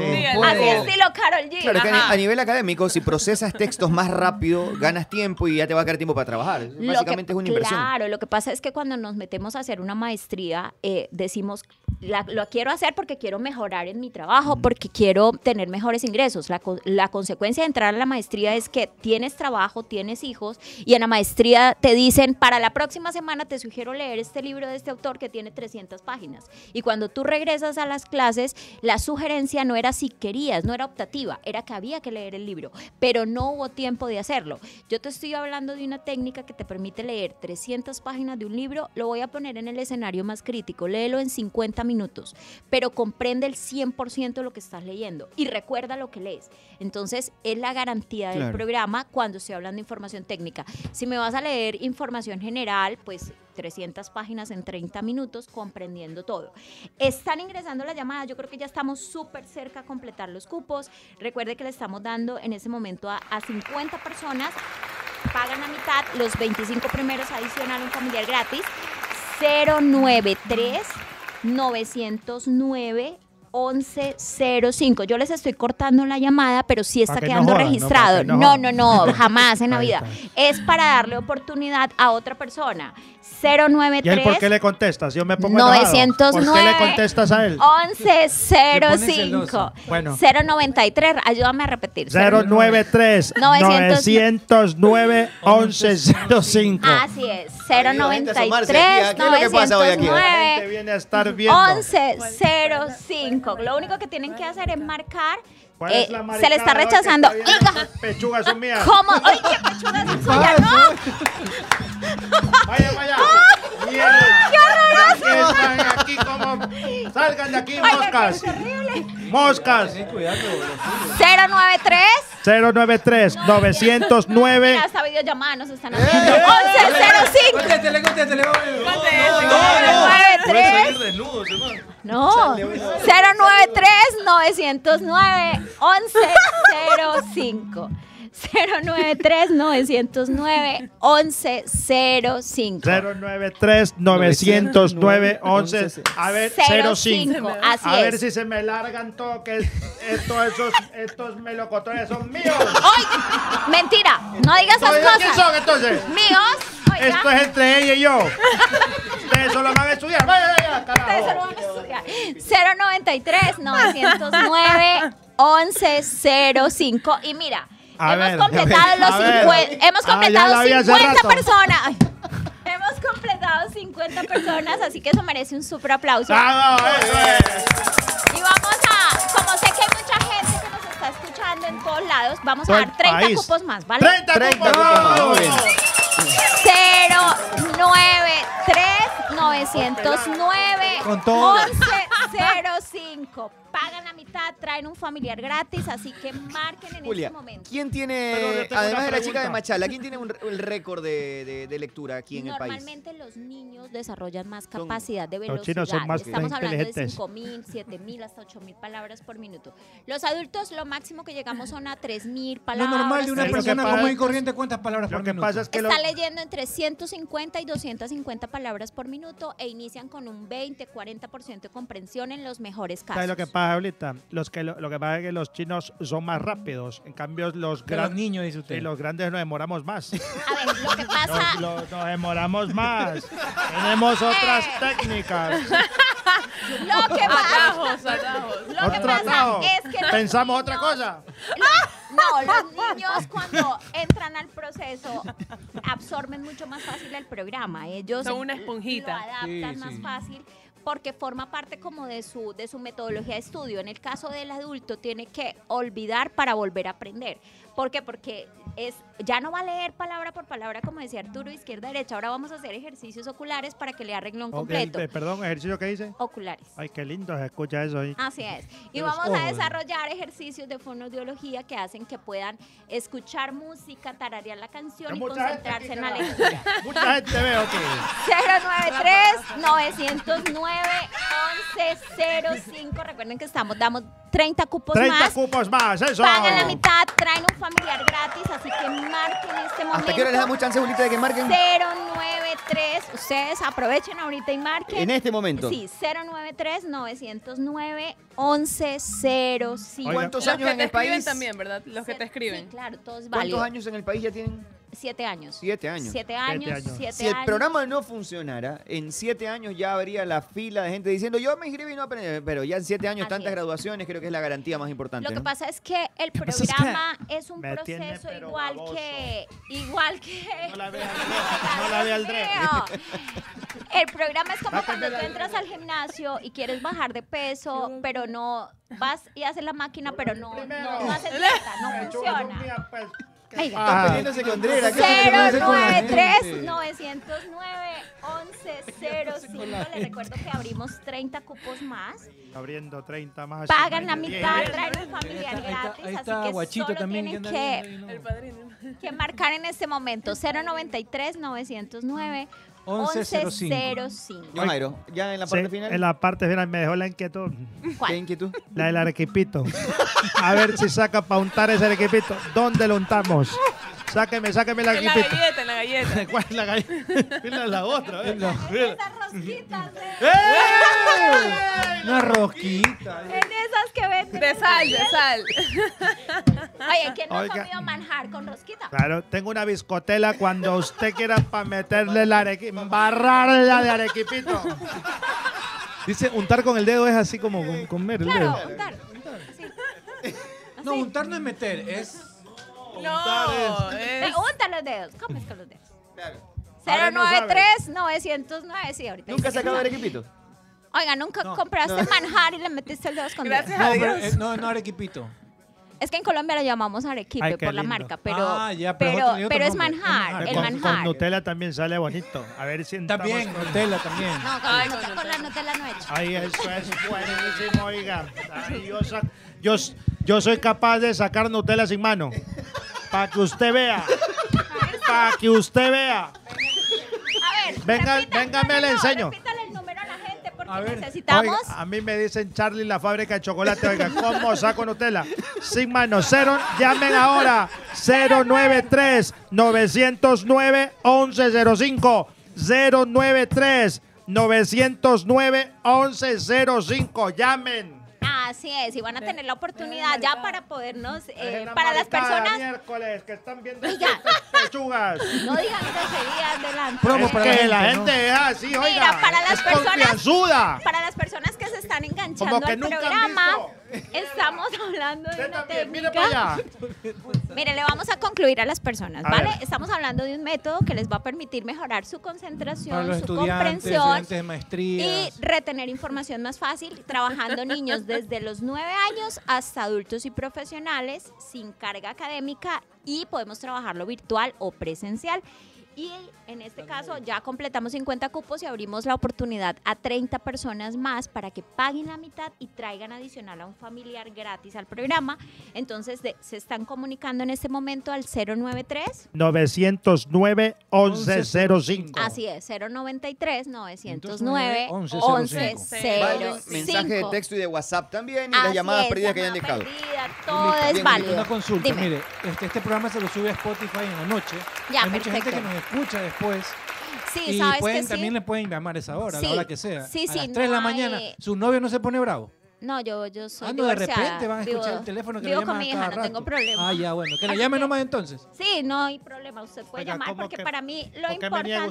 estilo Carol G.
Claro, que a,
Ajá.
a nivel académico, si procesas textos más rápido, ganas tiempo y ya te va a quedar tiempo para trabajar.
Lo que-
Básicamente es una inversión.
Claro, lo que pasa es que cuando nos metemos a hacer una maestría, eh, decimos, la- lo quiero hacer porque quiero mejorar en mi trabajo, porque quiero tener mejores ingresos. La, co- la consecuencia de entrar a la maestría es que tienes trabajo, tienes hijos, y en la maestría te dicen, para la próxima semana te sugiero leer este libro de este autor que tiene 300 páginas. Y cuando tú regresas a las clases, la sugerencia no era si querías, no era optativa, era que había que leer el libro, pero no hubo tiempo de hacerlo. Yo te estoy hablando de una técnica que te permite leer 300 páginas de un libro, lo voy a poner en el escenario más crítico, léelo en 50 minutos, pero comprende el 100% de lo que estás leyendo y recuerda lo que lees. Entonces, es la garantía del
Claro.
programa cuando estoy hablando de información técnica. Si me vas a leer información general, pues 300 páginas en 30 minutos comprendiendo todo. Están ingresando las llamadas, yo creo que ya estamos súper cerca a completar los cupos. Recuerde que le estamos dando en ese momento a, a 50 personas, pagan la mitad, los 25 primeros adicional un familiar gratis. 093 909 1105. Yo les estoy cortando la llamada, pero sí está
Pa' que no
quedando
jodan, no,
registrado.
pa' que no
No, no,
jodan.
no, jamás en la
Ahí
vida. Es para darle oportunidad a otra persona. 093
¿Y él por qué le contestas? Yo me pongo enojado. ¿Por qué
909
le contestas a
Oh,
él?
1105
Bueno.
093 ayúdame a repetir
093 909 1105
así es 093
¿Qué es lo que pasa hoy aquí? La
909
gente viene a estar viendo.
1105 lo único que tienen que hacer es marcar
¿Cuál
eh,
es la
se le
maricada
está
que
rechazando Oiga,
Pechugas son mías.
¿Cómo? ¡Ay, qué pechuga es suya! ¡No!
¡Vaya, vaya!
¡Mierda!
¡Qué
horroroso!
Están aquí como... ¡Salgan de aquí,
Oiga, qué
moscas! ¡Moscas!
093
093 909
Mira, hasta videollamada nos
Eh,
están haciendo 1105
Contéstele, contéstele.
Nueve, tres.
desnudos, hermano.
No, 093-909-1105. 093-909-1105.
093 909 11 A ver,
Cero
05.
cinco, así
A ver
es.
si se me largan todo que es- estos esos estos melocotones son míos.
¡Ay! Mentira, no digas esas
Oiga,
cosas.
¿quién son entonces?
Míos. oiga.
Esto es entre ella y yo. Ustedes solo van a estudiar. Vaya, vaya,
Ustedes solo van a estudiar. 093-909-1105. Y mira,
A
hemos
ver,
completado
a ver,
los
a ver.
50. Hemos
Ah, ya la
completado
vi hace
50
rato.
personas. Ay, hemos completado 50 personas, así que eso merece un super aplauso. Y vamos a, como sé que hay mucha gente que nos está escuchando en todos lados, vamos a
Todo el
dar 30
país.
cupos más, ¿vale?
30 30 cupos más, muy bien.
093 909
Con todo.
1105. Pagan la mitad, traen un familiar gratis, así que marquen en
Julia,
este momento.
¿quién
Pero
tiene,
yo tengo
Eh, además
una
de la chica de
pregunta.
Machala, quién tiene un, r- el récord de, de- de lectura aquí en el país?
Normalmente los niños desarrollan más capacidad de velocidad.
los chinos son más
Estamos hablando de
inteligentes.
5.000, 7.000 hasta 8.000 palabras por minuto. Los adultos lo máximo que llegamos son a 3.000
Lo
palabras.
normal de una
Lo que
persona
pasa-
común y corriente, ¿cuántas palabras por minuto? Lo que pasa
es
Está leyendo entre 150 y 250 palabras por minuto e inician con un 20-40% de comprensión en los mejores casos.
¿Sabes lo que pasa ahorita? Los que, lo, lo que pasa es que los chinos son más rápidos. En cambio, los
Que los
niños, dice usted. Y los grandes nos demoramos más.
A ver, lo que pasa...
Nos, lo- nos demoramos más. Tenemos otras
Eh.
técnicas.
Lo que pasa,
Atajos, atajos.
Lo que
Otro
pasa
atado.
es que los
Pensamos otra
niños-
cosa.
Los- no, los niños cuando entran al proceso absorben mucho más fácil el programa. Ellos
Son una
l-
esponjita.
lo adaptan
Sí,
más
sí.
fácil porque forma parte como de su, de su metodología de estudio. En el caso del adulto tiene que olvidar para volver a aprender. ¿Por qué? Porque es, ya no va a leer palabra por palabra como decía Arturo, izquierda, derecha. Ahora vamos a hacer ejercicios oculares para que le arreglen un
Ok,
completo.
eh, perdón, ejercicio que dice.
Oculares.
Ay, qué lindo se escucha eso ¿eh? ahí.
Así es. Y
De los
vamos
ojos,
a
¿eh?
desarrollar ejercicios de fonoaudiología que hacen que puedan escuchar música, tararear la canción y
mucha gente
concentrarse en la
carajo.
lectura.
Mucha gente veo que.
093-909-1105. Recuerden que estamos, damos 30 cupos
30
más.
cupos más, eso.
Pagan la mitad, traen un familiar gratis, así que marquen este momento.
¿Hasta qué hora les damos chance, Julita, de que marquen?
093, ustedes aprovechen ahorita y marquen.
En este momento.
Sí, 093-909-1105.
¿Cuántos Oiga. años
Los que
en el
te escriben
país?
también, ¿verdad? Los que te escriben.
Sí, claro, todos
¿Cuántos
válidos.
años en el país ya tienen?
Siete años.
Siete años.
Siete años, siete
Si el
años.
programa no funcionara, en siete años ya habría la fila de gente diciendo yo me inscribí y no aprendí. Pero ya en siete años,
Así
tantas
es.
graduaciones, creo que es la garantía más importante.
Lo que
¿no?
pasa es que el
pasa es que
programa es un
me tiene
proceso
pero
igual
baboso.
que igual que no la veo,
no la ve Andrés.
El programa es como cuando tú entras al gimnasio y quieres bajar de peso, pero no vas y haces la máquina, pero no no, no haces dieta, no funciona.
pues,
Venga.
Están peleándose con Drera, ¿qué es lo que van a hacer con la gente?
093-909-1105. Les recuerdo que abrimos 30 cupos más.
Abriendo 30
Ah,
más.
Pagan la mitad,
Bien.
traen un familiar gratis.
ahí está
así que
Guachito
solo
también,
tienen
que anda
que, que marcar en este momento 093-909.
1105.
1105.
Yo, Jairo, ya en la parte
Sí,
final.
En la parte final me dejó la inquietud.
¿Cuál?
¿Qué inquietud?
La del arequipito. A ver si saca para untar ese arequipito. ¿Dónde lo untamos? Sáqueme, sáqueme el
En la
arequipito.
galleta, en la galleta.
¿Cuál es la galleta? Mira la otra, ¿eh?
rosquitas de-
¡Eh!
Una rosquita.
En esas que venden.
De sal, de sal.
Oye, ¿quién no ha
Oiga.
comido manjar con rosquita?
Claro, tengo una biscotela cuando usted quiera para meterle la arequipita, barrarla de arequipito.
Dice, untar con el dedo es así como con, comer el dedo.
No, untar no es meter, es.
No,
es-
unta los dedos, comes con los dedos.
Ahora no
093 909 sí, ahorita.
¿Nunca has
dice que
sacado
no.
arequipito?
Oiga, nunca compraste
no.
manjar y le metiste el dedo con
No, pero, eh, no, no arequipito.
Es que en Colombia lo llamamos arequipe
Ay, qué
por la
lindo.
marca, pero
Ah, ya, pero
pero,
es otro- es otro
pero es
nombre, es
manjar, el
Ah, con, con
manjar.
Nutella también sale bonito. A ver si
También, Nutella también.
No, con,
Ay,
la Nutella- con la Nutella no he hecho.
Ay, eso es buenísimo, oiga. Ay, yo, sa- yo, s- yo soy capaz de sacar Nutella sin mano. Para que usted vea. Para que usted vea.
A ver,
Venga, venga, me la enseño.
Repítale el número a la gente porque
A ver,
necesitamos.
oiga, a mí me dicen Charlie la fábrica de chocolate. Oiga, ¿cómo saco Nutella? Sin mano, cero. Llamen ahora. 093-909-1105. 093-909-1105. Llamen.
Así es, y van a tener la oportunidad ya para podernos, eh,
Dejen
para las
amaricada
personas,
miércoles que están viendo este
Oiga.
estas pechugas.
no digan groserías delante.
Es que la gente es así, oiga.
Mira, para las
es
personas,
confianzuda.
para las personas que se están enganchando
Como que
al
nunca han
programa, estamos hablando de una
Mire
técnica.
para allá.
Mire, le vamos a concluir a las personas,
A
¿vale?
ver.
Estamos hablando de un método que les va a permitir mejorar su
Para
concentración,
los
su
estudiantes,
comprensión
estudiantes de maestría.
y retener información más fácil, trabajando niños desde los 9 años hasta adultos y profesionales sin carga académica y podemos trabajarlo virtual o presencial. Y en este caso ya completamos 50 cupos y abrimos la oportunidad a 30 personas más para que paguen la mitad y traigan adicional a un familiar gratis al programa. Entonces de- se están comunicando en este momento al 093.
909 1105.
Así es, 093 909
Vale,
1105.
mensaje de texto y de WhatsApp también y
Así
las llamadas
es,
perdidas que hayan
llamada
dejado.
perdida, todo es válido.
Una consulta,
Dime.
mire, este, este programa se lo sube a Spotify en la noche.
Ya,
Hay mucha gente
perfecto.
que nos escucha después.
Sí,
y
¿sabes
pueden,
que sí?
también le pueden llamar a esa hora, a
Sí,
la hora que sea.
sí,
a
sí,
las 3 de la
no eh.
mañana.
hay-
¿Su novio no se pone bravo?
No, yo, yo soy
ah, no, de
divorciada,
repente van a
vivo-
escuchar el teléfono que le
Vivo
llaman
con mi
a
hija,
cada
no
rato.
tengo problema.
Ah, ya, bueno. Que le
Así
llamen nomás entonces.
Sí, no hay problema. Usted puede
Oiga,
llamar
¿cómo
porque
que-
para mí
por
lo
qué me
importante.
niega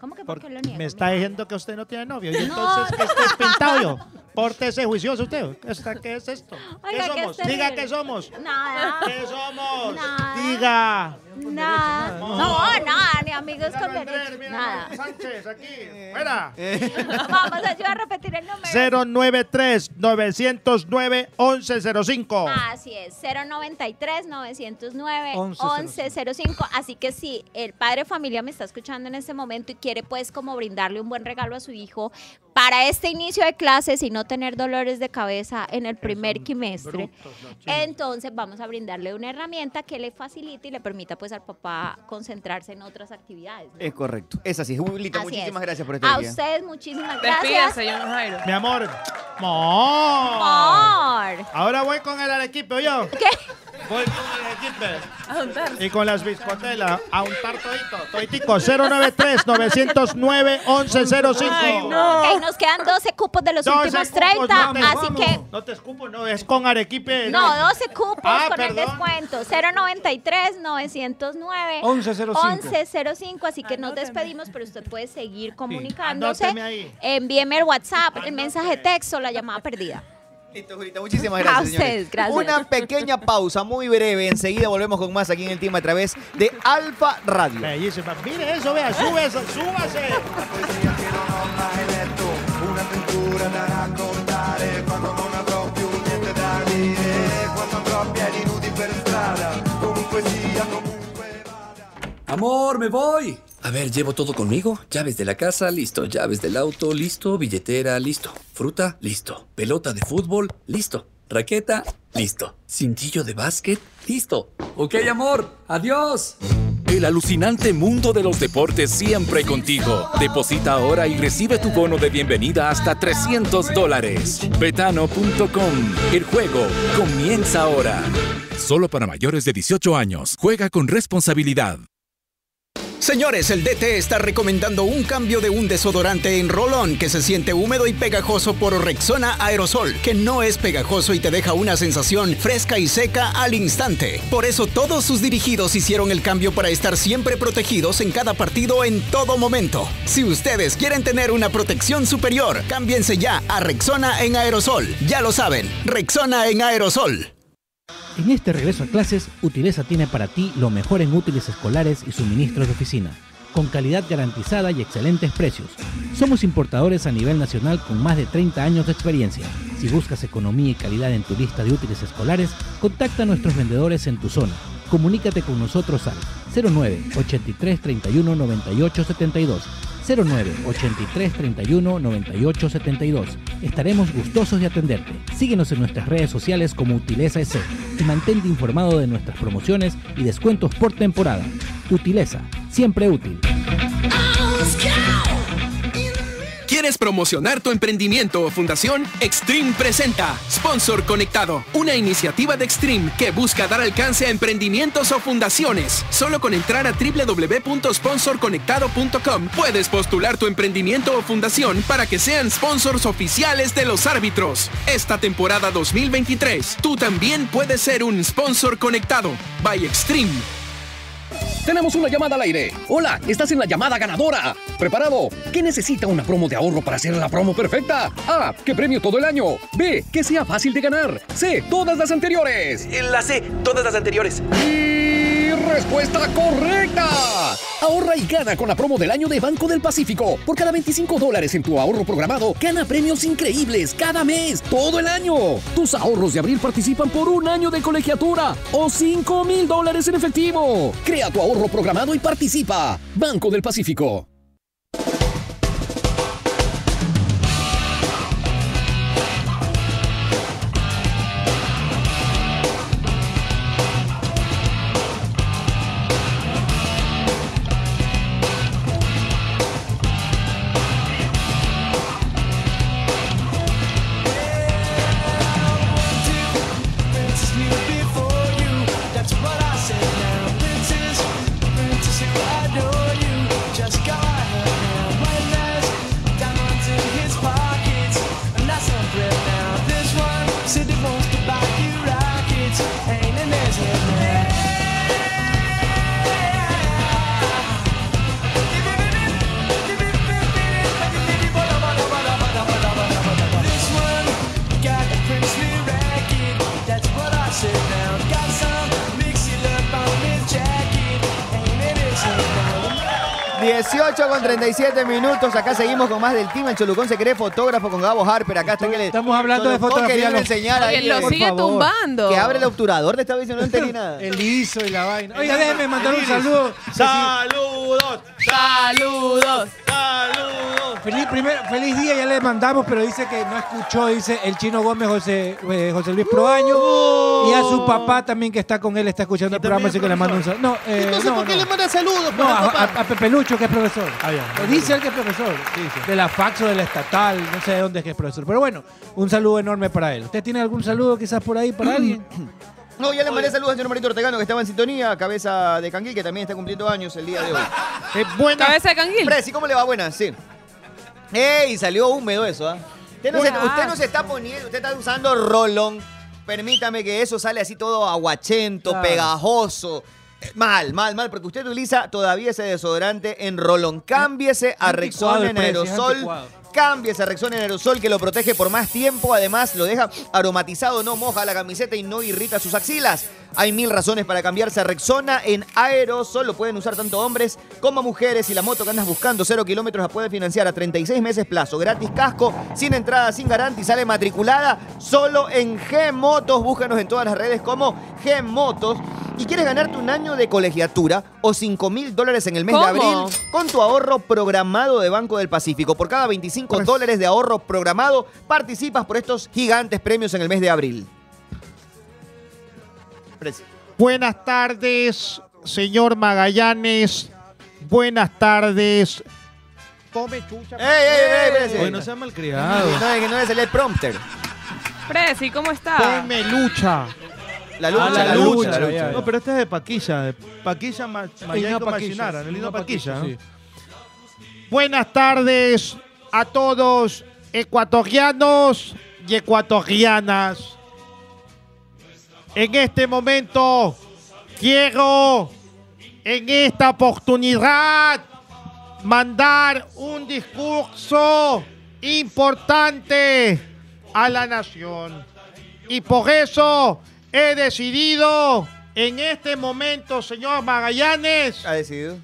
¿Cómo que por
Por-
qué lo niego?
me está diciendo que usted no tiene novio. Y
No,
entonces, que estés pintado yo? Pórtese juicioso usted. ¿Esta- ¿Qué es esto?
Oiga,
¿Qué
que
somos?
es terrible.
Diga qué somos.
Nada.
¿Qué somos?
Nada.
Diga.
Nada. Ah. Oh, No, nada, ni amigos con derecho. Nada.
Sánchez, aquí. Fuera.
Vamos, yo voy a repetir el número.
093-909-1105.
Así es, 093-909-1105.
1105.
Así que si el padre de familia me está escuchando en este momento y quiere pues como brindarle un buen regalo a su hijo para este inicio de clases y no tener dolores de cabeza en el primer quimestre, entonces vamos a brindarle una herramienta que le facilite y le permita pues al papá concentrarse en otras actividades. ¿no?
Es correcto. Es así. Julita,
Así es.
muchísimas gracias por este
A
día.
ustedes muchísimas gracias.
Despídase, John Jairo.
Mi amor. Amor.
Amor.
Ahora voy con el arequipe, yo.
¿Qué?
Voy con el arequipe. Y con las biscotelas, a untar todito, toitico, 093-909-1105.
Ok, nos quedan 12 cupos de los
12
últimos
cupos,
30,
pues
vamos,
así
vamos.
que
No te escupo, no, es con Arequipe.
No, 12 cupos
Ah,
con el
perdón.
descuento. 093 909
1105.
1105, así
Ah,
que nos despedimos, pero usted puede seguir comunicándose.
Anóteme ahí.
Envíeme el WhatsApp,
Ah,
el mensaje de texto, la llamada perdida.
Listo, Julita, muchísimas
A
gracias.
ustedes,
señores.
gracias.
Una pequeña pausa, muy breve. Enseguida volvemos con más aquí en el team a través de Alfa Radio.
Bellísima. Mire eso, vea, sube, súbase.
Amor, me voy. A ver, llevo todo conmigo. Llaves de la casa, listo. Llaves del auto, listo. Billetera, listo. Fruta, listo. Pelota de fútbol, listo. Raqueta, listo. Cintillo de básquet, listo.
Ok, amor. Adiós. El alucinante mundo de los deportes siempre contigo.
Deposita ahora y recibe tu bono de bienvenida hasta 300 dólares. Betano.com. El juego comienza ahora.
Solo para mayores de 18 años. Juega con responsabilidad.
Señores, el DT está recomendando un cambio de un desodorante en rolón que se siente húmedo y pegajoso por Rexona Aerosol, que no es pegajoso y te deja una sensación fresca y seca al instante. Por eso todos sus dirigidos hicieron el cambio para estar siempre protegidos en cada partido en todo momento. Si ustedes quieren tener una protección superior, cámbiense ya a Rexona en aerosol. Ya lo saben, Rexona en aerosol.
En este regreso a clases, Utileza tiene para ti lo mejor en útiles escolares y suministros de oficina, con calidad garantizada y excelentes precios. Somos importadores a nivel nacional con más de 30 años de experiencia. Si buscas economía y calidad en tu lista de útiles escolares, contacta a nuestros vendedores en tu zona. Comunícate con nosotros al 09 83 31 98 72 09 83 31 98 72. Estaremos gustosos de atenderte. Síguenos en nuestras redes sociales como Utileza EC y mantente informado de nuestras promociones y descuentos por temporada. Utileza, siempre útil.
¿Quieres promocionar tu emprendimiento o fundación? Extreme presenta Sponsor Conectado, una iniciativa de Extreme que busca dar alcance a emprendimientos o fundaciones. Solo con entrar a www.sponsorconectado.com puedes postular tu emprendimiento o fundación para que sean sponsors oficiales de los árbitros. Esta temporada 2023, tú también puedes ser un sponsor conectado. By Extreme.
Tenemos una llamada al aire. Hola, estás en la llamada ganadora. ¿Preparado? ¿Qué necesita una promo de ahorro para hacer la promo perfecta? A. Que premio todo el año. B. Que sea fácil de ganar. C. Todas las anteriores.
La C, todas las anteriores.
Y respuesta correcta. Ahorra y gana con la promo del año de Banco del Pacífico. Por cada 25 dólares en tu ahorro programado, gana premios increíbles cada mes, todo el año. Tus ahorros de abril participan por un año de colegiatura o 5 mil dólares en efectivo. Crea tu ahorro programado y participa. Banco del Pacífico.
Ay. 18 con 37 minutos. Acá seguimos con más del team. El Cholucón se cree fotógrafo con Gabo Harper. Acá está que le. Estamos
hablando de fotografía,
Que le iba a
lo-
enseñar
Oye,
ahí,
lo
por
sigue
favor.
tumbando.
Que abre el obturador. Le estaba diciendo, no entendí nada.
El ISO y la vaina. Oiga, déjeme mandar un saludo.
Saludos,
saludos,
saludos.
Feliz, primer- feliz día, ya le mandamos, pero dice que no escuchó, dice el chino Gómez José, eh, José Luis Proaño. Y a su papá también que está con él, está escuchando el programa, así que le mando un saludo. No, eh,
Entonces,
no,
¿por qué
no.
le manda saludos?
No,
para
a,
papá?
a- a Pepe Lucho, que es profesor.
ya.
Eh, dice él que es profesor. De la fax o de la estatal, no sé de dónde es que es profesor. Pero bueno, un saludo enorme para él. ¿Usted tiene algún saludo quizás por ahí para alguien?
No, ya le mandé saludos al señor Marito Ortegano que estaba en sintonía, cabeza de canguil que también está cumpliendo años el día de hoy. buena.
Cabeza de canguil.
Presi, ¿cómo le va? Buena, sí. ¡Ey! Salió húmedo eso, ¿ah? Usted, no se,
Buena.
usted no se está poniendo, usted está usando rolón. Permítame que eso sale así todo aguachento,
Claro.
pegajoso. Eh, Mal, mal, mal, porque usted utiliza todavía ese desodorante en rolón. Cámbiese a
anticuado
Rexona
el
en
precio, es
aerosol.
anticuado.
Cámbiese a Rexona en aerosol que lo protege por más tiempo. Además, lo deja aromatizado, no moja la camiseta y no irrita sus axilas. Hay mil razones para cambiarse a Rexona en aerosol. Lo pueden usar tanto hombres como mujeres. Y la moto que andas buscando, cero kilómetros, la puede financiar a 36 meses plazo. Gratis casco, sin entrada, sin garantía. Sale matriculada solo en G-Motos. Búscanos en todas las redes como G-Motos. Y quieres ganarte un año de colegiatura o 5 mil dólares en el mes de
¿Cómo?
abril con tu ahorro programado de Banco del Pacífico. Por cada 25 dólares de ahorro programado, participas por estos gigantes premios en el mes de abril.
Buenas tardes, señor Magallanes. Buenas tardes.
Come chucha. ¡Ey, ey, ey! espérese.
Hoy no sea malcriado.
No, es que no le salió el prompter.
Presi, ¿cómo está?
Ponme lucha.
La lucha,
Ah, la,
la
lucha.
lucha, la lucha.
No, pero este es de Paquilla. de Paquilla Ma- Mayaco
Paquilla,
Machinara. El
Lino
himno
Paquilla,
Paquilla. ¿no?
sí. Buenas tardes a todos ecuatorianos y ecuatorianas. En este momento quiero, en esta oportunidad, mandar un discurso importante a la nación. Y por eso he decidido, en este momento, señor Magallanes,
ha decidido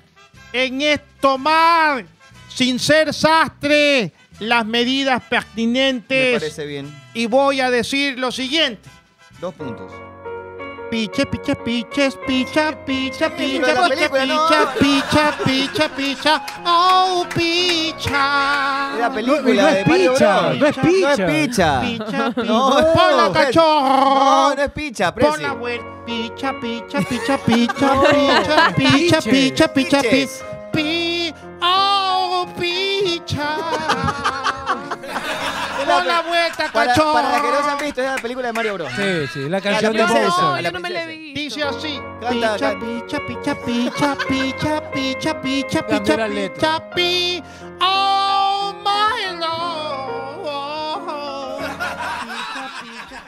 en es- tomar, sin ser sastre, las medidas pertinentes.
Me parece bien.
Y voy a decir lo siguiente.
Dos puntos.
Piche, piche, piches, picha, picha,
película,
picha,
la
picha,
película, no.
picha, picha, picha, picha, oh, picha.
La película No, no es de Mario picha, Bros. no es picha. No es picha.
Picha, picha.
No,
Pon la
es-
cachorro.
no, no es picha,
Pon
Prezi.
la vuelta. Picha, picha, picha, picha, picha, picha,
Piches.
picha, picha,
Piches.
picha. Pi, oh, picha. Pon la vuelta,
Para,
cachorro.
para las que no se han visto, es la película de Mario Bros.
Sí, sí, la canción de
La princesa,
Bowser.
la
me le vi. Dice así.
Canta,
Picha, picha, picha, picha, picha, picha, picha,
Cambió
picha,
la
picha, pi. Oh my lord.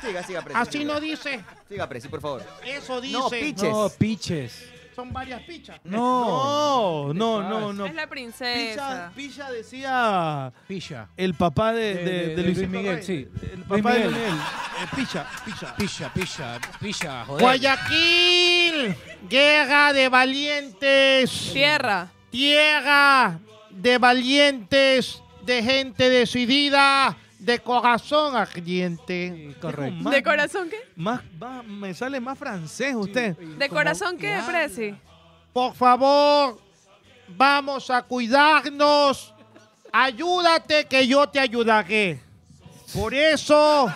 Siga, siga, Prezi.
Así no dice.
Siga, Prezi, por favor.
Eso dice.
No, piches.
No, piches.
Son varias pichas.
No, no,
¿Qué
no,
pasa?
no.
Es la princesa.
Pilla
Decía
Pilla.
el papá de, de,
De- de-
de
de
Luis
Luis
Miguel.
Miguel, sí.
El
Luis
papá de
Miguel.
Luis Miguel. Eh, picha, picha.
Pilla, pilla, pilla, joder.
Guayaquil, guerra de valientes.
Tierra.
Tierra de valientes, de gente decidida, de corazón ardiente.
correcto.
¿De corazón qué?
Más, va- me sale más francés usted.
¿De corazón qué, Prezi?
Por favor, vamos a cuidarnos. Ayúdate que yo te ayudaré. Por eso,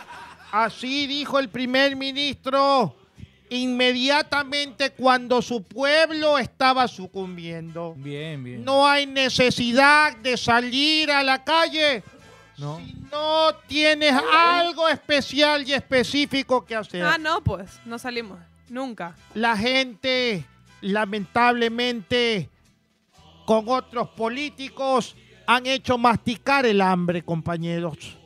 así dijo el primer ministro inmediatamente cuando su pueblo estaba sucumbiendo.
Bien, bien.
No hay necesidad de salir a la calle
No.
si no tienes algo especial y específico que hacer.
Ah, no, pues. No salimos. Nunca.
La gente, lamentablemente, con otros políticos, han hecho masticar el hambre, compañeros.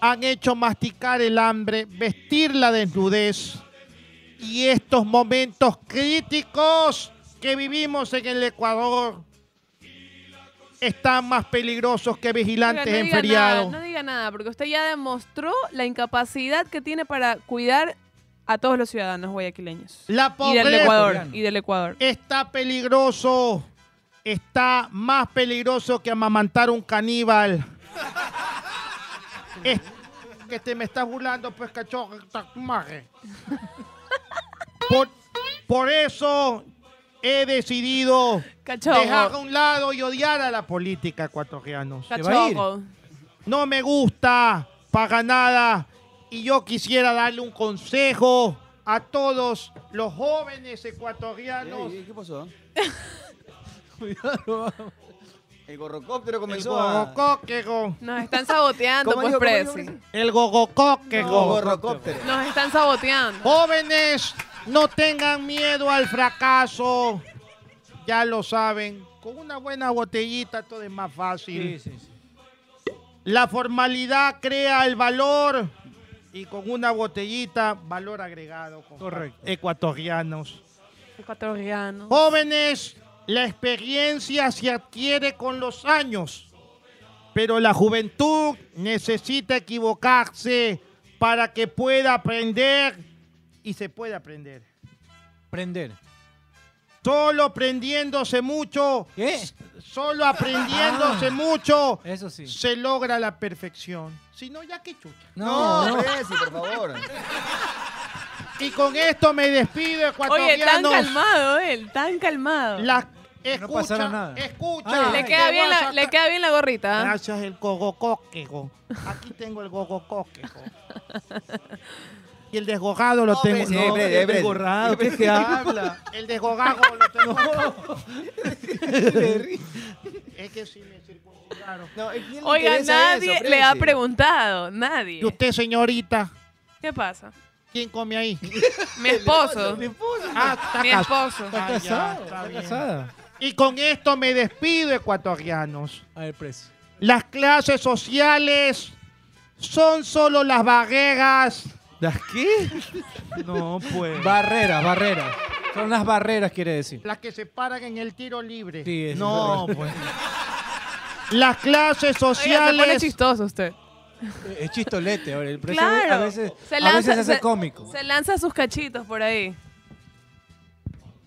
Han hecho masticar el hambre, vestir la desnudez. Y estos momentos críticos que vivimos en el Ecuador están más peligrosos que vigilantes
Oiga, no
en
diga
feriado.
Nada, no diga nada, porque usted ya demostró la incapacidad que tiene para cuidar a todos los ciudadanos guayaquileños.
La
y del
pobreza.
Ecuador. Y del Ecuador.
Está peligroso. Está más peligroso que amamantar un caníbal. Es- que te me estás burlando, pues cachorro. ta madre. Por, por eso he decidido
Cachorro.
dejar a un lado y odiar a la política ecuatoriana.
Cachorro.
No me gusta para nada. Y yo quisiera darle un consejo a todos los jóvenes ecuatorianos.
Ey, ey, ¿Qué pasó? El gorrocóptero
El
comenzó a...
gogocóquego.
Nos están saboteando,
¿Cómo
pues,
dijo, cómo dijo,
Prezi.
El gogocóquego.
Gorrocóptero.
Nos están saboteando.
Jóvenes, no tengan miedo al fracaso. Ya lo saben. Con una buena botellita todo es más fácil. La formalidad crea el valor. Y con una botellita, valor agregado. Correcto. Ecuatorianos.
Ecuatoriano.
Jóvenes, la experiencia se adquiere con los años, pero la juventud necesita equivocarse para que pueda aprender y se pueda aprender.
Prender.
Solo aprendiéndose mucho, s- solo aprendiéndose
Ah,
mucho,
eso sí.
se logra la perfección. Si no, ya que chucha.
No, Prezi, por favor.
Y con esto me despido, ecuatorianos.
Oye, tan calmado él, tan calmado.
La, escucha,
pasara nada.
escucha.
le, queda
Te
bien
voy a
la, le
sacar-
queda bien la gorrita. ¿ah?
Gracias, el gogocoquejo. Aquí tengo el gogocoquejo. Y el desgogado lo
No,
tengo.
Prezi,
no,
Prezi,
el
Prezi.
desgogado, ¿qué
Prezi.
te habla? El desgogado lo tengo. Es que sí me circuncidaron.
No, ¿y quién le
Oiga,
interesa
nadie
eso,
le ha
Prezi?
preguntado, nadie.
Y usted, señorita,
¿Qué pasa?
¿Quién come ahí?
Mi esposo. Mi
esposo. Ah, está
Mi
cas-
esposo.
Está
Ah, ya,
casado.
está
está
bien.
casada. Y con esto me despido, ecuatorianos.
A ver, preso.
Las clases sociales son solo las barreras.
¿Las qué? No, pues.
Barreras, barreras. Son las barreras, quiere decir.
Las que se paran en el tiro libre.
Sí, es-
no, pues. Las clases sociales.
Oiga, se pone chistoso usted.
Es chistolete. ahora, El preso
Claro.
a veces
Se
a veces
lanza-
se hace
se-
cómico.
Se lanza sus cachitos por ahí.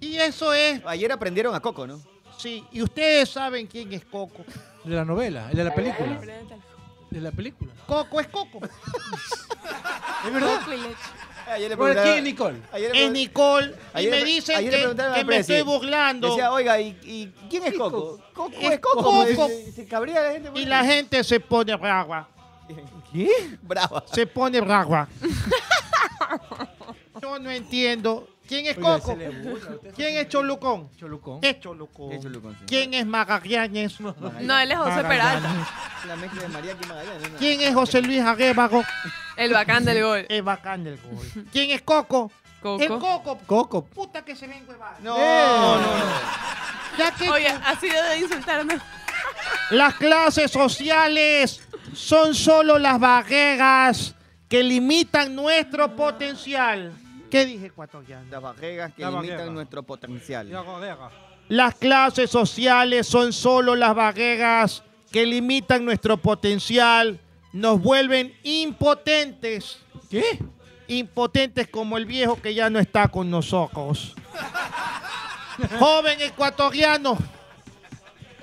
Y eso es.
Ayer aprendieron a Coco, ¿no?
Sí, y ustedes saben quién es Coco.
De la novela, el de la película. De la película.
Coco es Coco.
Es verdad.
Ayer le
Bueno, ¿quién
preguntaba-
es Nicole?
Ayer le
Es Nicole. Y
Ayer
me
pre-
dicen
ayer le
que,
preguntaron a
que me
Presi.
estoy burlando.
Decía, oiga, ¿y, y quién es Coco? Coco es Coco.
Coco.
Se, se cabrea la gente. por
Y
eso.
la gente se pone brava.
¿Qué? Brava.
Se pone brava. Yo no entiendo. ¿Quién es
Oiga,
Coco?
se le burla, usted
¿Quién es Cholucón?
Cholucón.
¿Qué Cholucón?
¿Qué Cholucón, sí?
¿Quién es Magallanes?
No, él es José Peralta.
La mezcla de María y Magallanes. ¿no?
¿Quién es José Luis Aguébago?
El bacán del gol.
El bacán del gol. ¿Quién es Coco?
Coco.
El Coco.
Coco.
Puta que se
Eh.
ven huevadas.
No,
no, no. Ya que
Oye, así de insultarme.
Las clases sociales son solo las barreras que limitan nuestro potencial. ¿Qué dije, ecuatoriano?
Las barreras que
Las
limitan
barreras.
nuestro potencial.
Las clases sociales son solo las barreras que limitan nuestro potencial, nos vuelven impotentes.
¿Qué?
Impotentes como el viejo que ya no está con nosotros. joven ecuatoriano,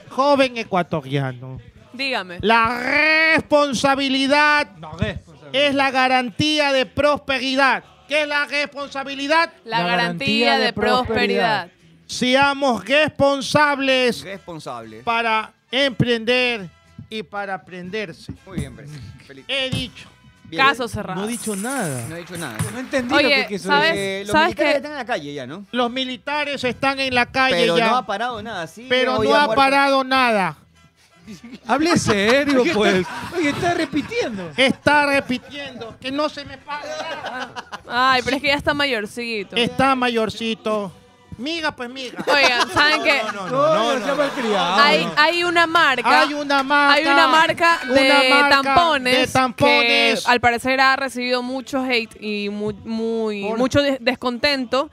joven ecuatoriano,
Dígame.
la responsabilidad
No, responsable.
es la garantía de prosperidad. ¿Qué es la responsabilidad?
La, garantía, de prosperidad.
Seamos responsables
Responsable.
para emprender y para aprenderse.
Muy bien, Presi. Feliz.
He dicho.
Bien.
Caso cerrado.
No he dicho nada.
No he dicho nada.
No entendí
Oye,
lo que quiso
¿sabes?
decir.
Eh, los
¿Sabes
militares
qué?
están en la calle ya, ¿no?
Los militares están en la calle
Pero
ya,
no ha parado nada, sí.
pero
hoy
no ha
muerto.
parado nada.
Hable serio,
¿Qué
pues. Oye, está repitiendo.
Está repitiendo que no se me para.
Ay, pero es que ya está mayorcito.
Está mayorcito. Miga, pues miga.
Oigan, ¿saben qué?
No, no, se llama el criado.
hay, hay una marca.
Ah, Hay una marca.
Hay una marca de
una marca
tampones.
de tampones.
Que al parecer ha recibido mucho hate y muy, muy-
Por-
mucho des- descontento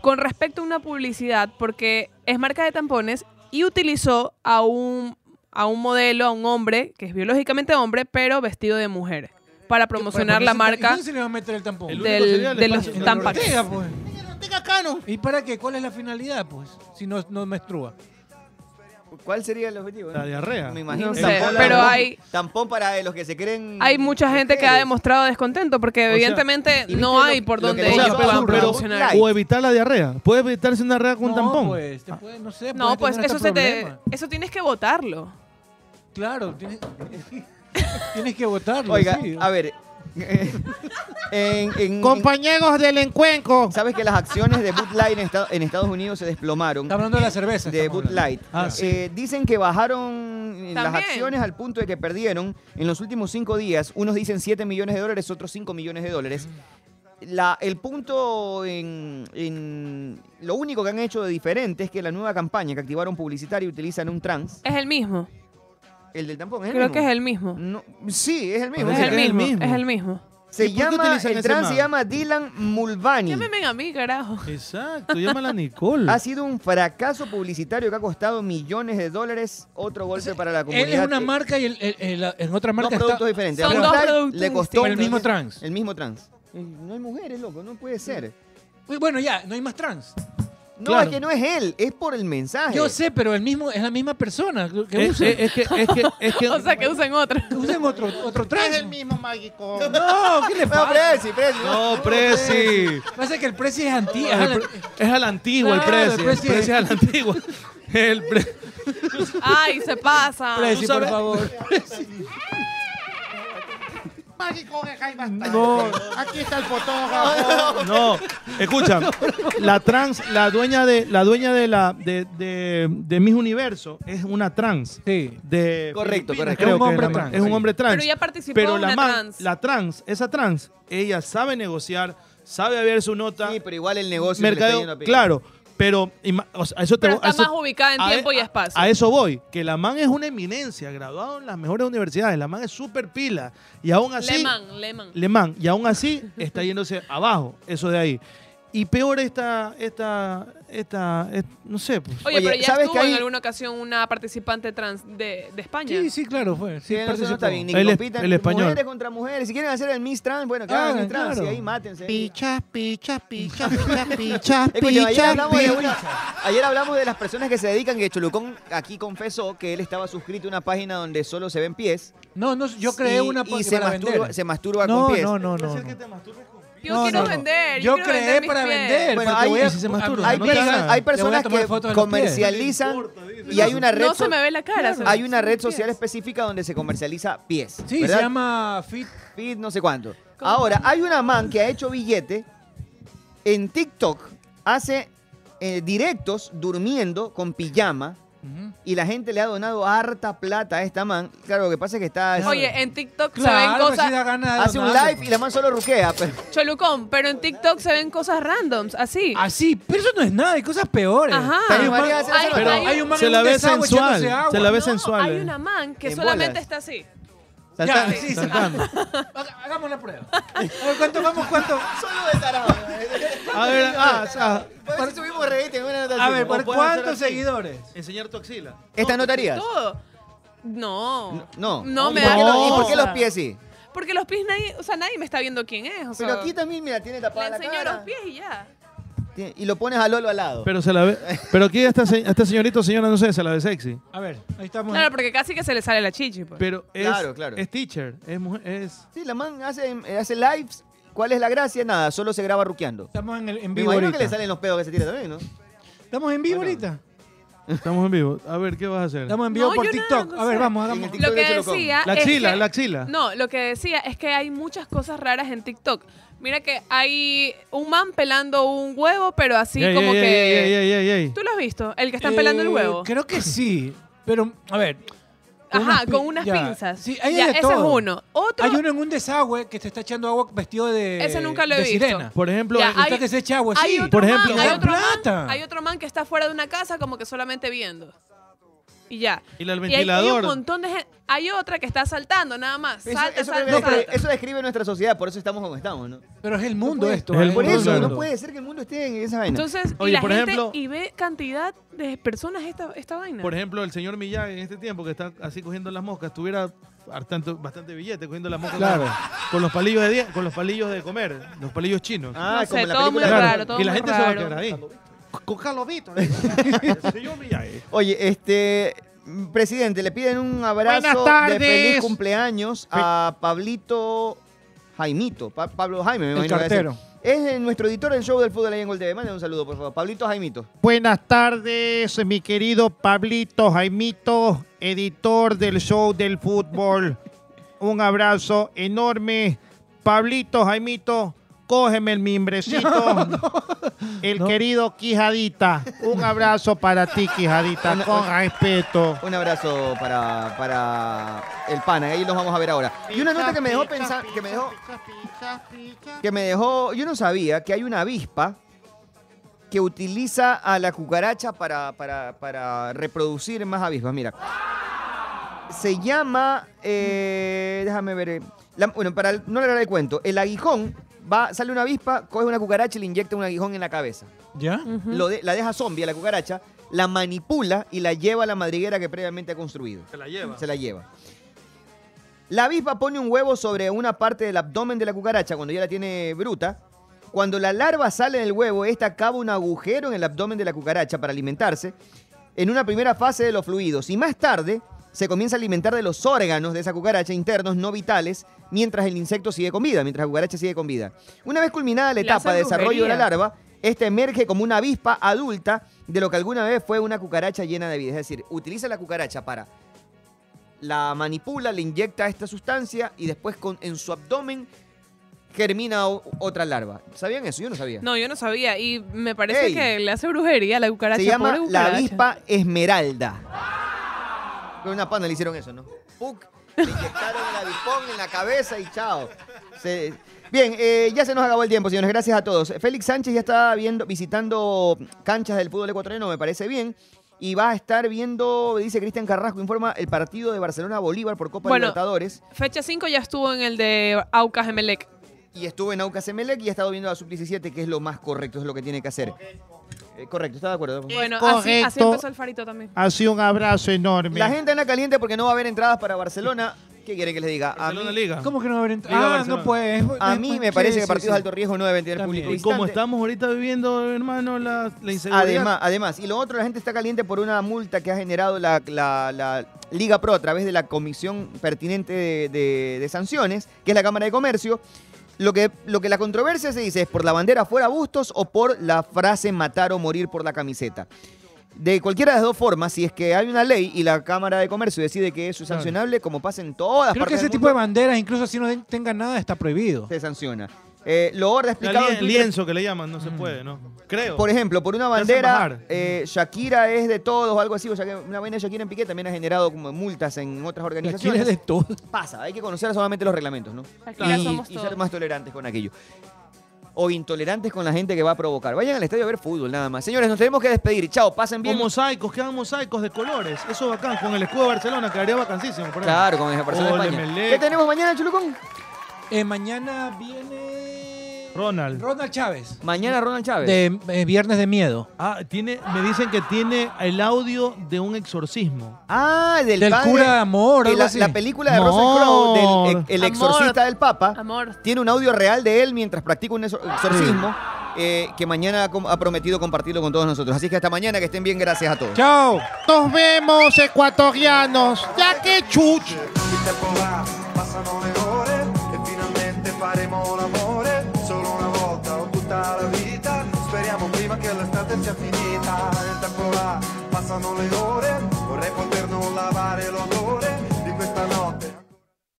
con respecto a una publicidad, porque es marca de tampones y utilizó a un, a un modelo, a un hombre, que es biológicamente hombre, pero vestido de mujer, para promocionar la
¿Y
marca
dónde se le va a meter el tampón?
El único sería
del,
el
de
espacio.
los tampax.
Ortega, pues.
Tenga cano.
¿Y para qué? ¿Cuál es la finalidad, pues? Si no, no menstrua.
¿Cuál sería el objetivo?
La diarrea.
Me imagino.
No
que
sé,
tampón-
pero
tampón-
hay-
Tampón para eh, los que se creen...
Hay mucha gente que ha
mujeres.
demostrado descontento porque
sea,
evidentemente
y viste
no
lo-
hay por
lo que
donde
le
ellos
pasó a
puedan
Zurdo, pero-
promocionar.
O evitar la diarrea. Puede evitarse una diarrea con un
no,
tampón.
Pues, te puede- no sé.
No,
puede
pues
tener
eso
hasta
se te,
problemas.
eso tienes que votarlo.
Claro, tienes, tienes que votarlo.
Oiga,
sí.
a ver. eh, en- en- en-
Compañeros del encuentro.
Sabes que las acciones de Bud Light en, esta- en Estados Unidos se desplomaron.
Está hablando de la cerveza.
De
estamos
Bud
hablando.
Light.
Ah,
Eh, dicen que bajaron eh, las
También.
acciones al punto de que perdieron en los últimos cinco días. Unos dicen 7 millones de dólares, otros 5 millones de dólares. La- el punto en, en- Lo único que han hecho de diferente es que la nueva campaña que activaron publicitaria utilizan un trans.
Es el mismo.
El del tampón ¿eh? es el
Creo
mismo.
que es el mismo.
No, sí, es el mismo.
Es
que
el
es el
mismo.
mismo.
Es el mismo.
Se
¿Y por qué
llama,
utilizan
el
ese
trans se
man?
llama Dylan Mulvaney.
Llámeme a mí, carajo.
Exacto, llámala a Nicole.
Ha sido un fracaso publicitario que ha costado millones de dólares. Otro golpe para la comunidad.
Él es una marca y el- el- el- la- en otra
Dos
marca
productos
está...
diferentes.
Son
A
dos
Bud Light
productos
Le costó
El mismo trans.
El mismo trans. Eh, No hay mujeres, loco. No puede ser.
Uy, Bueno, ya, no hay más trans.
No,
Claro.
es que no es él. Es por el mensaje.
Yo sé, pero el mismo, es la misma persona que- que
Es,
usa.
es- es que, es que, es que-
O sea, que usen otra.
Usen otro, otro
Es
trans.
el mismo mágico.
No, ¿qué le
No,
pasa?
Presi, Presi.
No, Presi.
Pasa que el precio es antiguo.
El pre- es a la antigua el
Claro, el
Presi. El
Prezi
Prezi
es-
es a la antigua. El pre-
Ay, se pasa.
Presi, por
sabes-
favor.
Mágico, deja y basta. Aquí está el fotógrafo.
No, escucha. La trans, la dueña de la dueña de la de, de, de Miss Universo es una trans.
Sí.
De
Correcto, correcto.
Filipinas, creo
Es un
que
hombre
era,
trans,
Es un
sí.
hombre trans.
Pero ya participó
Pero
una
la man-
trans.
la trans, esa trans, ella sabe negociar, sabe haber su nota. Sí,
pero igual el negocio
le está
mercadeo,
yendo a pique.
Claro, pero ima- o sea, a eso te
Pero
a
está
eso-
más ubicada en
a-
tiempo y espacio.
A eso voy, que la man es una eminencia, graduado en las mejores universidades, la man es súper pila y aún así
Leman, Leman.
Le man, y aún así está yéndose abajo, eso de ahí. Y peor esta, esta, esta, et- no sé. pues.
Oye, pero ya estuvo en alguna ocasión una participante trans de, de España.
Sí, sí, claro, fue. Sí,
Sí, no, eso no
participó.
está bien. Ni
El es-
compitan
el español.
mujeres contra mujeres. Si quieren hacer el Miss Trans, bueno, que hagan
Ah,
el Miss Trans.
claro.
Y ahí mátense.
Pichas, pichas, pichas, pichas, pichas,
Escuchen, ayer,
pichas,
hablamos de una-
pichas.
ayer hablamos de las personas que se dedican, que Cholucón aquí confesó que él estaba suscrito a una página donde solo se ven pies.
No, no, yo creé una
y
porque
se
para
masturba,
vender.
se masturba
No,
con pies.
no, no, no, no.
Yo
No,
quiero
no, no. Yo,
vender. Yo, quiero
creé
vender
para
mis pies.
vender.
Bueno,
porque
hay,
voy a-
hay
se masturba, no me
personas- hay
digas. Le voy a
personas
tomar
que
fotos de los pies.
comercializan y hay una red
No
so-
se me ve la cara. se me-
hay una red social específica donde se comercializa pies.
Sí,
¿verdad?
se llama Fit.
Fit no sé cuánto. Ahora, hay una man que ha hecho billete en TikTok, hace eh, directos durmiendo con pijama y la gente le ha donado harta plata a esta man. Claro, lo que pasa es que está...
Oye, eh, en TikTok
Claro,
se ven
pues
cosas.
sí da ganas de Hace un donarle, live y la man solo ruquea. Pero...
Cholucón, pero en TikTok se ven cosas randoms, así.
Así, pero eso no es nada, hay cosas peores.
Ajá.
Hay un man-
María, se- Hay-
pero
hay un-
hay un man
se
en
la
un
ve
desagüe
sensual,
echándose agua.
se la ve sensual.
Hay una man que
En
solamente
bolas.
está así.
Ya,
Saltando,
sí,
saltando.
saltando. Haga- Hagamos la prueba. A ver, ¿cuánto vamos? ¿Cuánto?
Solo de tarado.
A ver, ah, ah,
Por eso subimos rating, una nota
A
así.
ver,
O
¿por
pueden hacer
cuántos
así.
seguidores?
Enseñar tu axila.
¿Esta notarías?
Todo. No.
No.
No, me
¿Y por
da
qué lo- ¿Y
vergüenza.
por qué los pies sí?
Porque los pies nadie, o sea, nadie me está viendo quién es. O sea,
Pero aquí también, mira, tiene tapada
le
la
enseño
cara.
los pies y ya.
Tiene- Y lo pones a Lolo al lado.
Pero se la ve. Pero aquí esta, se- esta señorita o señora, no sé, se la ve sexy.
A ver, ahí estamos.
Claro, porque casi que se le sale la chichi. pues.
Pero es,
Claro, claro.
es teacher, es mujer, es.
Sí, la man hace, eh, hace lives. ¿Cuál es la gracia? Nada, solo se graba ruqueando.
Estamos en, el- en
Me
vivo
imagino que le
ahorita.
salen los pedos que se tira también, ¿no?
Estamos en vivo ahorita.
Estamos en vivo. A ver, ¿qué vas a hacer?
Estamos en vivo
No,
por
yo nada,
TikTok.
no
a ver,
sé.
vamos, hagamos.
En el
Lo que
TikTok de
decía.
La
es
axila,
que-
la axila.
No, lo que decía es que hay muchas cosas raras en TikTok. Mira que hay un man pelando un huevo, pero así
Ey,
como
ey,
que.
ey, ey, ey, ey.
¿Tú lo has visto? El que están pelando el
Eh,
huevo.
Creo que sí. Pero, a ver. con
Ajá,
pi-
con unas
ya.
pinzas.
Sí, hay
Ya,
de
ese
todo.
es uno. Otro,
Hay uno en un desagüe que se está echando agua vestido de.
ese nunca lo he
Eh, de
visto.
sirena.
Por ejemplo,
Ya,
eh,
Está que se echa agua
hay
así.
otro
Por
man,
ejemplo,
hay
da
otro man-
plata.
hay otro man que está fuera de una casa como que solamente viendo. Y ya.
y la del
Y hay, hay un
ventilador.
montón de gente. Hay otra que está saltando nada más.
Eso,
Salta,
eso
salta,
creo que-
salta.
eso describe nuestra sociedad, por eso estamos como estamos, ¿no?
Pero es el mundo
puede-
esto.
Es el
¿eh?
Por
mundo,
eso, no
claro.
puede ser que el mundo esté en esa vaina.
Entonces, y
Oye,
la
por
gente
ejemplo-
y ve cantidad de personas esta, esta vaina.
Por ejemplo, el señor Millán en este tiempo que está así cogiendo las moscas, tuviera hartante- bastante billete cogiendo las moscas
Claro.
con, con los palillos de die- con los palillos de comer, los palillos chinos.
ah,
no sé,
como la
todo
película
muy
de-
raro, todo
y la
muy
gente se va a
raro.
quedar ahí.
Con ¿eh? Carlos Vito.
El señor Millán. eh.
Oye, este. mm, Presidente, le piden un abrazo
Buenas tardes.
de feliz cumpleaños a Pablito Jaimito. Pa- Pablo Jaime, me
El
imagino. que va a ser.
cartero.
Es eh, nuestro editor del show del fútbol ahí en Gol TV. Mándale un saludo, por favor. Pablito Jaimito.
Buenas tardes, mi querido Pablito Jaimito, editor del show del fútbol. Un abrazo enorme. Pablito Jaimito, cógeme el mimbrecito. El querido Quijadita. Un abrazo para ti, Quijadita,
Una-
con
una-
respeto.
Un abrazo para, para el pana, ahí los vamos a ver ahora. Y una nota que me dejó
Picha,
pensar, que me dejó,
picha, picha, picha.
que me dejó, yo no sabía que hay una avispa que utiliza a la cucaracha para, para, para reproducir más avispas. Mira, se llama, eh, déjame ver, eh, la- bueno, para el- no le daré el cuento, el aguijón, va, sale una avispa, coge una cucaracha y le inyecta un aguijón en la cabeza.
¿Ya?
Lo de- la deja zombie a la cucaracha, la manipula y la lleva a la madriguera que previamente ha construido.
Se la lleva.
Se la lleva. La avispa pone un huevo sobre una parte del abdomen de la cucaracha cuando ya la tiene bruta. Cuando la larva sale del huevo, esta cava un agujero en el abdomen de la cucaracha para alimentarse en una primera fase de los fluidos. Y más tarde se comienza a alimentar de los órganos de esa cucaracha internos no vitales mientras el insecto sigue con vida, mientras la cucaracha sigue con vida. Una vez culminada la
Le
etapa
hacen
de desarrollo de la
brujería.
larva, esta emerge como una avispa adulta de lo que alguna vez fue una cucaracha llena de vida. Es decir, utiliza la cucaracha para la manipula, le inyecta esta sustancia y después con, en su abdomen germina o- otra larva. ¿Sabían eso? Yo no sabía.
No, yo no sabía. Y me parece
Ey.
que le hace brujería a la cucaracha.
Se llama
pobre
la
cucaracha.
avispa esmeralda. Con una pana le hicieron eso, ¿no? Puc, le inyectaron el avispón en la cabeza y chao. Se- Bien, eh, ya se nos acabó el tiempo, señores. Gracias a todos. Félix Sánchez ya está viendo, visitando canchas del fútbol ecuatoriano, me parece bien. Y va a estar viendo, dice Cristian Carrasco, informa el partido de Barcelona-Bolívar por Copa
Bueno.
Libertadores.
Fecha 5 ya estuvo en el de Aucas Emelec.
Y estuvo en Aucas Emelec y ha estado viendo a la Sub-17, que es lo más correcto, es lo que tiene que hacer. Eh, correcto, está de acuerdo.
Bueno, así, así
correcto.
empezó el farito también.
Ha sido un abrazo enorme.
La gente anda caliente porque no va a haber entradas para Barcelona. ¿Qué quiere que les diga? A mí-
¿Cómo que no va a haber entrado?
Liga
Ah,
Barcelona.
no puede.
A mí me parece que partidos de alto riesgo no deben tener público
Y como
visitante.
estamos ahorita viviendo, hermano, la, la inseguridad.
Además, además, y lo otro, la gente está caliente por una multa que ha generado la, la- la Liga Pro a través de la comisión pertinente de, de- de sanciones, que es la Cámara de Comercio. Lo que, lo que la controversia se dice es por la bandera fuera Bustos o por la frase matar o morir por la camiseta. De cualquiera de las dos formas, si es que hay una ley y la Cámara de Comercio decide que eso es
Claro.
sancionable, como pasa en todas
Creo que
partes
ese
del
tipo de banderas, incluso si no den- tengan nada, está prohibido.
Se sanciona. Eh, lo Horda ha
La
explicado
lien-
en Twitter-
lienzo que le llaman,
Mm.
no se puede, ¿no? Creo.
Por ejemplo, por una
Te hacen
bandera,
bajar.
eh, Shakira es de todos o algo así. O sea, que una vaina de Shakira en Piqué también ha generado como multas en otras organizaciones.
es de todos.
Pasa, hay que conocer solamente los reglamentos, ¿no?
Shakira
Y,
somos
y
todos.
ser más tolerantes con aquello. O intolerantes con la gente que va a provocar. Vayan al estadio a ver fútbol, nada más. Señores, nos tenemos que despedir. Chao, pasen bien.
O mosaicos, quedan mosaicos de colores. Eso bacán, con el escudo de Barcelona, quedaría bacanísimo. por ejemplo.
Claro, con el Barcelona de
O el
España.
Emelec.
¿Qué tenemos mañana, Chulucón?
Eh, mañana viene.
Ronald.
Ronald Chávez.
Mañana Ronald Chávez.
De eh, Viernes de Miedo.
Ah, tiene, me dicen que tiene el audio de un exorcismo.
Ah, del,
Del
padre-
cura de amor,
que
algo
la,
así.
la película de Russell Crowe, del,
Amor.
el exorcista
Amor.
del Papa,
Amor.
tiene un audio real de él mientras practica un exor- exorcismo eh, que mañana ha com- ha prometido compartirlo con todos nosotros. Así que hasta mañana, que estén bien, gracias a todos.
Chao.
Nos vemos, ecuatorianos. Ya que chuch.
Il tempo va, passano le ore e finalmente faremo l'amore. Solo una volta o tutta la vita, speriamo prima che l'estate sia finita. Il tempo va, passano le ore, vorrei poter non lavare l'odore di questa notte